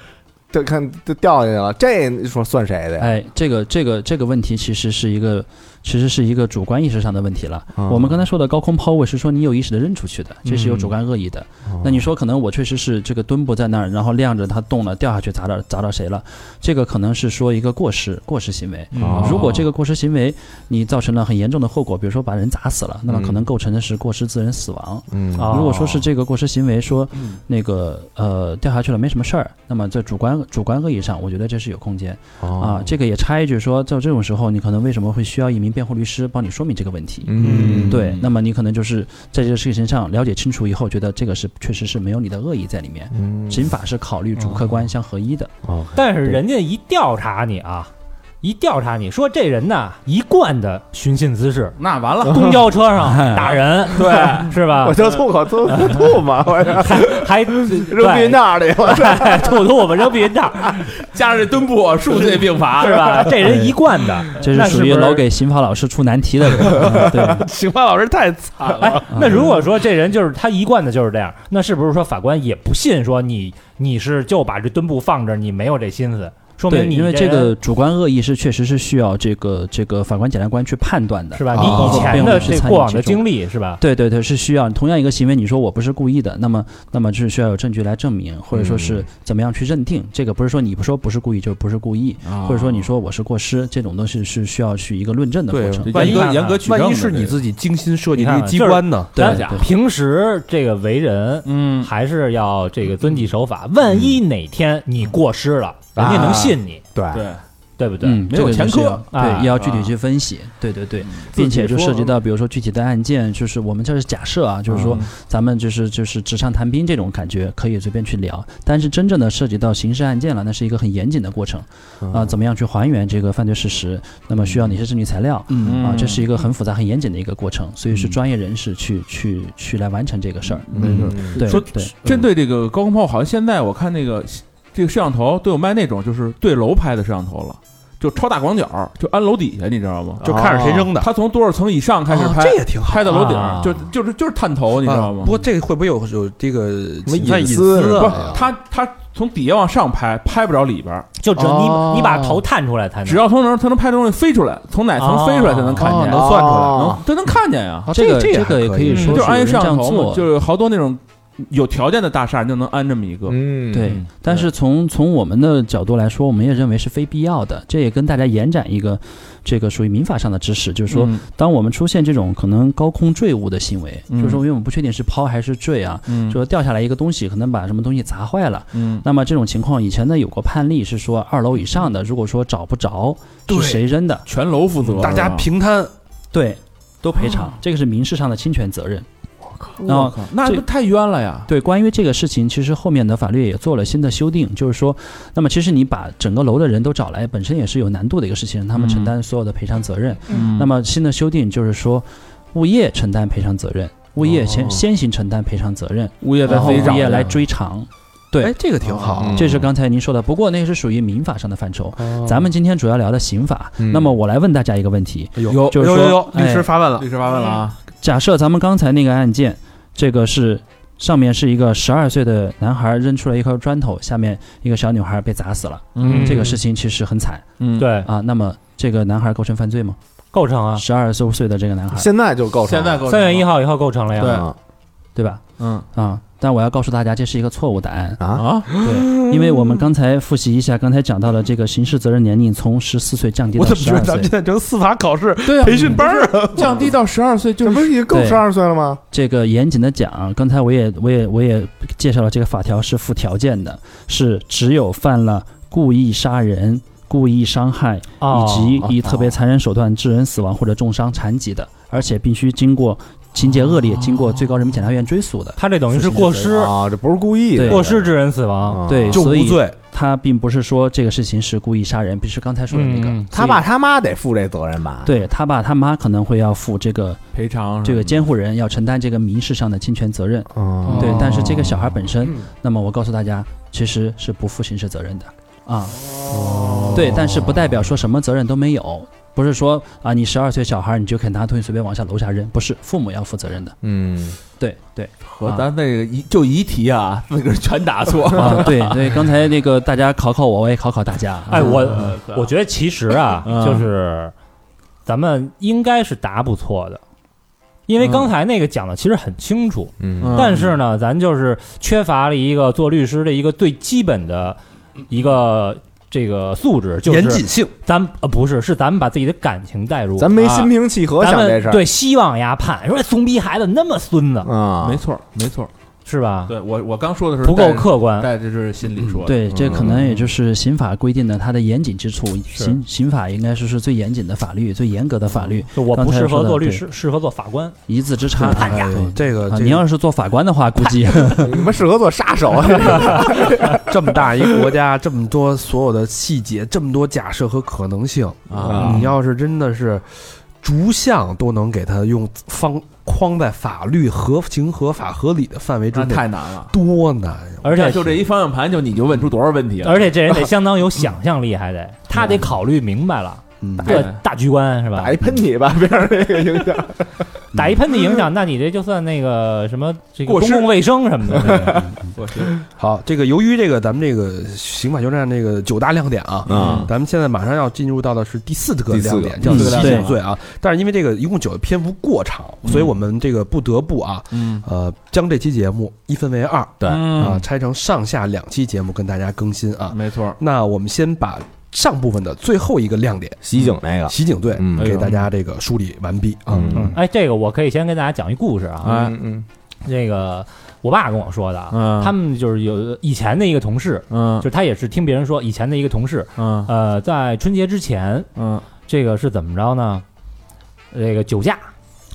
[SPEAKER 4] 这看就掉下去了，这你说算谁的呀？
[SPEAKER 5] 嗯，哎，这个这个这个问题其实是一个，其实是一个主观意识上的问题了。
[SPEAKER 4] 嗯
[SPEAKER 5] 我们刚才说的高空抛物是说你有意识的扔出去的，这是有主观恶意的。那你说可能我确实是这个墩布在那儿，然后晾着它动了，掉下去砸到砸到谁了？这个可能是说一个过失过失行为。
[SPEAKER 4] 哦
[SPEAKER 2] 嗯
[SPEAKER 5] 如果这个过失行为你造成了很严重的后果，比如说把人砸死了，那么可能构成的是过失致人死亡。
[SPEAKER 4] 嗯
[SPEAKER 2] 啊
[SPEAKER 5] 如果说是这个过失行为，说那个呃掉下去了没什么事儿，那么在主观主观恶意上，我觉得这是有空间
[SPEAKER 4] 哦
[SPEAKER 5] 啊。这个也插一句说，在这种时候，你可能为什么会需要一名辩护律师帮你说明这个问题？
[SPEAKER 4] 嗯
[SPEAKER 5] 对，那么你可能就是在这个事情上了解清楚以后，觉得这个是确实是没有你的恶意在里面。
[SPEAKER 4] 嗯
[SPEAKER 5] 刑法是考虑主客观相合一的，
[SPEAKER 4] 哦
[SPEAKER 2] 但是人家一调查你啊，一调查你说这人呐，一贯的寻衅滋事，
[SPEAKER 6] 那完了，
[SPEAKER 2] 公交车上打人，嗯 对，是吧
[SPEAKER 4] 我？就吐口吐吐嘛，我
[SPEAKER 2] 还还
[SPEAKER 4] 扔避孕袋里，我
[SPEAKER 2] 袋，吐吐吧，扔避孕袋，
[SPEAKER 6] 加上这蹲步，数罪并罚
[SPEAKER 2] 是？吧？这人一贯的，
[SPEAKER 5] 这
[SPEAKER 2] 那
[SPEAKER 5] 是
[SPEAKER 2] 是
[SPEAKER 5] 属于
[SPEAKER 2] 不是
[SPEAKER 5] 老给刑法老师出难题的人， 嗯对，
[SPEAKER 3] 刑法老师太惨了，
[SPEAKER 2] 哎，那如果说这人就是他一贯的就是这样，那是不是说法官也不信说你你是就把这墩布放这儿，你没有这心思，说
[SPEAKER 5] 对，
[SPEAKER 2] 明你
[SPEAKER 5] 因为这
[SPEAKER 2] 人
[SPEAKER 5] 个主观恶意是确实是需要这个这个法官检察官去判断的，
[SPEAKER 2] 是吧？
[SPEAKER 5] 啊
[SPEAKER 2] 你
[SPEAKER 5] 包
[SPEAKER 2] 以
[SPEAKER 5] 括辩
[SPEAKER 2] 前
[SPEAKER 5] 护
[SPEAKER 2] 的
[SPEAKER 5] 人是
[SPEAKER 2] 这
[SPEAKER 5] 参与
[SPEAKER 2] 过往
[SPEAKER 5] 其
[SPEAKER 2] 的
[SPEAKER 5] 中
[SPEAKER 2] 经历是吧？
[SPEAKER 5] 对对对，是需要同样一个行为，你说我不是故意的，那么那么是需要有证据来证明，或者说是怎么样去认定。这个不是说你不说不是故意就是不是故意，
[SPEAKER 6] 啊
[SPEAKER 5] 或者说你说我是过失，这种东西是需要去一个论证的过
[SPEAKER 6] 对，
[SPEAKER 5] 程。
[SPEAKER 6] 万一
[SPEAKER 2] 严格
[SPEAKER 6] 严格取证，
[SPEAKER 3] 万一是你啊自己精心设计的一个机关呢？
[SPEAKER 5] 对
[SPEAKER 2] 咱
[SPEAKER 5] 对
[SPEAKER 2] 平时这个为人
[SPEAKER 6] 嗯，
[SPEAKER 2] 还是要这个遵纪守法，万一哪天你过失了，人家能信你，
[SPEAKER 4] 对，
[SPEAKER 6] 对，
[SPEAKER 2] 对不对？
[SPEAKER 5] 啊嗯，
[SPEAKER 6] 没有
[SPEAKER 5] 这个
[SPEAKER 6] 前
[SPEAKER 5] 就是
[SPEAKER 6] 科嗯
[SPEAKER 5] 要
[SPEAKER 2] 啊
[SPEAKER 5] 对，也要具体去分析，对对对，并且就涉及到，比如说具体的案件，就是我们这是假设啊，就是
[SPEAKER 6] 嗯
[SPEAKER 5] 说咱们就是就是纸上谈兵这种感觉可以随便去聊，但是真正的涉及到刑事案件了，那是一个很严谨的过程
[SPEAKER 6] 嗯
[SPEAKER 5] 啊，怎么样去还原这个犯罪事实，那么需要哪些证据材料
[SPEAKER 6] 嗯
[SPEAKER 5] 啊，这是一个很复杂很严谨的一个过程，所以是专业人士去去去来完成这个事儿，
[SPEAKER 6] 嗯
[SPEAKER 3] 嗯
[SPEAKER 6] 没事。
[SPEAKER 5] 对
[SPEAKER 6] 说啊
[SPEAKER 5] 对，
[SPEAKER 6] 针对这个高空炮，好像现在我看那个这个摄像头都有卖那种就是对楼拍的摄像头了，就超大广角，就安楼底下，你知道吗？
[SPEAKER 3] 就看着谁扔的。
[SPEAKER 6] 他从多少层以上开始
[SPEAKER 3] 哦
[SPEAKER 6] 拍，
[SPEAKER 3] 这也挺好。啊
[SPEAKER 6] 拍到楼顶
[SPEAKER 2] 啊
[SPEAKER 6] 儿，就就是就是探头，你知道吗
[SPEAKER 3] 不？过这个会不会有有这个
[SPEAKER 4] 什么
[SPEAKER 3] 侵犯
[SPEAKER 4] 隐
[SPEAKER 3] 隐
[SPEAKER 4] 私
[SPEAKER 3] 私
[SPEAKER 6] 不
[SPEAKER 3] 啊
[SPEAKER 6] 是他他从底下往上拍，拍不着里边儿，
[SPEAKER 2] 就只要你、
[SPEAKER 3] 哦
[SPEAKER 2] 你把头探出来才能，
[SPEAKER 6] 只要从哪儿他能拍东西飞出来，从哪层飞出来才能看
[SPEAKER 3] 哦
[SPEAKER 6] 见，
[SPEAKER 3] 能算出来
[SPEAKER 4] 哦
[SPEAKER 6] 能都能看见呀。
[SPEAKER 3] 啊
[SPEAKER 5] 这个
[SPEAKER 3] 这
[SPEAKER 5] 这个也
[SPEAKER 3] 也还
[SPEAKER 5] 可以
[SPEAKER 2] 嗯
[SPEAKER 5] 说
[SPEAKER 6] 就是是安一
[SPEAKER 5] 有人
[SPEAKER 6] 摄
[SPEAKER 5] 这样
[SPEAKER 6] 像头
[SPEAKER 5] 做
[SPEAKER 6] 嘛，，就是好多那种有条件的大厦，你就能安这么一个。
[SPEAKER 4] 嗯，
[SPEAKER 5] 对
[SPEAKER 6] 嗯，
[SPEAKER 5] 但是从从我们的角度来说，我们也认为是非必要的。这也跟大家延展一个这个属于民法上的知识，就是说，
[SPEAKER 6] 嗯
[SPEAKER 5] 当我们出现这种可能高空坠物的行为，
[SPEAKER 6] 嗯
[SPEAKER 5] 就是说，因为我们不确定是抛还是坠啊，
[SPEAKER 6] 嗯
[SPEAKER 5] 就说掉下来一个东西，可能把什么东西砸坏了。
[SPEAKER 6] 嗯
[SPEAKER 5] 那么这种情况，以前呢有过判例是说，二楼以上的如果说找不着
[SPEAKER 3] 对
[SPEAKER 5] 是谁扔的，
[SPEAKER 6] 全楼负责，
[SPEAKER 3] 大家
[SPEAKER 6] 是吧
[SPEAKER 3] 平摊，
[SPEAKER 5] 对，都赔偿，这个是民事上的侵权责任。然后
[SPEAKER 6] 哦我靠那
[SPEAKER 5] 这
[SPEAKER 6] 不太冤了呀！
[SPEAKER 5] 对，关于这个事情，其实后面的法律也做了新的修订，就是说，那么其实你把整个楼的人都找来，本身也是有难度的一个事情，让他们承担所有的赔偿责任。
[SPEAKER 6] 嗯
[SPEAKER 5] 那么新的修订就是说，物业承担赔偿责任，物业
[SPEAKER 3] 哦
[SPEAKER 5] 先、先行承担赔偿责任，
[SPEAKER 6] 物业再
[SPEAKER 5] 然后
[SPEAKER 6] 自己找
[SPEAKER 5] 物业
[SPEAKER 6] 去
[SPEAKER 3] 嗯
[SPEAKER 5] 来追偿。对
[SPEAKER 3] 哎，这个挺好。
[SPEAKER 4] 嗯
[SPEAKER 5] 这是刚才您说的，不过那是属于民法上的范畴。
[SPEAKER 3] 哦
[SPEAKER 5] 咱们今天主要聊的刑法，
[SPEAKER 4] 嗯
[SPEAKER 5] 那么我来问大家一个问题：
[SPEAKER 3] 有
[SPEAKER 6] 有
[SPEAKER 5] 就是
[SPEAKER 3] 有
[SPEAKER 5] 说
[SPEAKER 3] 有有，律
[SPEAKER 5] 哎
[SPEAKER 3] 师发问了
[SPEAKER 6] 律，师发问了啊，
[SPEAKER 5] 假设咱们刚才那个案件，这个是上面是一个十二岁的男孩扔出了一块砖头，下面一个小女孩被砸死了，
[SPEAKER 2] 嗯
[SPEAKER 5] 这个事情其实很惨
[SPEAKER 6] 嗯，
[SPEAKER 2] 对
[SPEAKER 5] 啊。那么这个男孩构成犯罪吗？
[SPEAKER 2] 构成啊，
[SPEAKER 5] 十二周岁的这个男孩，
[SPEAKER 4] 现在就够
[SPEAKER 6] 现在够
[SPEAKER 5] 啊
[SPEAKER 2] 三月一，号以后构成了呀。
[SPEAKER 6] 对
[SPEAKER 4] 啊
[SPEAKER 5] 对吧？
[SPEAKER 6] 嗯
[SPEAKER 5] 啊，但我要告诉大家，这是一个错误答案。
[SPEAKER 4] 啊，
[SPEAKER 6] 啊，
[SPEAKER 5] 对，
[SPEAKER 3] 嗯
[SPEAKER 5] 因为我们刚才复习一下，刚才讲到了这个刑事责任年龄从十四岁降低
[SPEAKER 3] 我
[SPEAKER 5] 到
[SPEAKER 3] 怎么
[SPEAKER 5] 十
[SPEAKER 3] 觉得
[SPEAKER 5] 二
[SPEAKER 3] 咱们现，
[SPEAKER 5] 岁
[SPEAKER 3] 在成司法考试
[SPEAKER 6] 对啊，
[SPEAKER 3] 培训班儿啊？
[SPEAKER 6] 降低到十二岁就
[SPEAKER 4] 这不
[SPEAKER 6] 是
[SPEAKER 4] 是已经够
[SPEAKER 5] 对
[SPEAKER 4] 十二岁了吗？
[SPEAKER 5] 这个严谨的讲，刚才我也我也我也介绍了这个法条是附条件的，是只有犯了故意杀人、故意伤害
[SPEAKER 2] 哦
[SPEAKER 5] 以及以特别残忍手段致人死亡或者重伤、残疾的，而且必须经过情节恶劣、经过最高人民检察院追诉的。
[SPEAKER 2] 他这等于是过失，
[SPEAKER 4] 啊，这不是故意的，
[SPEAKER 5] 对
[SPEAKER 2] 过失致人死亡。
[SPEAKER 4] 啊
[SPEAKER 5] 对，
[SPEAKER 3] 就无
[SPEAKER 5] 所以
[SPEAKER 3] 罪，
[SPEAKER 5] 他并不是说这个事情是故意杀人，必须刚才说的那个。
[SPEAKER 2] 嗯嗯
[SPEAKER 4] 他爸他妈得负这责任吧？，
[SPEAKER 5] 对他爸他妈可能会要负这个
[SPEAKER 6] 赔偿
[SPEAKER 5] 这个
[SPEAKER 6] 监
[SPEAKER 5] 监护人要承担这个民事上的侵权责任，
[SPEAKER 4] 哦
[SPEAKER 5] 对。但是这个小孩本身，
[SPEAKER 2] 嗯
[SPEAKER 5] 那么我告诉大家，其实是不负刑事责任的啊。对，但是不代表说什么责任都没有，不是说啊你十二岁小孩你就可以拿东西随便往下楼下扔，不是，父母要负责任的。
[SPEAKER 4] 嗯，
[SPEAKER 5] 对对
[SPEAKER 6] 和咱那个一就一题啊，自个儿全答 错，
[SPEAKER 5] 啊对对，刚才那个大家考考我，我也考考大家。啊
[SPEAKER 2] 哎，我
[SPEAKER 6] 嗯
[SPEAKER 2] 我觉得其实啊，
[SPEAKER 6] 嗯
[SPEAKER 2] 就是咱们应该是答不错的，因为刚才那个讲的其实很清楚，
[SPEAKER 4] 嗯
[SPEAKER 2] 但是呢，咱就是缺乏了一个做律师的一个最基本的一个这个素质，就
[SPEAKER 3] 严谨
[SPEAKER 2] 是
[SPEAKER 3] 性。
[SPEAKER 2] 咱呃不是是咱们把自己的感情带入，
[SPEAKER 4] 咱没心平气和
[SPEAKER 2] 咱
[SPEAKER 4] 想这
[SPEAKER 2] 们
[SPEAKER 4] 事儿，
[SPEAKER 2] 对希望压判，说怂逼孩子那么孙子，
[SPEAKER 4] 啊
[SPEAKER 6] 没，错没错，
[SPEAKER 2] 是吧？
[SPEAKER 6] 对我我刚说的是
[SPEAKER 2] 不够
[SPEAKER 6] 带着，
[SPEAKER 2] 客观，
[SPEAKER 6] 带这是心里说的。
[SPEAKER 5] 对，这可能也就是刑法规定的它的严谨之处。刑刑法应该说是最严谨的法律，最严格的法律，
[SPEAKER 2] 就我不
[SPEAKER 5] 刚才
[SPEAKER 2] 适合
[SPEAKER 5] 说的
[SPEAKER 2] 做律
[SPEAKER 5] 对
[SPEAKER 2] 师，适合做法官。
[SPEAKER 5] 一字之差。
[SPEAKER 3] 哎呦
[SPEAKER 5] 对
[SPEAKER 3] 这个
[SPEAKER 5] 啊，
[SPEAKER 3] 这
[SPEAKER 5] 您
[SPEAKER 3] 个
[SPEAKER 5] 要是做法官的话，估计
[SPEAKER 4] 你们适合做杀手，
[SPEAKER 3] 这么大一个国家，这么多所有的细节，这么多假设和可能性
[SPEAKER 5] 嗯
[SPEAKER 6] 啊
[SPEAKER 3] 你要是真的是逐项都能给它用方框在法律合情、合法、合理的范围之
[SPEAKER 6] 那
[SPEAKER 3] 内，
[SPEAKER 6] 太难了，
[SPEAKER 3] 多难呀！
[SPEAKER 2] 而且
[SPEAKER 6] 这就这一方向盘，就你就问出多少问题了？
[SPEAKER 2] 而且这人得相当有想象力，还 得他得考虑明白了，
[SPEAKER 3] 嗯
[SPEAKER 2] 这大局观是吧
[SPEAKER 4] 打？一嗯喷嚏把别人那个影响。
[SPEAKER 2] 打一喷嚏影响，那你这就算那个什么这个
[SPEAKER 6] 过
[SPEAKER 2] 公
[SPEAKER 6] 失
[SPEAKER 2] 共卫生什么 的那个，
[SPEAKER 6] 我去
[SPEAKER 3] 好，这个由于这个咱们这个刑法修正案这个九大亮点啊，
[SPEAKER 4] 嗯
[SPEAKER 3] 咱们现在马上要进入到的是第四个
[SPEAKER 4] 第四个
[SPEAKER 3] 亮点，叫
[SPEAKER 5] 嗯
[SPEAKER 3] 吸
[SPEAKER 5] 对
[SPEAKER 3] 血罪啊。但是因为这个一共九的篇幅过长，所以我们这个不得不啊，
[SPEAKER 6] 嗯，
[SPEAKER 3] 呃，将这期节目一分为二，
[SPEAKER 4] 对
[SPEAKER 3] 啊，
[SPEAKER 6] 啊，
[SPEAKER 3] 拆成上下两期节目跟大家更新啊。
[SPEAKER 6] 没错，
[SPEAKER 3] 那我们先把上部分的最后一个亮点
[SPEAKER 4] 袭警那个，
[SPEAKER 3] 袭警罪
[SPEAKER 6] 哎
[SPEAKER 4] 嗯
[SPEAKER 3] 给大家这个梳理完毕啊。
[SPEAKER 4] 嗯
[SPEAKER 2] 哎，这个我可以先跟大家讲一故事啊，
[SPEAKER 6] 哎，
[SPEAKER 4] 嗯
[SPEAKER 2] 这个我爸跟我说的啊，
[SPEAKER 6] 嗯，
[SPEAKER 2] 他们就是有以前的一个同事，
[SPEAKER 6] 嗯
[SPEAKER 2] 就是他也是听别人说以前的一个同事，
[SPEAKER 6] 嗯
[SPEAKER 2] 呃，在春节之前，
[SPEAKER 6] 嗯，
[SPEAKER 2] 这个是怎么着呢？这个酒驾、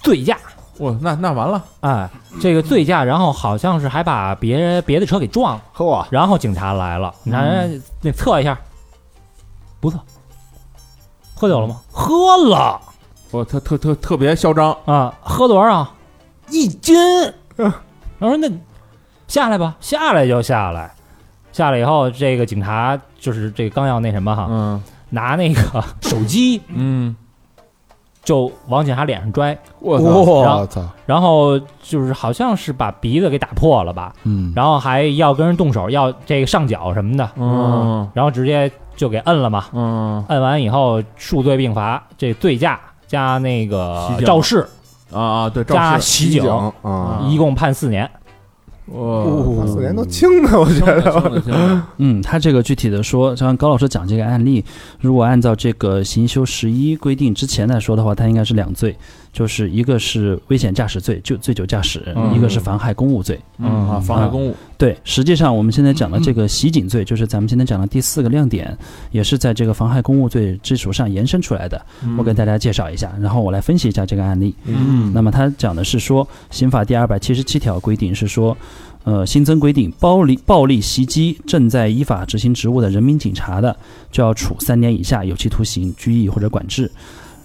[SPEAKER 2] 醉驾，
[SPEAKER 6] 哇，那那完了，
[SPEAKER 2] 哎，这个醉驾，然后好像是还把别别的车给撞了，
[SPEAKER 4] 嚯，
[SPEAKER 2] 然后警察来了，警察人家那测一下，嗯不测，喝酒了吗？喝了
[SPEAKER 6] 我特特特特别嚣张，
[SPEAKER 2] 啊，喝多少？一斤。然后说那下来吧，下来就下来，下来以后，这个警察就是这个刚要那什么哈，
[SPEAKER 6] 嗯
[SPEAKER 2] 拿那个 手机
[SPEAKER 6] 嗯，
[SPEAKER 2] 就往警察脸上拽，
[SPEAKER 6] 我操，
[SPEAKER 2] 哦
[SPEAKER 3] 我操！
[SPEAKER 2] 然后就是好像是把鼻子给打破了吧，
[SPEAKER 5] 嗯，
[SPEAKER 2] 然后还要跟人动手，要这个上脚什么的，
[SPEAKER 6] 嗯
[SPEAKER 2] 然后直接就给摁了嘛，
[SPEAKER 6] 嗯
[SPEAKER 2] 摁完以后数罪并罚，这醉驾加那个
[SPEAKER 6] 袭警
[SPEAKER 2] 肇事
[SPEAKER 6] 啊啊，对，
[SPEAKER 2] 加
[SPEAKER 6] 肇事，
[SPEAKER 2] 袭警，
[SPEAKER 4] 啊，
[SPEAKER 2] 一共判四年。
[SPEAKER 6] 我
[SPEAKER 3] 哦
[SPEAKER 4] 四年都轻的，我觉得。
[SPEAKER 5] 嗯，他这个具体的说，像高老师讲这个案例，如果按照这个刑修十一规定之前来说的话，它应该是两罪，就是一个是危险驾驶罪，就醉酒驾驶；
[SPEAKER 6] 嗯
[SPEAKER 5] 一个是妨害公务罪。
[SPEAKER 6] 嗯啊，妨害公务，
[SPEAKER 5] 对，实际上我们现在讲的这个袭警罪，就是咱们现在讲的第四个亮点，也是在这个妨害公务罪基础上延伸出来的。我给大家介绍一下，然后我来分析一下这个案例。
[SPEAKER 6] 嗯，
[SPEAKER 5] 那么它讲的是说，刑法第二百七十七条规定是说，呃，新增规定，暴力暴力袭击正在依法执行职务的人民警察的，就要处三年以下有期徒刑、拘役或者管制。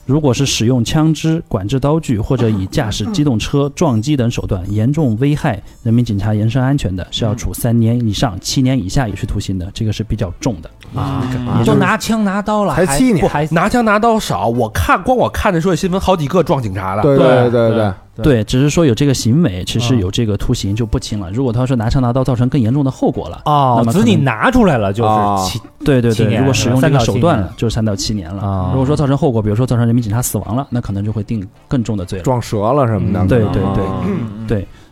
[SPEAKER 5] 如果是使用枪支、管制刀具或者以驾驶机动车、撞击等手段严重危害人民警察人身安全的，是要处三年以上七年以下有期徒刑的，这个是比较重的。
[SPEAKER 2] 啊
[SPEAKER 5] 也
[SPEAKER 2] 都
[SPEAKER 5] 就是
[SPEAKER 2] 拿枪拿刀了，
[SPEAKER 4] 才
[SPEAKER 2] 还
[SPEAKER 4] 七年
[SPEAKER 2] 不还
[SPEAKER 3] 拿枪拿刀少，我看光我看着社会新闻，好几个撞警察的。
[SPEAKER 4] 对
[SPEAKER 6] 对
[SPEAKER 4] 对
[SPEAKER 6] 对
[SPEAKER 4] 对，
[SPEAKER 5] 对，只是说有这个行为，其实
[SPEAKER 2] 嗯
[SPEAKER 5] 有这个徒刑就不轻了。如果他说拿枪拿刀造成更严重的后果了，
[SPEAKER 2] 哦
[SPEAKER 5] 那，么
[SPEAKER 2] 子
[SPEAKER 5] 可能
[SPEAKER 2] 你拿出来了就
[SPEAKER 4] 哦
[SPEAKER 2] 是七
[SPEAKER 5] 对对
[SPEAKER 2] 七
[SPEAKER 5] 对，
[SPEAKER 2] 年
[SPEAKER 5] 如果使用
[SPEAKER 2] 是吧
[SPEAKER 5] 这个
[SPEAKER 2] 三到七
[SPEAKER 5] 手段
[SPEAKER 2] 年
[SPEAKER 5] 了，就是三到七年了。
[SPEAKER 2] 啊
[SPEAKER 5] 如果说造成后果，比如说造成人民警察死亡了，那可能就会定更重的罪了。
[SPEAKER 4] 撞折了什么的，
[SPEAKER 2] 嗯
[SPEAKER 5] 对
[SPEAKER 4] 可能
[SPEAKER 5] 对对，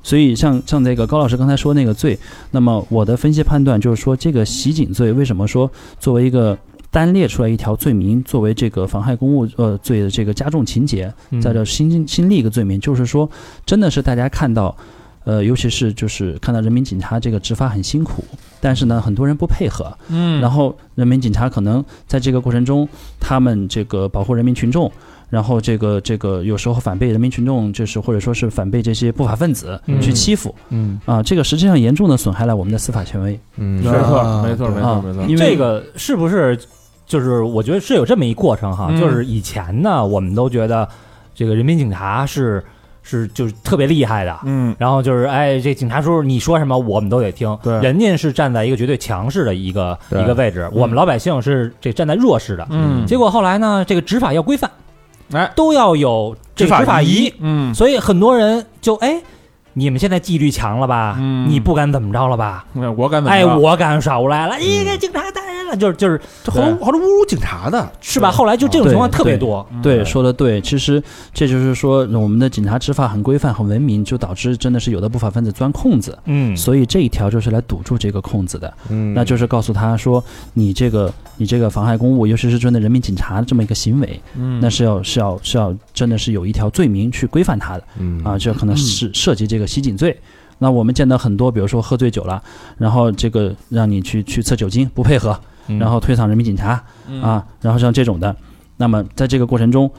[SPEAKER 5] 所以像像那个高老师刚才说那个罪，那么我的分析判断就是说，这个袭警罪为什么说作为一个单列出来一条罪名，作为这个妨害公务呃罪的这个加重情节，
[SPEAKER 2] 嗯
[SPEAKER 5] 在这新新立一个罪名，就是说真的是大家看到。呃，尤其是就是看到人民警察这个执法很辛苦，但是呢，很多人不配合，
[SPEAKER 6] 嗯，
[SPEAKER 5] 然后人民警察可能在这个过程中，他们这个保护人民群众，然后这个这个有时候反被人民群众，就是或者说是反被这些不法分子
[SPEAKER 2] 嗯
[SPEAKER 5] 去欺负
[SPEAKER 2] 嗯，
[SPEAKER 5] 啊，这个实际上严重的损害了我们的司法权威
[SPEAKER 4] 嗯
[SPEAKER 6] 没错，没错，没错，
[SPEAKER 5] 啊
[SPEAKER 6] 没错，，
[SPEAKER 5] 因为
[SPEAKER 2] 这个是不是就是我觉得是有这么一过程哈，
[SPEAKER 6] 嗯
[SPEAKER 2] 就是以前呢，我们都觉得这个人民警察是是就是特别厉害的。
[SPEAKER 6] 嗯，
[SPEAKER 2] 然后就是，哎，这警察叔叔你说什么我们都得听，
[SPEAKER 6] 对
[SPEAKER 2] 人家是站在一个绝对强势的一个
[SPEAKER 4] 对
[SPEAKER 2] 一个位置，我们老百姓是这站在弱势的。
[SPEAKER 6] 嗯
[SPEAKER 2] 结果后来呢，这个执法要规范，
[SPEAKER 6] 哎，
[SPEAKER 2] 都要有这个执
[SPEAKER 6] 执法
[SPEAKER 2] 法
[SPEAKER 6] 仪
[SPEAKER 2] 仪，
[SPEAKER 6] 嗯，
[SPEAKER 2] 所以很多人就哎，你们现在纪律强了吧？
[SPEAKER 6] 嗯
[SPEAKER 2] 你不敢怎么着了吧？
[SPEAKER 6] 我敢怎么
[SPEAKER 2] 哎，
[SPEAKER 6] 着？
[SPEAKER 2] 我敢耍无赖了，一个警察大人了，就是就是
[SPEAKER 3] 这好像好像侮辱警察的。
[SPEAKER 2] 是吧？后来就这种
[SPEAKER 5] 对
[SPEAKER 2] 情况特别多，
[SPEAKER 5] 对说的对，其实这就是说我们的警察执法很规范、很文明，就导致真的是有的不法分子钻空子，
[SPEAKER 2] 嗯
[SPEAKER 5] 所以这一条就是来堵住这个空子的。
[SPEAKER 4] 嗯，
[SPEAKER 5] 那就是告诉他说，你这个你这个妨害公务，尤其是针对人民警察这么一个行为，
[SPEAKER 6] 嗯
[SPEAKER 5] 那是要是要是要真的是有一条罪名去规范他的
[SPEAKER 4] 嗯
[SPEAKER 5] 啊，这可能是涉及这个袭警罪。那我们见到很多，比如说喝醉酒了，然后这个让你去去测酒精不配合，
[SPEAKER 4] 嗯
[SPEAKER 5] 然后推搡人民警察、啊，然后像这种的，那么在这个过程中，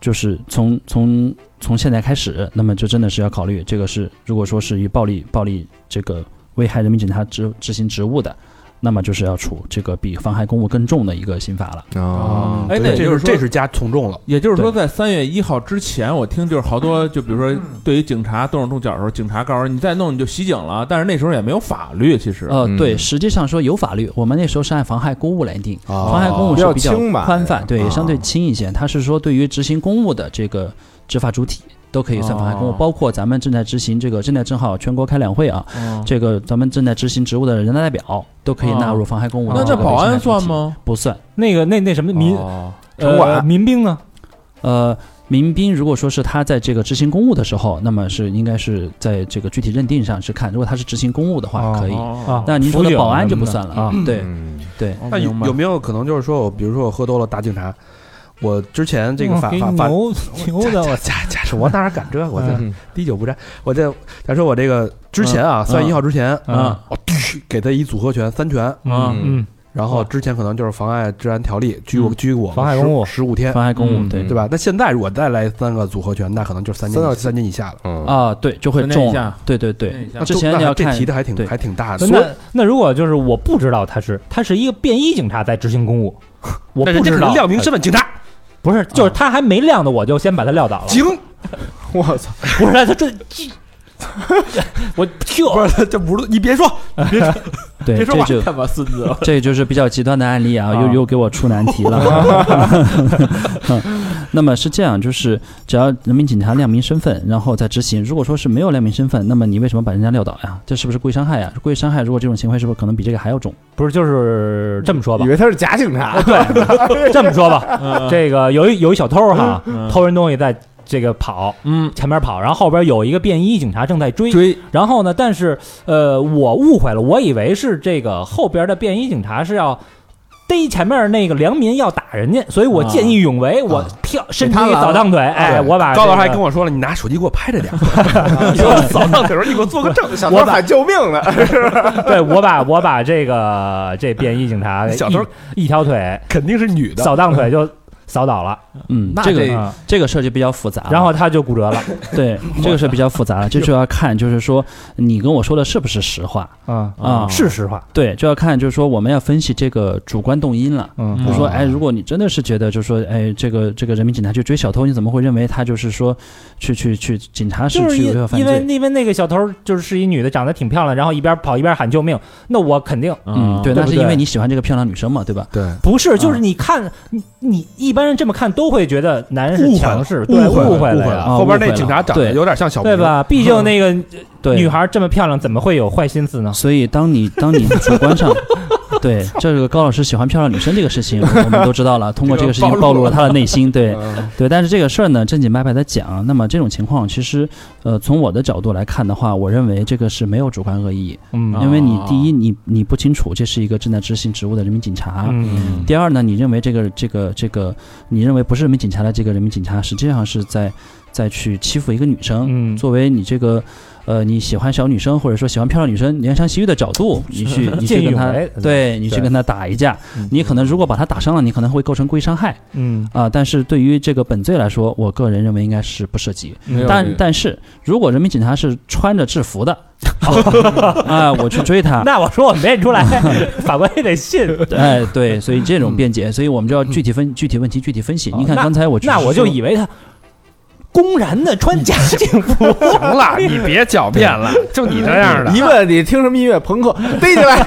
[SPEAKER 5] 就是从从从现在开始，那么就真的是要考虑这个是如果说是以暴力暴力这个危害人民警察执执行职务的。那么就是要处这个比妨害公务更重的一个刑罚了。
[SPEAKER 4] 啊，
[SPEAKER 6] 哎，那
[SPEAKER 3] 嗯这
[SPEAKER 6] 也就是是说哦
[SPEAKER 3] 这，是加从重了，
[SPEAKER 6] 也就是说，在三月一号之前，我听就是好多，就比如说对于警察动手动脚的时候，警察告诉你再弄你就袭警了，但是那时候也没有法律，其实
[SPEAKER 5] 呃
[SPEAKER 4] 嗯，
[SPEAKER 5] 对，实际上说有法律，我们那时候是按妨害公务来定，
[SPEAKER 3] 哦
[SPEAKER 5] 妨害公务
[SPEAKER 4] 比
[SPEAKER 5] 是
[SPEAKER 4] 较
[SPEAKER 5] 比较
[SPEAKER 4] 轻吧
[SPEAKER 5] 宽泛，对，
[SPEAKER 4] 啊
[SPEAKER 5] 相对轻一些。它是说对于执行公务的这个执法主体都可以算妨害公务，
[SPEAKER 6] 哦
[SPEAKER 5] 包括咱们正在执行这个现在正好全国开两会啊，
[SPEAKER 6] 嗯
[SPEAKER 5] 这个咱们正在执行职务的人大代表都可以纳入妨害公务的
[SPEAKER 6] 哦那
[SPEAKER 5] 这
[SPEAKER 6] 这
[SPEAKER 5] 个
[SPEAKER 6] 保
[SPEAKER 5] 被侵害
[SPEAKER 6] 安算
[SPEAKER 5] 主体？
[SPEAKER 6] 吗？
[SPEAKER 5] 不算，
[SPEAKER 2] 那个那那什么民
[SPEAKER 6] 哦
[SPEAKER 4] 城管
[SPEAKER 2] 呃民兵呢？
[SPEAKER 5] 呃。民兵如果说是他在这个执行公务的时候，那么是应该是在这个具体认定上是看，如果他是执行公务的话，可以。
[SPEAKER 6] 哦
[SPEAKER 2] 啊，
[SPEAKER 5] 那您说
[SPEAKER 2] 辅
[SPEAKER 5] 的
[SPEAKER 2] 警
[SPEAKER 5] 保安就不
[SPEAKER 2] 什么
[SPEAKER 5] 算
[SPEAKER 2] 的
[SPEAKER 5] 了
[SPEAKER 2] 啊。
[SPEAKER 5] 对，
[SPEAKER 4] 嗯
[SPEAKER 5] 对，
[SPEAKER 6] 哦
[SPEAKER 3] 那有
[SPEAKER 6] 明白
[SPEAKER 3] 有没有可能就是说我，比如说我喝多了打警察，我之前这个法
[SPEAKER 2] 哦嗯给
[SPEAKER 3] 法
[SPEAKER 2] 你
[SPEAKER 3] 法
[SPEAKER 2] 牛牛的， 我
[SPEAKER 3] 假假设我哪敢这，我这
[SPEAKER 4] 嗯
[SPEAKER 3] 滴酒不沾。我这假设我这个之前啊，
[SPEAKER 2] 嗯
[SPEAKER 3] 三月一号之前，
[SPEAKER 2] 嗯
[SPEAKER 3] 啊，我去给他一组合拳，三拳，
[SPEAKER 6] 啊
[SPEAKER 2] 嗯，
[SPEAKER 3] 然后之前可能就是妨碍治安条例拘我
[SPEAKER 5] 嗯
[SPEAKER 3] 拘我
[SPEAKER 2] 妨害公务
[SPEAKER 3] 十五天，
[SPEAKER 5] 妨害公务，
[SPEAKER 2] 嗯
[SPEAKER 5] 对
[SPEAKER 3] 对吧？那现在如果再来三个组合拳，那可能就是三
[SPEAKER 4] 三到
[SPEAKER 3] 年
[SPEAKER 4] 七
[SPEAKER 3] 三年以下了。
[SPEAKER 4] 嗯
[SPEAKER 5] 啊，对，就会
[SPEAKER 6] 分辨一
[SPEAKER 5] 重
[SPEAKER 6] 下，
[SPEAKER 5] 对对
[SPEAKER 6] 分
[SPEAKER 5] 对
[SPEAKER 6] 辨一下。
[SPEAKER 5] 之前
[SPEAKER 3] 那
[SPEAKER 5] 你要
[SPEAKER 3] 这
[SPEAKER 5] 看
[SPEAKER 3] 提的还挺
[SPEAKER 5] 对
[SPEAKER 3] 还挺大的，所以
[SPEAKER 2] 那啊那如果就是我不知道他是他是一个便衣警察在执行公 务，我
[SPEAKER 3] 那人
[SPEAKER 2] 不
[SPEAKER 3] 家可能
[SPEAKER 2] 知道呃
[SPEAKER 3] 亮明身啊份，警察
[SPEAKER 2] 不是就是他还没亮的我就先把他撂倒了，
[SPEAKER 3] 警，
[SPEAKER 4] 我操，
[SPEAKER 2] 不是他这这 我
[SPEAKER 3] 不
[SPEAKER 2] 跳
[SPEAKER 3] 是他这不是你别说，
[SPEAKER 5] 对，
[SPEAKER 3] 别
[SPEAKER 5] 这
[SPEAKER 3] 说话
[SPEAKER 5] 就
[SPEAKER 6] 看吧，孙子，
[SPEAKER 5] 这就是比较极端的案例啊，又
[SPEAKER 2] 啊
[SPEAKER 5] 又给我出难题了。 那么是这样，就是只要人民警察亮明身份，然后再执行。如果说是没有亮明身份，那么你为什么把人家撂倒呀？这是不是故意伤害呀？故意伤害，如果这种行为是不是可能比这个还要重？
[SPEAKER 2] 不是就是这么说吧啊
[SPEAKER 4] 以，为他是假警察，
[SPEAKER 2] 这么说吧，
[SPEAKER 3] 嗯
[SPEAKER 2] 这个有一有一小偷哈
[SPEAKER 6] 嗯，
[SPEAKER 2] 偷人东西在这个跑，
[SPEAKER 6] 嗯，
[SPEAKER 2] 前面跑，然后后边有一个便衣警察正在追，
[SPEAKER 6] 追
[SPEAKER 2] 然后呢，但是呃，我误会了，我以为是这个后边的便衣警察是要。逮前面那个良民要打人家，所以我见义勇为，我跳伸出
[SPEAKER 4] 他
[SPEAKER 2] 一
[SPEAKER 4] 拦
[SPEAKER 2] 扫
[SPEAKER 4] 了
[SPEAKER 2] 荡腿，哎，
[SPEAKER 3] 对
[SPEAKER 2] 我把
[SPEAKER 3] 高老师
[SPEAKER 2] 这
[SPEAKER 3] 还
[SPEAKER 2] 个
[SPEAKER 3] 跟我说了，你拿手机给我拍着点儿，你说扫荡腿儿，你给我做个证。
[SPEAKER 4] 小偷喊救命了，
[SPEAKER 2] 对我把我把这个这便衣警察
[SPEAKER 3] 小偷
[SPEAKER 2] 一一条腿
[SPEAKER 3] 肯定是女的，
[SPEAKER 2] 扫荡腿就扫倒了，
[SPEAKER 5] 嗯，
[SPEAKER 6] 那
[SPEAKER 5] 这个
[SPEAKER 6] 这
[SPEAKER 2] 嗯
[SPEAKER 5] 这个设计比较复杂。
[SPEAKER 2] 然后他就骨折了。
[SPEAKER 5] 对，这个是比较复杂的，这就要看就是说你跟我说的是不是实话。
[SPEAKER 2] 嗯
[SPEAKER 5] 啊
[SPEAKER 2] 是实话。
[SPEAKER 5] 对，就要看就是说我们要分析这个主观动因了。
[SPEAKER 2] 嗯
[SPEAKER 5] 就说，
[SPEAKER 4] 哦
[SPEAKER 5] 哎，如果你真的是觉得，就说，哎，这个这个人民警察去追小偷，你怎么会认为他就是说，去去去，警察是
[SPEAKER 2] 就是
[SPEAKER 5] 去
[SPEAKER 2] 因
[SPEAKER 5] 违法犯
[SPEAKER 2] 因为
[SPEAKER 5] 罪？
[SPEAKER 2] 因为那个小偷就是是一女的，长得挺漂亮，然后一边跑一边喊救命，那我肯定
[SPEAKER 5] 嗯，对，
[SPEAKER 2] 对
[SPEAKER 5] 那
[SPEAKER 2] 不
[SPEAKER 5] 是
[SPEAKER 2] 对
[SPEAKER 5] 因为你喜欢这个漂亮女生嘛，对吧？
[SPEAKER 3] 对，
[SPEAKER 2] 不是，就是你看你你一般人这么看都会觉得男人是强势，对
[SPEAKER 3] 误会
[SPEAKER 2] 误
[SPEAKER 3] 了，误
[SPEAKER 2] 了
[SPEAKER 3] 会
[SPEAKER 2] 呀。
[SPEAKER 5] 啊
[SPEAKER 3] 后边
[SPEAKER 5] 误
[SPEAKER 3] 那
[SPEAKER 5] 会
[SPEAKER 3] 警察
[SPEAKER 5] 了
[SPEAKER 3] 长得
[SPEAKER 5] 对
[SPEAKER 3] 有点像小
[SPEAKER 2] 对
[SPEAKER 3] 明？
[SPEAKER 2] 吧？毕竟那个
[SPEAKER 5] 对，
[SPEAKER 2] 女孩这么漂亮，怎么会有坏心思呢？
[SPEAKER 5] 所以当你 当你主观上， 对这个高老师喜欢漂亮女生这个事情，我们都知道 了，通过这个事情暴露了他的内心，对对。但是这个事儿呢，正经八百的讲，那么这种情况，其实呃，从我的角度来看的话，我认为这个是没有主观恶意，
[SPEAKER 2] 嗯
[SPEAKER 5] 因为你
[SPEAKER 6] 哦
[SPEAKER 5] 第一，你你不清楚这是一个正在执行职务的人民警察，
[SPEAKER 2] 嗯
[SPEAKER 5] 第二呢，你认为这个这个这个，你认为不是人民警察的这个人民警察，实际上是在在去欺负一个女生。
[SPEAKER 2] 嗯，
[SPEAKER 5] 作为你这个，呃，你喜欢小女生或者说喜欢漂亮女生，怜香惜玉的角 度，你去你
[SPEAKER 2] 见义
[SPEAKER 5] 去跟
[SPEAKER 2] 勇
[SPEAKER 5] 她
[SPEAKER 2] 为，
[SPEAKER 5] 对你去跟她打一架，你可能如果把她打伤了，你可能会构成故意伤害
[SPEAKER 2] 嗯
[SPEAKER 5] 啊、但是对于这个本罪来说，我个人认为应该是不涉及。
[SPEAKER 6] 没有
[SPEAKER 5] 但但是如果人民警察是穿着 制服的，啊、我去追她，
[SPEAKER 2] 那我说我没认出来，法官也得信。
[SPEAKER 5] 哎，对，所以这种辩解，所以我们就要具体分具体问题具体分析。你看刚才我
[SPEAKER 2] 那我就以为他公然的穿假警服，
[SPEAKER 3] 行了，你别狡辩了，就你这样的。
[SPEAKER 4] 一问你听什么音乐，朋克逮起来，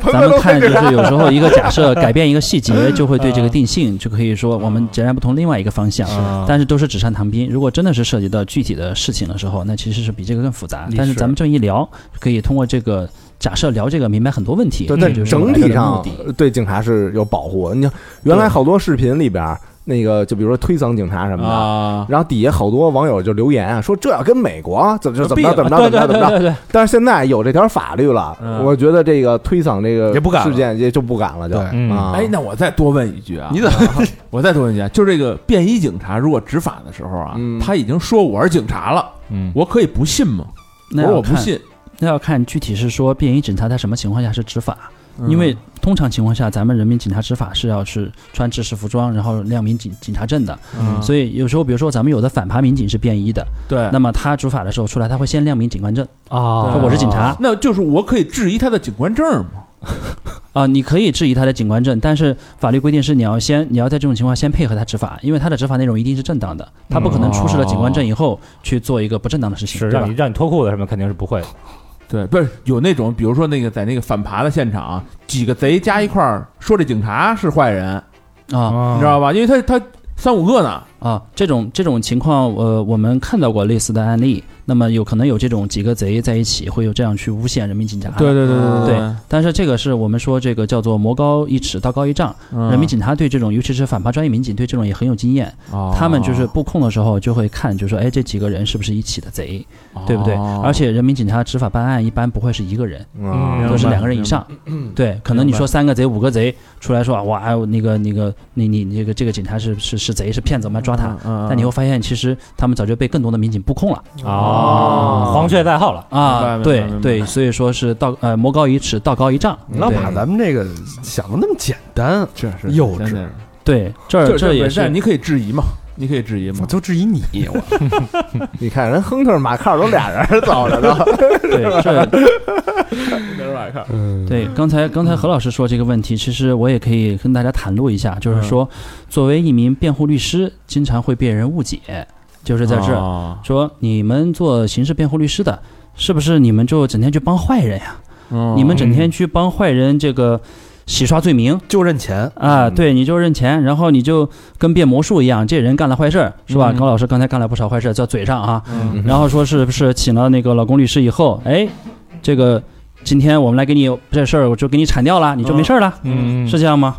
[SPEAKER 4] 朋克
[SPEAKER 5] 咱们
[SPEAKER 4] 都
[SPEAKER 5] 看
[SPEAKER 4] 逮起
[SPEAKER 5] 就
[SPEAKER 4] 来，
[SPEAKER 5] 是有 时候一个假设改变一个细节，就会对
[SPEAKER 2] 啊
[SPEAKER 5] 这个定性就可以说我们截然不同另外一个方向，但是都是纸上谈兵。如果真的是涉及到具体的事情的时候，那其实是比这个更复杂
[SPEAKER 3] 你。
[SPEAKER 5] 但是
[SPEAKER 3] 是
[SPEAKER 5] 咱们这么一聊，可以通过这个假设聊这个明白很多问题。
[SPEAKER 4] 就
[SPEAKER 5] 这
[SPEAKER 4] 在
[SPEAKER 5] 就是我
[SPEAKER 4] 整
[SPEAKER 5] 们
[SPEAKER 4] 体
[SPEAKER 5] 来的目
[SPEAKER 4] 上
[SPEAKER 5] 的
[SPEAKER 4] 对警察是有保护的。你看原来好多视频里边儿，那个就比如说推搡警察什么的，
[SPEAKER 6] 啊，
[SPEAKER 4] 然后底下好多网友就留言啊，说这要跟美国怎么就怎么着怎么
[SPEAKER 2] 对
[SPEAKER 4] 着
[SPEAKER 2] 呃对
[SPEAKER 4] 怎么着怎
[SPEAKER 2] 对
[SPEAKER 4] 么着。
[SPEAKER 2] 对对，
[SPEAKER 4] 但是现在有这条法律了，
[SPEAKER 6] 嗯
[SPEAKER 4] 我觉得这个推搡这个
[SPEAKER 3] 也不敢了
[SPEAKER 4] 事件也就不敢了就，
[SPEAKER 3] 对
[SPEAKER 2] 嗯
[SPEAKER 4] 啊，
[SPEAKER 6] 哎，那我再多问一句啊，
[SPEAKER 3] 你怎么？
[SPEAKER 6] 我再多问一下，就这个便衣警察，如果执法的时候啊，
[SPEAKER 4] 嗯
[SPEAKER 6] 他已经说我是警察了，
[SPEAKER 2] 嗯
[SPEAKER 6] 我可以不信吗？我
[SPEAKER 5] 那
[SPEAKER 6] 说
[SPEAKER 5] 要
[SPEAKER 6] 我不
[SPEAKER 5] 看，
[SPEAKER 6] 信，
[SPEAKER 5] 那要看具体是说便衣警察在什么情况下是执法，
[SPEAKER 6] 嗯
[SPEAKER 5] 因为通常情况下咱们人民警察执法是要是穿制式服装，然后亮明警警察证的，
[SPEAKER 6] 嗯
[SPEAKER 5] 所以有时候比如说咱们有的反扒民警是便衣的，
[SPEAKER 6] 对
[SPEAKER 5] 那么他执法的时候出来他会先亮明警官证
[SPEAKER 2] 啊
[SPEAKER 6] 哦
[SPEAKER 5] 说我是警察
[SPEAKER 6] 那就是我可以质疑他的警官证吗？
[SPEAKER 5] 啊、你可以质疑他的警官证，但是法律规定是你要先你要在这种情况下先配合他执法，因为他的执法内容一定是正当的，他不可能出示了警官证以后去做一个不正当的事情，
[SPEAKER 2] 是
[SPEAKER 5] 对吧
[SPEAKER 2] 让你？让你脱裤子什么肯定是不会的，
[SPEAKER 6] 对，不是有那种，比如说那个在那个反扒的现场，几个贼加一块儿说这警察是坏人，
[SPEAKER 5] 啊
[SPEAKER 6] 你知道吧？因为他他三五个呢，
[SPEAKER 5] 啊，这种这种情况，呃，我们看到过类似的案例。那么有可能有这种几个贼在一起，会有这样去诬陷人民警察。
[SPEAKER 6] 对对
[SPEAKER 5] 对对但是这个是我们说这个叫做魔高一尺，道高一丈。
[SPEAKER 6] 嗯
[SPEAKER 5] 人民警察对这种，尤其是反扒专业民警，对这种也很有经验。
[SPEAKER 6] 哦
[SPEAKER 5] 他们就是布控的时候就会看，就说，哎，这几个人是不是一起的贼，
[SPEAKER 6] 哦
[SPEAKER 5] 对不对？而且人民警察执法办案一般不会是一个人，
[SPEAKER 4] 嗯
[SPEAKER 2] 嗯
[SPEAKER 5] 都是
[SPEAKER 6] 明白
[SPEAKER 5] 两个人以上。对，可能你说三个贼、五个贼出来说，哇，哎那个那个，你你你这个这个警察是是是贼是骗子，我们要抓他。
[SPEAKER 6] 嗯，
[SPEAKER 5] 但你会发现，其实他们早就被更多的民警布控了
[SPEAKER 2] 哦，黄雀在后了，
[SPEAKER 5] 啊！
[SPEAKER 6] 明白明白
[SPEAKER 5] 对
[SPEAKER 6] 明白
[SPEAKER 5] 对，所以说是道呃魔高一尺，道高一丈。
[SPEAKER 3] 你老把咱们这个想的那么简单，
[SPEAKER 6] 是是
[SPEAKER 3] 幼稚
[SPEAKER 6] 稚，
[SPEAKER 5] 对，这
[SPEAKER 6] 就
[SPEAKER 5] 儿
[SPEAKER 6] 是
[SPEAKER 5] 这也
[SPEAKER 6] 本
[SPEAKER 5] 是
[SPEAKER 6] 身你可以质疑嘛，你可以质疑
[SPEAKER 3] 我
[SPEAKER 6] 嘛，
[SPEAKER 3] 就质疑你，我
[SPEAKER 4] 你看人亨特马靠都俩人走着呢，
[SPEAKER 5] 对这
[SPEAKER 6] 看，
[SPEAKER 5] 对，刚才刚
[SPEAKER 6] 嗯
[SPEAKER 5] 才何老师说这个问题，其实我也可以跟大家袒露一下，就是
[SPEAKER 6] 嗯
[SPEAKER 5] 说，作为一名辩护律师，经常会被人误解，就是在这儿
[SPEAKER 6] 哦
[SPEAKER 5] 说你们做刑事辩护律师的，是不是你们就整天去帮坏人呀？
[SPEAKER 6] 嗯
[SPEAKER 5] 你们整天去帮坏人这个洗刷罪名，
[SPEAKER 3] 就认钱，
[SPEAKER 5] 啊，
[SPEAKER 6] 嗯
[SPEAKER 5] 对，你就认钱，然后你就跟变魔术一样，这人干了坏事儿，是吧？
[SPEAKER 6] 嗯
[SPEAKER 5] 高老师刚才干了不少坏事儿，在嘴上啊，
[SPEAKER 6] 嗯
[SPEAKER 5] 然后说是不是请了那个老公律师以后，哎，这个今天我们来给你这事儿，我就给你铲掉了，你就没事儿了，
[SPEAKER 2] 嗯
[SPEAKER 5] 是这样吗？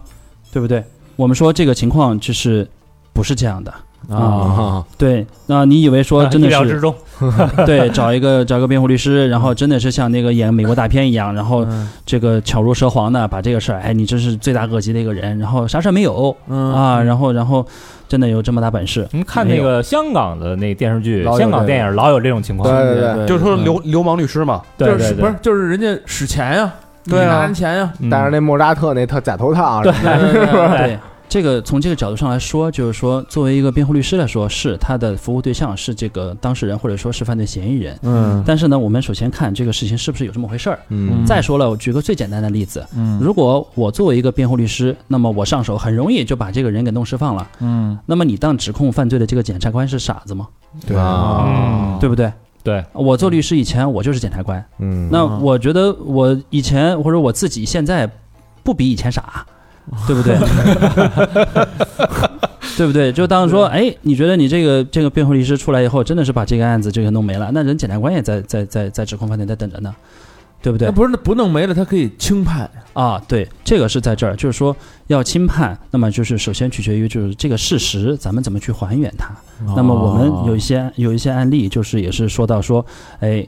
[SPEAKER 5] 对不对？我们说这个情况就是不是这样的。
[SPEAKER 6] 啊，
[SPEAKER 5] 对，那你以为说真的
[SPEAKER 2] 意料之
[SPEAKER 5] 是
[SPEAKER 2] 中，
[SPEAKER 5] 对找一个找一个辩护律师，然后真的是像那个演美国大片一样，然后
[SPEAKER 6] 嗯
[SPEAKER 5] 这个巧如蛇簧的把这个事儿，哎，你真是罪大恶极的一个人，然后啥事儿没有，
[SPEAKER 6] 嗯
[SPEAKER 5] 啊，然后然后真的有这么大本事，
[SPEAKER 2] 您看那个香港的那电视剧
[SPEAKER 4] 老有、
[SPEAKER 2] 香港
[SPEAKER 4] 这个
[SPEAKER 2] 电影老有这种情况，
[SPEAKER 4] 对对对
[SPEAKER 6] 对
[SPEAKER 3] 就是说流流氓律师嘛，
[SPEAKER 2] 对
[SPEAKER 6] 就
[SPEAKER 2] 对
[SPEAKER 6] 是
[SPEAKER 2] 对
[SPEAKER 6] 不是就是人家使钱呀，
[SPEAKER 4] 对啊
[SPEAKER 6] 你拿人钱呀，
[SPEAKER 2] 嗯
[SPEAKER 4] 但 是那莫扎特那特假头套，啊
[SPEAKER 2] 对
[SPEAKER 6] 对对对
[SPEAKER 5] 对。这个从这个角度上来说，就是说，作为一个辩护律师来说，是他的服务对象是这个当事人，或者说是犯罪嫌疑人。
[SPEAKER 6] 嗯
[SPEAKER 5] 但是呢，我们首先看这个事情是不是有这么回事儿。
[SPEAKER 6] 嗯
[SPEAKER 5] 再说了，我举个最简单的例子，
[SPEAKER 6] 嗯
[SPEAKER 5] 如果我作为一个辩护律师，那么我上手很容易就把这个人给弄释放了。
[SPEAKER 6] 嗯
[SPEAKER 5] 那么你当指控犯罪的这个检察官是傻子吗？
[SPEAKER 4] 对
[SPEAKER 6] 啊
[SPEAKER 4] 啊，
[SPEAKER 2] 嗯
[SPEAKER 5] 对不对？
[SPEAKER 2] 对，
[SPEAKER 5] 我做律师以前，我就是检察官。
[SPEAKER 4] 嗯，
[SPEAKER 5] 那
[SPEAKER 6] 嗯
[SPEAKER 5] 我觉得我以前或者我自己现在不比以前傻，对不对？ 对不对？就当说，哎，你觉得你这个这个辩护律师出来以后，真的是把这个案子这个弄没了，那人检察官也在在在在指控犯罪在等着呢，对不对
[SPEAKER 6] 那？不是不弄没了，他可以轻判
[SPEAKER 5] 啊，对，这个是在这儿，就是说要轻判，那么就是首先取决于就是这个事实，咱们怎么去还原它。
[SPEAKER 6] 哦
[SPEAKER 5] 那么我们有一些有一些案例，就是也是说到说，哎，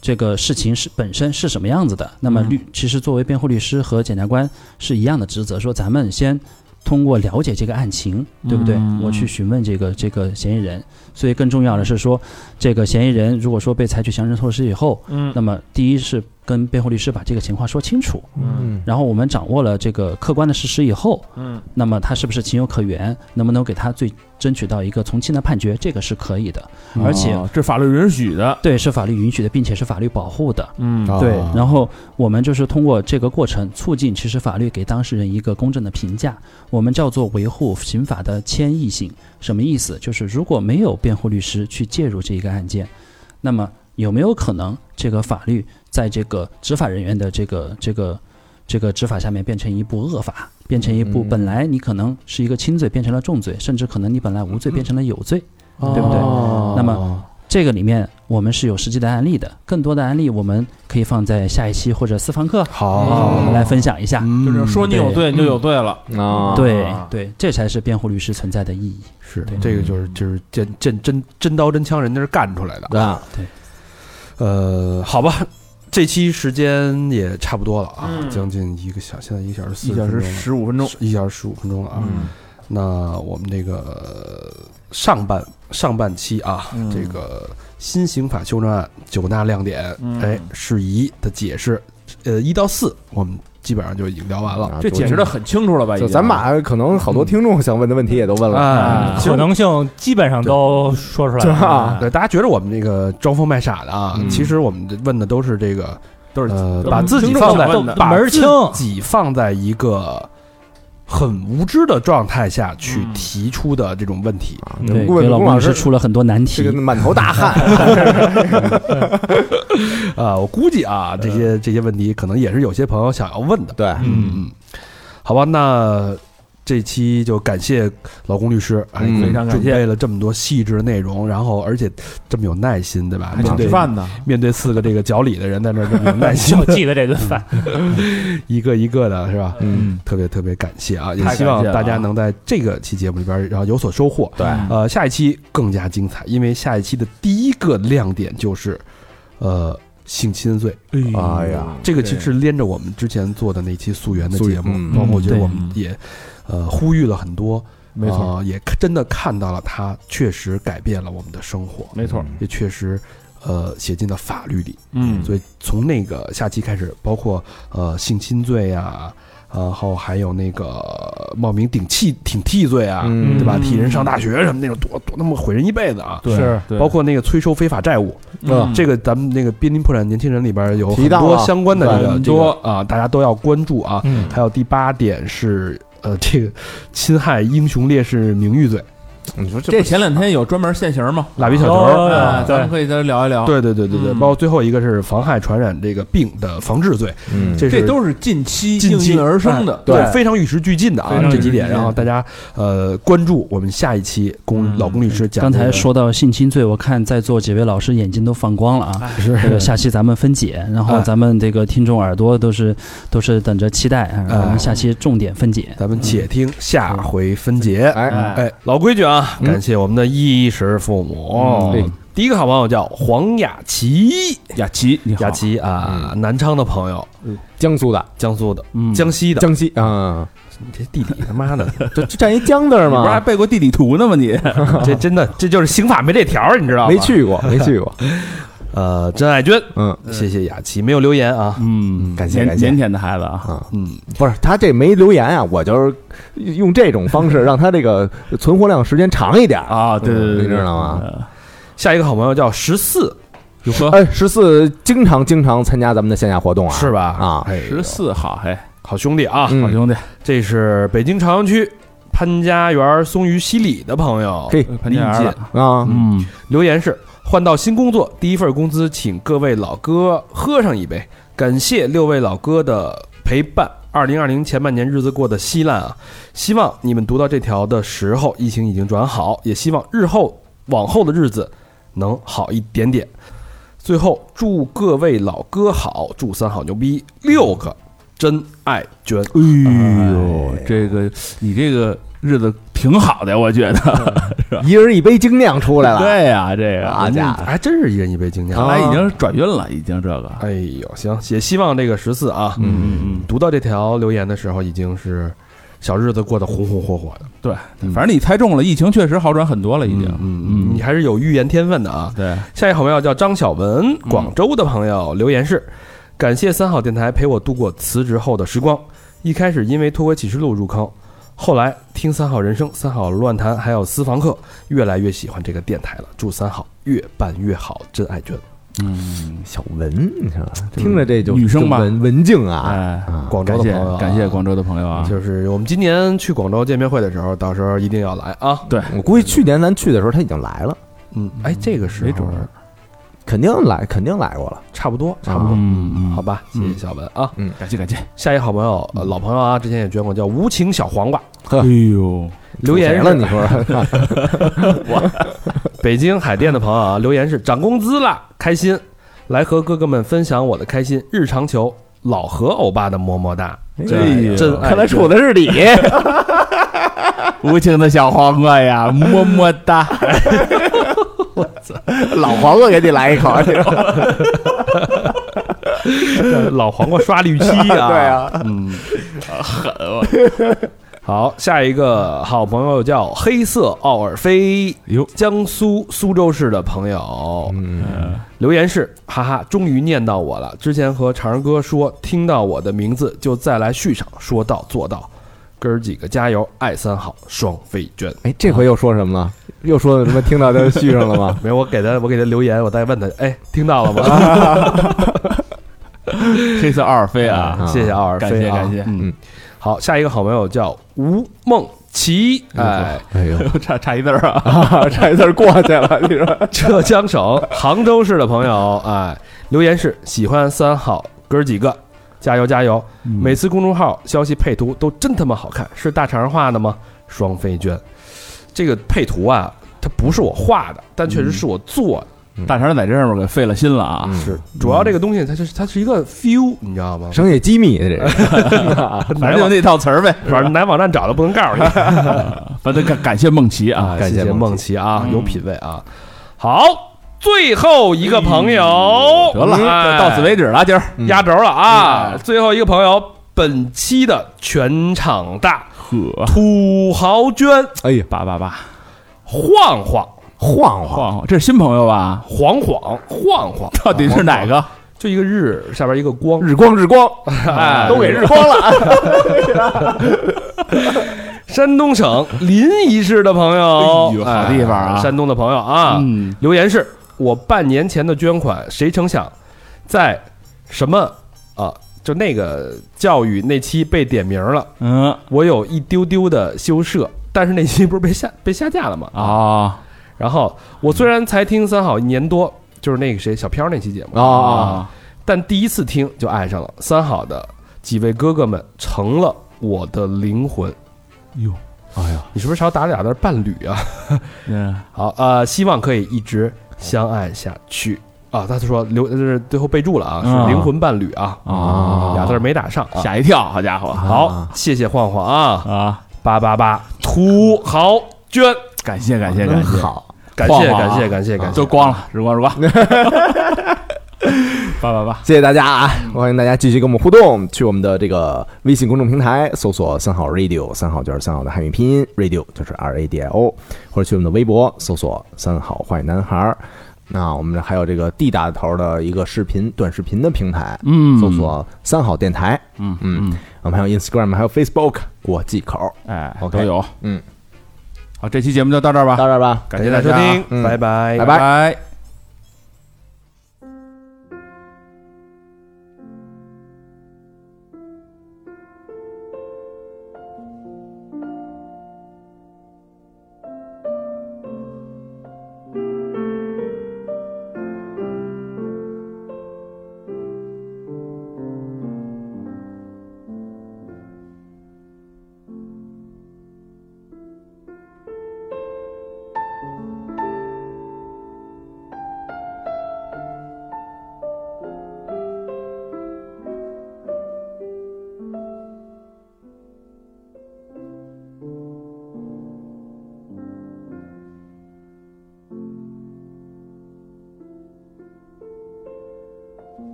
[SPEAKER 5] 这个事情是本身是什么样子的。那么
[SPEAKER 6] 嗯
[SPEAKER 5] 律其实作为辩护律师和检察官是一样的职责，说咱们先通过了解这个案情，对不对？
[SPEAKER 6] 嗯
[SPEAKER 5] 我去询问这个这个嫌疑人。所以更重要的是说，这个嫌疑人如果说被采取强制措施以后，
[SPEAKER 6] 嗯
[SPEAKER 5] 那么第一是跟辩护律师把这个情况说清楚，
[SPEAKER 6] 嗯
[SPEAKER 4] 嗯
[SPEAKER 5] 然后我们掌握了这个客观的事实以后，
[SPEAKER 6] 嗯
[SPEAKER 5] 那么他是不是情有可原，能不能给他最争取到一个从轻的判决，这个是可以的，而且、
[SPEAKER 6] 哦这法律允许的，
[SPEAKER 5] 对是法律允许的，并且是法律保护的。
[SPEAKER 6] 嗯
[SPEAKER 5] 对
[SPEAKER 4] 啊，
[SPEAKER 5] 然后我们就是通过这个过程，促进其实法律给当事人一个公正的评价，我们叫做维护刑法的谦抑性。什么意思？就是如果没有辩护律师去介入这一个案件，那么有没有可能这个法律在这个执法人员的这个这个这个执法下面变成一部恶法，变成一部
[SPEAKER 4] 嗯
[SPEAKER 5] 本来你可能是一个轻罪变成了重罪，甚至可能你本来无罪变成了有罪，
[SPEAKER 3] 嗯
[SPEAKER 5] 对不对？
[SPEAKER 6] 哦
[SPEAKER 5] 那么这个里面我们是有实际的案例的，更多的案例我们可以放在下一期或者私房课啊，我们来分享一下。
[SPEAKER 3] 哦嗯
[SPEAKER 6] 就是说你有罪你就有罪了，
[SPEAKER 4] 啊，
[SPEAKER 5] 对
[SPEAKER 6] 啊
[SPEAKER 5] 对，这才是辩护律师存在的意义。
[SPEAKER 3] 是
[SPEAKER 5] 对
[SPEAKER 3] 这个就是就是真真真真刀真枪，人家是干出来的。
[SPEAKER 4] 啊，
[SPEAKER 3] 呃，好吧，这期时间也差不多了啊，
[SPEAKER 6] 嗯
[SPEAKER 3] 将近一个小，现嗯在一个小时四
[SPEAKER 6] 一
[SPEAKER 3] 十
[SPEAKER 6] 小
[SPEAKER 3] 分钟
[SPEAKER 6] 时
[SPEAKER 3] 了，
[SPEAKER 6] 十嗯五分钟，
[SPEAKER 3] 一小时十五分钟了啊。那我们这个上半上半期啊，
[SPEAKER 6] 嗯
[SPEAKER 3] 这个新刑法修正案九大亮点，
[SPEAKER 6] 嗯
[SPEAKER 3] 哎，释宜的解释，呃，一到四我们基本上就已经聊完了。
[SPEAKER 4] 啊
[SPEAKER 6] 这解释的很清楚了吧？已
[SPEAKER 4] 就
[SPEAKER 6] 经
[SPEAKER 4] 咱把可能好多听众想问的问题也都问了，
[SPEAKER 3] 啊，
[SPEAKER 2] 可能性基本上都说出来
[SPEAKER 4] 嗯对
[SPEAKER 2] 了
[SPEAKER 4] 啊。
[SPEAKER 3] 对，大家觉得我们这个装疯卖傻的啊，
[SPEAKER 6] 嗯
[SPEAKER 3] 其实我们问的都是这个，
[SPEAKER 6] 都是
[SPEAKER 3] 呃，
[SPEAKER 6] 都
[SPEAKER 3] 把自己
[SPEAKER 6] 听众
[SPEAKER 3] 放在
[SPEAKER 6] 想问的
[SPEAKER 3] 把
[SPEAKER 2] 门儿
[SPEAKER 3] 自
[SPEAKER 2] 清
[SPEAKER 3] 己放在一个很无知的状态下去
[SPEAKER 6] 嗯
[SPEAKER 3] 提出的这种问题。
[SPEAKER 4] 啊
[SPEAKER 2] 对
[SPEAKER 5] 对，
[SPEAKER 4] 顾
[SPEAKER 5] 给
[SPEAKER 4] 问
[SPEAKER 5] 老
[SPEAKER 4] 顾
[SPEAKER 5] 公
[SPEAKER 4] 老
[SPEAKER 5] 也是
[SPEAKER 4] 师
[SPEAKER 5] 出了很多难
[SPEAKER 4] 这
[SPEAKER 5] 题
[SPEAKER 4] 个。满头大汗，
[SPEAKER 3] 呃，我估计啊，这
[SPEAKER 6] 嗯
[SPEAKER 3] 些这些问题可能也是有些朋友想要问的。
[SPEAKER 4] 对，
[SPEAKER 2] 嗯，
[SPEAKER 3] 嗯，好吧，那这期就感谢老龚律师，哎，
[SPEAKER 6] 嗯非常感
[SPEAKER 3] 准
[SPEAKER 6] 谢
[SPEAKER 3] 备了这么多细致内容，然后而且这么有耐心，对吧？
[SPEAKER 6] 还
[SPEAKER 3] 面
[SPEAKER 6] 请
[SPEAKER 3] 对
[SPEAKER 6] 吃饭呢，
[SPEAKER 3] 面对四个这个脚里的人在那儿这么有 耐心
[SPEAKER 2] 就，嗯记得这顿饭。
[SPEAKER 3] 一个一个的是吧？
[SPEAKER 4] 嗯，
[SPEAKER 3] 特别特别感谢啊，也
[SPEAKER 6] 太感
[SPEAKER 3] 希
[SPEAKER 6] 谢
[SPEAKER 3] 望
[SPEAKER 6] 了嗯
[SPEAKER 3] 大家能在这个期节目里边儿然后有所收获。
[SPEAKER 4] 对，
[SPEAKER 3] 呃，下一期更加精彩，因为下一期的第一个亮点就是，呃，性侵罪。
[SPEAKER 4] 哎呀，
[SPEAKER 3] 这个其实
[SPEAKER 6] 对
[SPEAKER 3] 是连着我们之前做的那期溯源的
[SPEAKER 4] 溯
[SPEAKER 3] 节
[SPEAKER 4] 源
[SPEAKER 3] 目，
[SPEAKER 4] 嗯
[SPEAKER 3] 包括我觉得
[SPEAKER 5] 对
[SPEAKER 3] 我们也，呃，呼吁了很多，
[SPEAKER 6] 没错，
[SPEAKER 3] 呃也真的看到了它确实改变了我们的生活，
[SPEAKER 6] 没错，
[SPEAKER 3] 也确实，呃，写进了法律里。
[SPEAKER 6] 嗯
[SPEAKER 3] 所以从那个下期开始，包括呃性侵罪啊，然后还有那个冒名顶替顶替罪啊，
[SPEAKER 4] 嗯
[SPEAKER 3] 对吧？替人上大学什么那种，多多那么毁人一辈子啊！
[SPEAKER 6] 对
[SPEAKER 2] 是
[SPEAKER 6] 对
[SPEAKER 3] 包括那个催收非法债务，
[SPEAKER 6] 嗯
[SPEAKER 3] 这个咱们那个濒临破产年轻人里边有
[SPEAKER 4] 提
[SPEAKER 3] 很
[SPEAKER 4] 到
[SPEAKER 3] 多
[SPEAKER 4] 了
[SPEAKER 3] 相关的这个
[SPEAKER 6] 很
[SPEAKER 3] 这
[SPEAKER 6] 多
[SPEAKER 3] 个啊，大家都要关注啊。
[SPEAKER 2] 嗯，
[SPEAKER 3] 还有第八点是呃，这个侵害英雄烈士名誉罪，
[SPEAKER 4] 你说这
[SPEAKER 6] 这啊前两天有专门现形吗？
[SPEAKER 3] 蜡笔小
[SPEAKER 2] 哦
[SPEAKER 3] 球儿。
[SPEAKER 2] 对
[SPEAKER 6] 啊，
[SPEAKER 2] 对
[SPEAKER 6] 咱们可以再聊一聊。，
[SPEAKER 3] 对对对对对，
[SPEAKER 6] 嗯
[SPEAKER 3] 包括最后一个是妨害传染这个病的防治罪，
[SPEAKER 4] 嗯
[SPEAKER 3] 这是
[SPEAKER 6] 这都是近期
[SPEAKER 3] 近
[SPEAKER 6] 应
[SPEAKER 3] 期哎
[SPEAKER 6] 运而生的。
[SPEAKER 3] 对，
[SPEAKER 4] 对
[SPEAKER 3] 非常与时俱进的
[SPEAKER 6] 非
[SPEAKER 3] 啊
[SPEAKER 6] 常与时
[SPEAKER 3] 这几点，
[SPEAKER 6] 俱进
[SPEAKER 3] 然后大家呃关注我们下一期龚
[SPEAKER 6] 嗯
[SPEAKER 3] 老龚律师讲
[SPEAKER 5] 刚
[SPEAKER 3] 的这个。
[SPEAKER 5] 才说到性侵罪，我看在座几位老师眼睛都放光了啊！这个
[SPEAKER 3] 是
[SPEAKER 5] 下期咱们分解，然后
[SPEAKER 3] 哎
[SPEAKER 5] 咱们这个听众耳朵都是都是等着期待，啊
[SPEAKER 3] 哎
[SPEAKER 5] 我们下期重点分解。
[SPEAKER 3] 咱们且听下回分解。
[SPEAKER 4] 哎，
[SPEAKER 3] 哎，老规矩啊，感谢我们的衣食父母。
[SPEAKER 6] 嗯
[SPEAKER 3] 第一个好朋友叫黄雅琪，
[SPEAKER 6] 雅琪，你好
[SPEAKER 3] 雅，琪啊，南昌的朋友，
[SPEAKER 4] 江苏的，
[SPEAKER 3] 江苏的，
[SPEAKER 6] 嗯
[SPEAKER 3] 江西的，
[SPEAKER 4] 江西啊，
[SPEAKER 3] 这地理他妈的，
[SPEAKER 4] 就就占一江字儿
[SPEAKER 6] 你不是还
[SPEAKER 4] 吗？
[SPEAKER 6] 背过地理图呢吗？你
[SPEAKER 3] 这真的这就是刑法没这条儿，你知道吗？
[SPEAKER 4] 没。去过，没去过，
[SPEAKER 3] 呃，甄爱娟，
[SPEAKER 4] 嗯，
[SPEAKER 3] 谢谢雅琪，没有留言啊。
[SPEAKER 6] 嗯
[SPEAKER 4] 感谢
[SPEAKER 6] 腼
[SPEAKER 4] 感谢
[SPEAKER 6] 腼腆的孩子啊，
[SPEAKER 4] 啊，
[SPEAKER 3] 嗯，
[SPEAKER 4] 不是他这没留言啊，我就是用这种方式让他这个存活量时间长一点
[SPEAKER 2] 哦
[SPEAKER 4] 啊。
[SPEAKER 6] 啊，对对对，
[SPEAKER 4] 你知道吗
[SPEAKER 2] 呃
[SPEAKER 6] 吗？
[SPEAKER 3] 下一个好朋友叫十四，
[SPEAKER 6] 有说
[SPEAKER 4] 哎，十四经常经常参加咱们的线下活动啊，
[SPEAKER 3] 是吧？
[SPEAKER 4] 啊
[SPEAKER 3] 哎呦
[SPEAKER 6] 十四号，哎，
[SPEAKER 3] 好兄弟啊，
[SPEAKER 6] 好
[SPEAKER 4] 嗯，
[SPEAKER 6] 兄弟，
[SPEAKER 3] 这是北京朝阳区潘家园松榆西里的朋友
[SPEAKER 4] 嘿
[SPEAKER 6] 潘家园
[SPEAKER 3] 理
[SPEAKER 6] 了
[SPEAKER 3] 解
[SPEAKER 4] 啊，
[SPEAKER 6] 嗯，
[SPEAKER 3] 留言是：换到新工作，第一份工资，请各位老哥喝上一杯，感谢六位老哥的陪伴。二零二零前半年日子过得稀烂啊，希望你们读到这条的时候，疫情已经转好，也希望日后往后的日子能好一点点。最后，祝各位老哥好，祝三好牛逼六个真爱娟。
[SPEAKER 6] 哎呦，这个你这个日子挺好的，我觉得。
[SPEAKER 4] 一人一杯精酿出来了，
[SPEAKER 6] 对呀，
[SPEAKER 3] 啊
[SPEAKER 6] 这个
[SPEAKER 4] 好啊家伙
[SPEAKER 3] 嗯还真是一人一杯精酿
[SPEAKER 6] 看。来已经转运了，已经这个。
[SPEAKER 3] 哎呦，行，也希望这个十四啊，
[SPEAKER 6] 嗯嗯
[SPEAKER 3] 读到这条留言的时候，已经是小日子过得红红火火的，
[SPEAKER 6] 对，嗯反正你猜中了，疫情确实好转很多了，已经。
[SPEAKER 3] 嗯你还是有预言天分的啊。
[SPEAKER 6] 对，嗯
[SPEAKER 3] 下一好朋友叫张小文，广州的朋友留言是：感谢三好电台陪我度过辞职后的时光。一开始因为《脱轨启示录》入坑，后来听三好人生、三好乱谈，还有私房课，越来越喜欢这个电台了。祝三好越办越好，真爱娟。
[SPEAKER 6] 嗯，
[SPEAKER 4] 小文，你看听着这就
[SPEAKER 6] 女生吧
[SPEAKER 4] 就文文静啊，
[SPEAKER 6] 哎，
[SPEAKER 4] 啊，
[SPEAKER 3] 广州的
[SPEAKER 6] 感谢
[SPEAKER 3] 朋友、啊
[SPEAKER 6] 感谢广州的朋友啊，
[SPEAKER 3] 就是我们今年去广州见面会的时候，到时候一定要来啊。
[SPEAKER 4] 我估计去年咱去的时候他已经来了，
[SPEAKER 3] 嗯，哎，这个时
[SPEAKER 6] 没
[SPEAKER 3] 候
[SPEAKER 6] 准儿
[SPEAKER 4] 肯定来，肯定来过了，啊
[SPEAKER 3] 差不多，差不多。
[SPEAKER 6] 嗯嗯
[SPEAKER 3] 好吧，谢谢
[SPEAKER 6] 嗯
[SPEAKER 3] 小文啊！
[SPEAKER 6] 感谢感谢。
[SPEAKER 3] 下一好朋友，呃老朋友啊，之前也捐过，叫无情小黄瓜，
[SPEAKER 6] 哎呦，
[SPEAKER 3] 留言是
[SPEAKER 4] 谁了，你说
[SPEAKER 3] 北京海淀的朋友啊，留言是涨工资啦，开心，来和哥哥们分享我的开心，日常求老何欧巴的么么哒，
[SPEAKER 6] 这
[SPEAKER 3] 真爱
[SPEAKER 4] 看来处的是你，
[SPEAKER 6] 哎 无情的小黄瓜呀，么么哒！
[SPEAKER 4] 老黄瓜给你来一口， 你说
[SPEAKER 3] 老黄瓜刷绿漆啊，
[SPEAKER 4] 对啊，
[SPEAKER 3] 嗯，狠好，下一个好朋友叫黑色奥尔菲，
[SPEAKER 6] 哟
[SPEAKER 3] 江苏苏州市的朋友，
[SPEAKER 4] 嗯，
[SPEAKER 3] 留言是：哈哈，终于念到我了。之前和长儿哥说，听到我的名字就再来续上，说到做到。哥儿几个加油，爱三好，双飞娟。
[SPEAKER 4] 哎，这回又说什么了？又说什么？听到就续上了吗？
[SPEAKER 3] 没有，我给他，我给他留言，我再问他，哎，听到了 吗？
[SPEAKER 6] 黑色奥尔菲啊，
[SPEAKER 4] 啊
[SPEAKER 3] 谢谢奥尔菲、啊，
[SPEAKER 6] 感谢感谢
[SPEAKER 3] 嗯，好，下一个好朋友叫吴梦琪，哎，
[SPEAKER 4] 哎呦，
[SPEAKER 6] 差差一字儿啊，
[SPEAKER 4] 差一字过去了，你说？
[SPEAKER 3] 浙江省杭州市的朋友，哎，留言是喜欢三好哥儿几个，加油加油！
[SPEAKER 6] 嗯
[SPEAKER 3] 每次公众号消息配图都真他妈好看，是大肠画的吗？双飞娟，这个配图啊，它不是我画的，但确实是我做的。
[SPEAKER 6] 大肠在这上面给费了心了啊，
[SPEAKER 3] 是主要这个东西，它就是它是一个 feel，你知道吗？
[SPEAKER 4] 商业机密这是，
[SPEAKER 6] 反正就那套词儿呗，嗯
[SPEAKER 3] 反 正哪网站找的不能告诉 你
[SPEAKER 6] 反正感感谢嗯梦琪啊，
[SPEAKER 3] 感
[SPEAKER 4] 谢
[SPEAKER 3] 谢
[SPEAKER 4] 梦
[SPEAKER 3] 梦琪啊，有品位啊。好，最后一个朋友，
[SPEAKER 6] 嗯得了，
[SPEAKER 3] 哎
[SPEAKER 6] 就到此为止了，今儿
[SPEAKER 3] 压轴了啊！
[SPEAKER 6] 嗯
[SPEAKER 3] 最后一个朋友，本期的全场大
[SPEAKER 6] 呵，
[SPEAKER 3] 土豪捐
[SPEAKER 4] 哎呀，
[SPEAKER 6] 八八八，
[SPEAKER 3] 晃晃
[SPEAKER 4] 晃晃，
[SPEAKER 6] 晃晃，这是新朋友吧？
[SPEAKER 3] 晃晃晃晃，
[SPEAKER 6] 到底是哪个？
[SPEAKER 3] 就一个日下边一个光，
[SPEAKER 4] 日光日光，
[SPEAKER 3] 哎，
[SPEAKER 4] 都给日光了，
[SPEAKER 3] 山东省临沂市的朋友
[SPEAKER 6] 哎，呦
[SPEAKER 3] 哎
[SPEAKER 6] 好地方啊
[SPEAKER 3] 山东的朋友啊，
[SPEAKER 7] 嗯，
[SPEAKER 3] 留言是我半年前的捐款，谁成想在什么啊？就那个教育那期被点名了，
[SPEAKER 6] 嗯
[SPEAKER 3] 我有一丢丢的羞涩，但是那期不是被下被下架了吗？
[SPEAKER 6] 啊
[SPEAKER 3] 然后我虽然才听三好一年多，就是那个谁小飘那期节 目
[SPEAKER 4] 哦，
[SPEAKER 6] 啊
[SPEAKER 3] 但第一次听就爱上了三好的几位哥哥们，成了我的灵魂。
[SPEAKER 6] 哟，
[SPEAKER 3] 哎呀，你是不是少打俩字儿伴侣 啊？
[SPEAKER 6] 嗯，
[SPEAKER 3] 好，呃，希望可以一直相爱下去啊。他说留，这是最后备注了啊，
[SPEAKER 6] 嗯
[SPEAKER 3] 是灵魂伴侣啊，
[SPEAKER 6] 啊
[SPEAKER 3] 俩字儿没打上啊。
[SPEAKER 6] 吓一跳，好家伙，
[SPEAKER 3] 好，谢谢晃晃啊，
[SPEAKER 6] 啊，
[SPEAKER 3] 八八八土豪捐，
[SPEAKER 6] 感谢感谢
[SPEAKER 4] 真
[SPEAKER 6] 感谢，
[SPEAKER 4] 嗯好，
[SPEAKER 3] 感
[SPEAKER 6] 晃
[SPEAKER 3] 谢
[SPEAKER 6] 晃啊
[SPEAKER 3] 感谢感谢感谢，
[SPEAKER 6] 都光了，日光日光，八八八，
[SPEAKER 4] 谢谢大家啊！欢迎大家继续跟我们互动，去我们的这个微信公众平台搜索“三好 radio”，三好就是三好的汉语拼音，radio 就是 R A D I O，或者去我们的微博搜索“三好坏男孩儿”。那我们还有这个 D 打头的一个视频短视频的平台，
[SPEAKER 6] 嗯
[SPEAKER 4] 搜索“三好电台”，
[SPEAKER 6] 嗯
[SPEAKER 4] 嗯，我们还有 Instagram，还有 Facebook 国际口，
[SPEAKER 6] 哎，
[SPEAKER 4] OK
[SPEAKER 6] 都有，
[SPEAKER 4] 嗯，
[SPEAKER 6] 好，这期节目就到这儿吧，
[SPEAKER 4] 到这儿吧，
[SPEAKER 6] 感谢
[SPEAKER 3] 大
[SPEAKER 6] 大
[SPEAKER 3] 家收
[SPEAKER 6] 家啊
[SPEAKER 3] 听，
[SPEAKER 4] 嗯
[SPEAKER 3] 拜拜
[SPEAKER 4] 拜
[SPEAKER 6] 拜。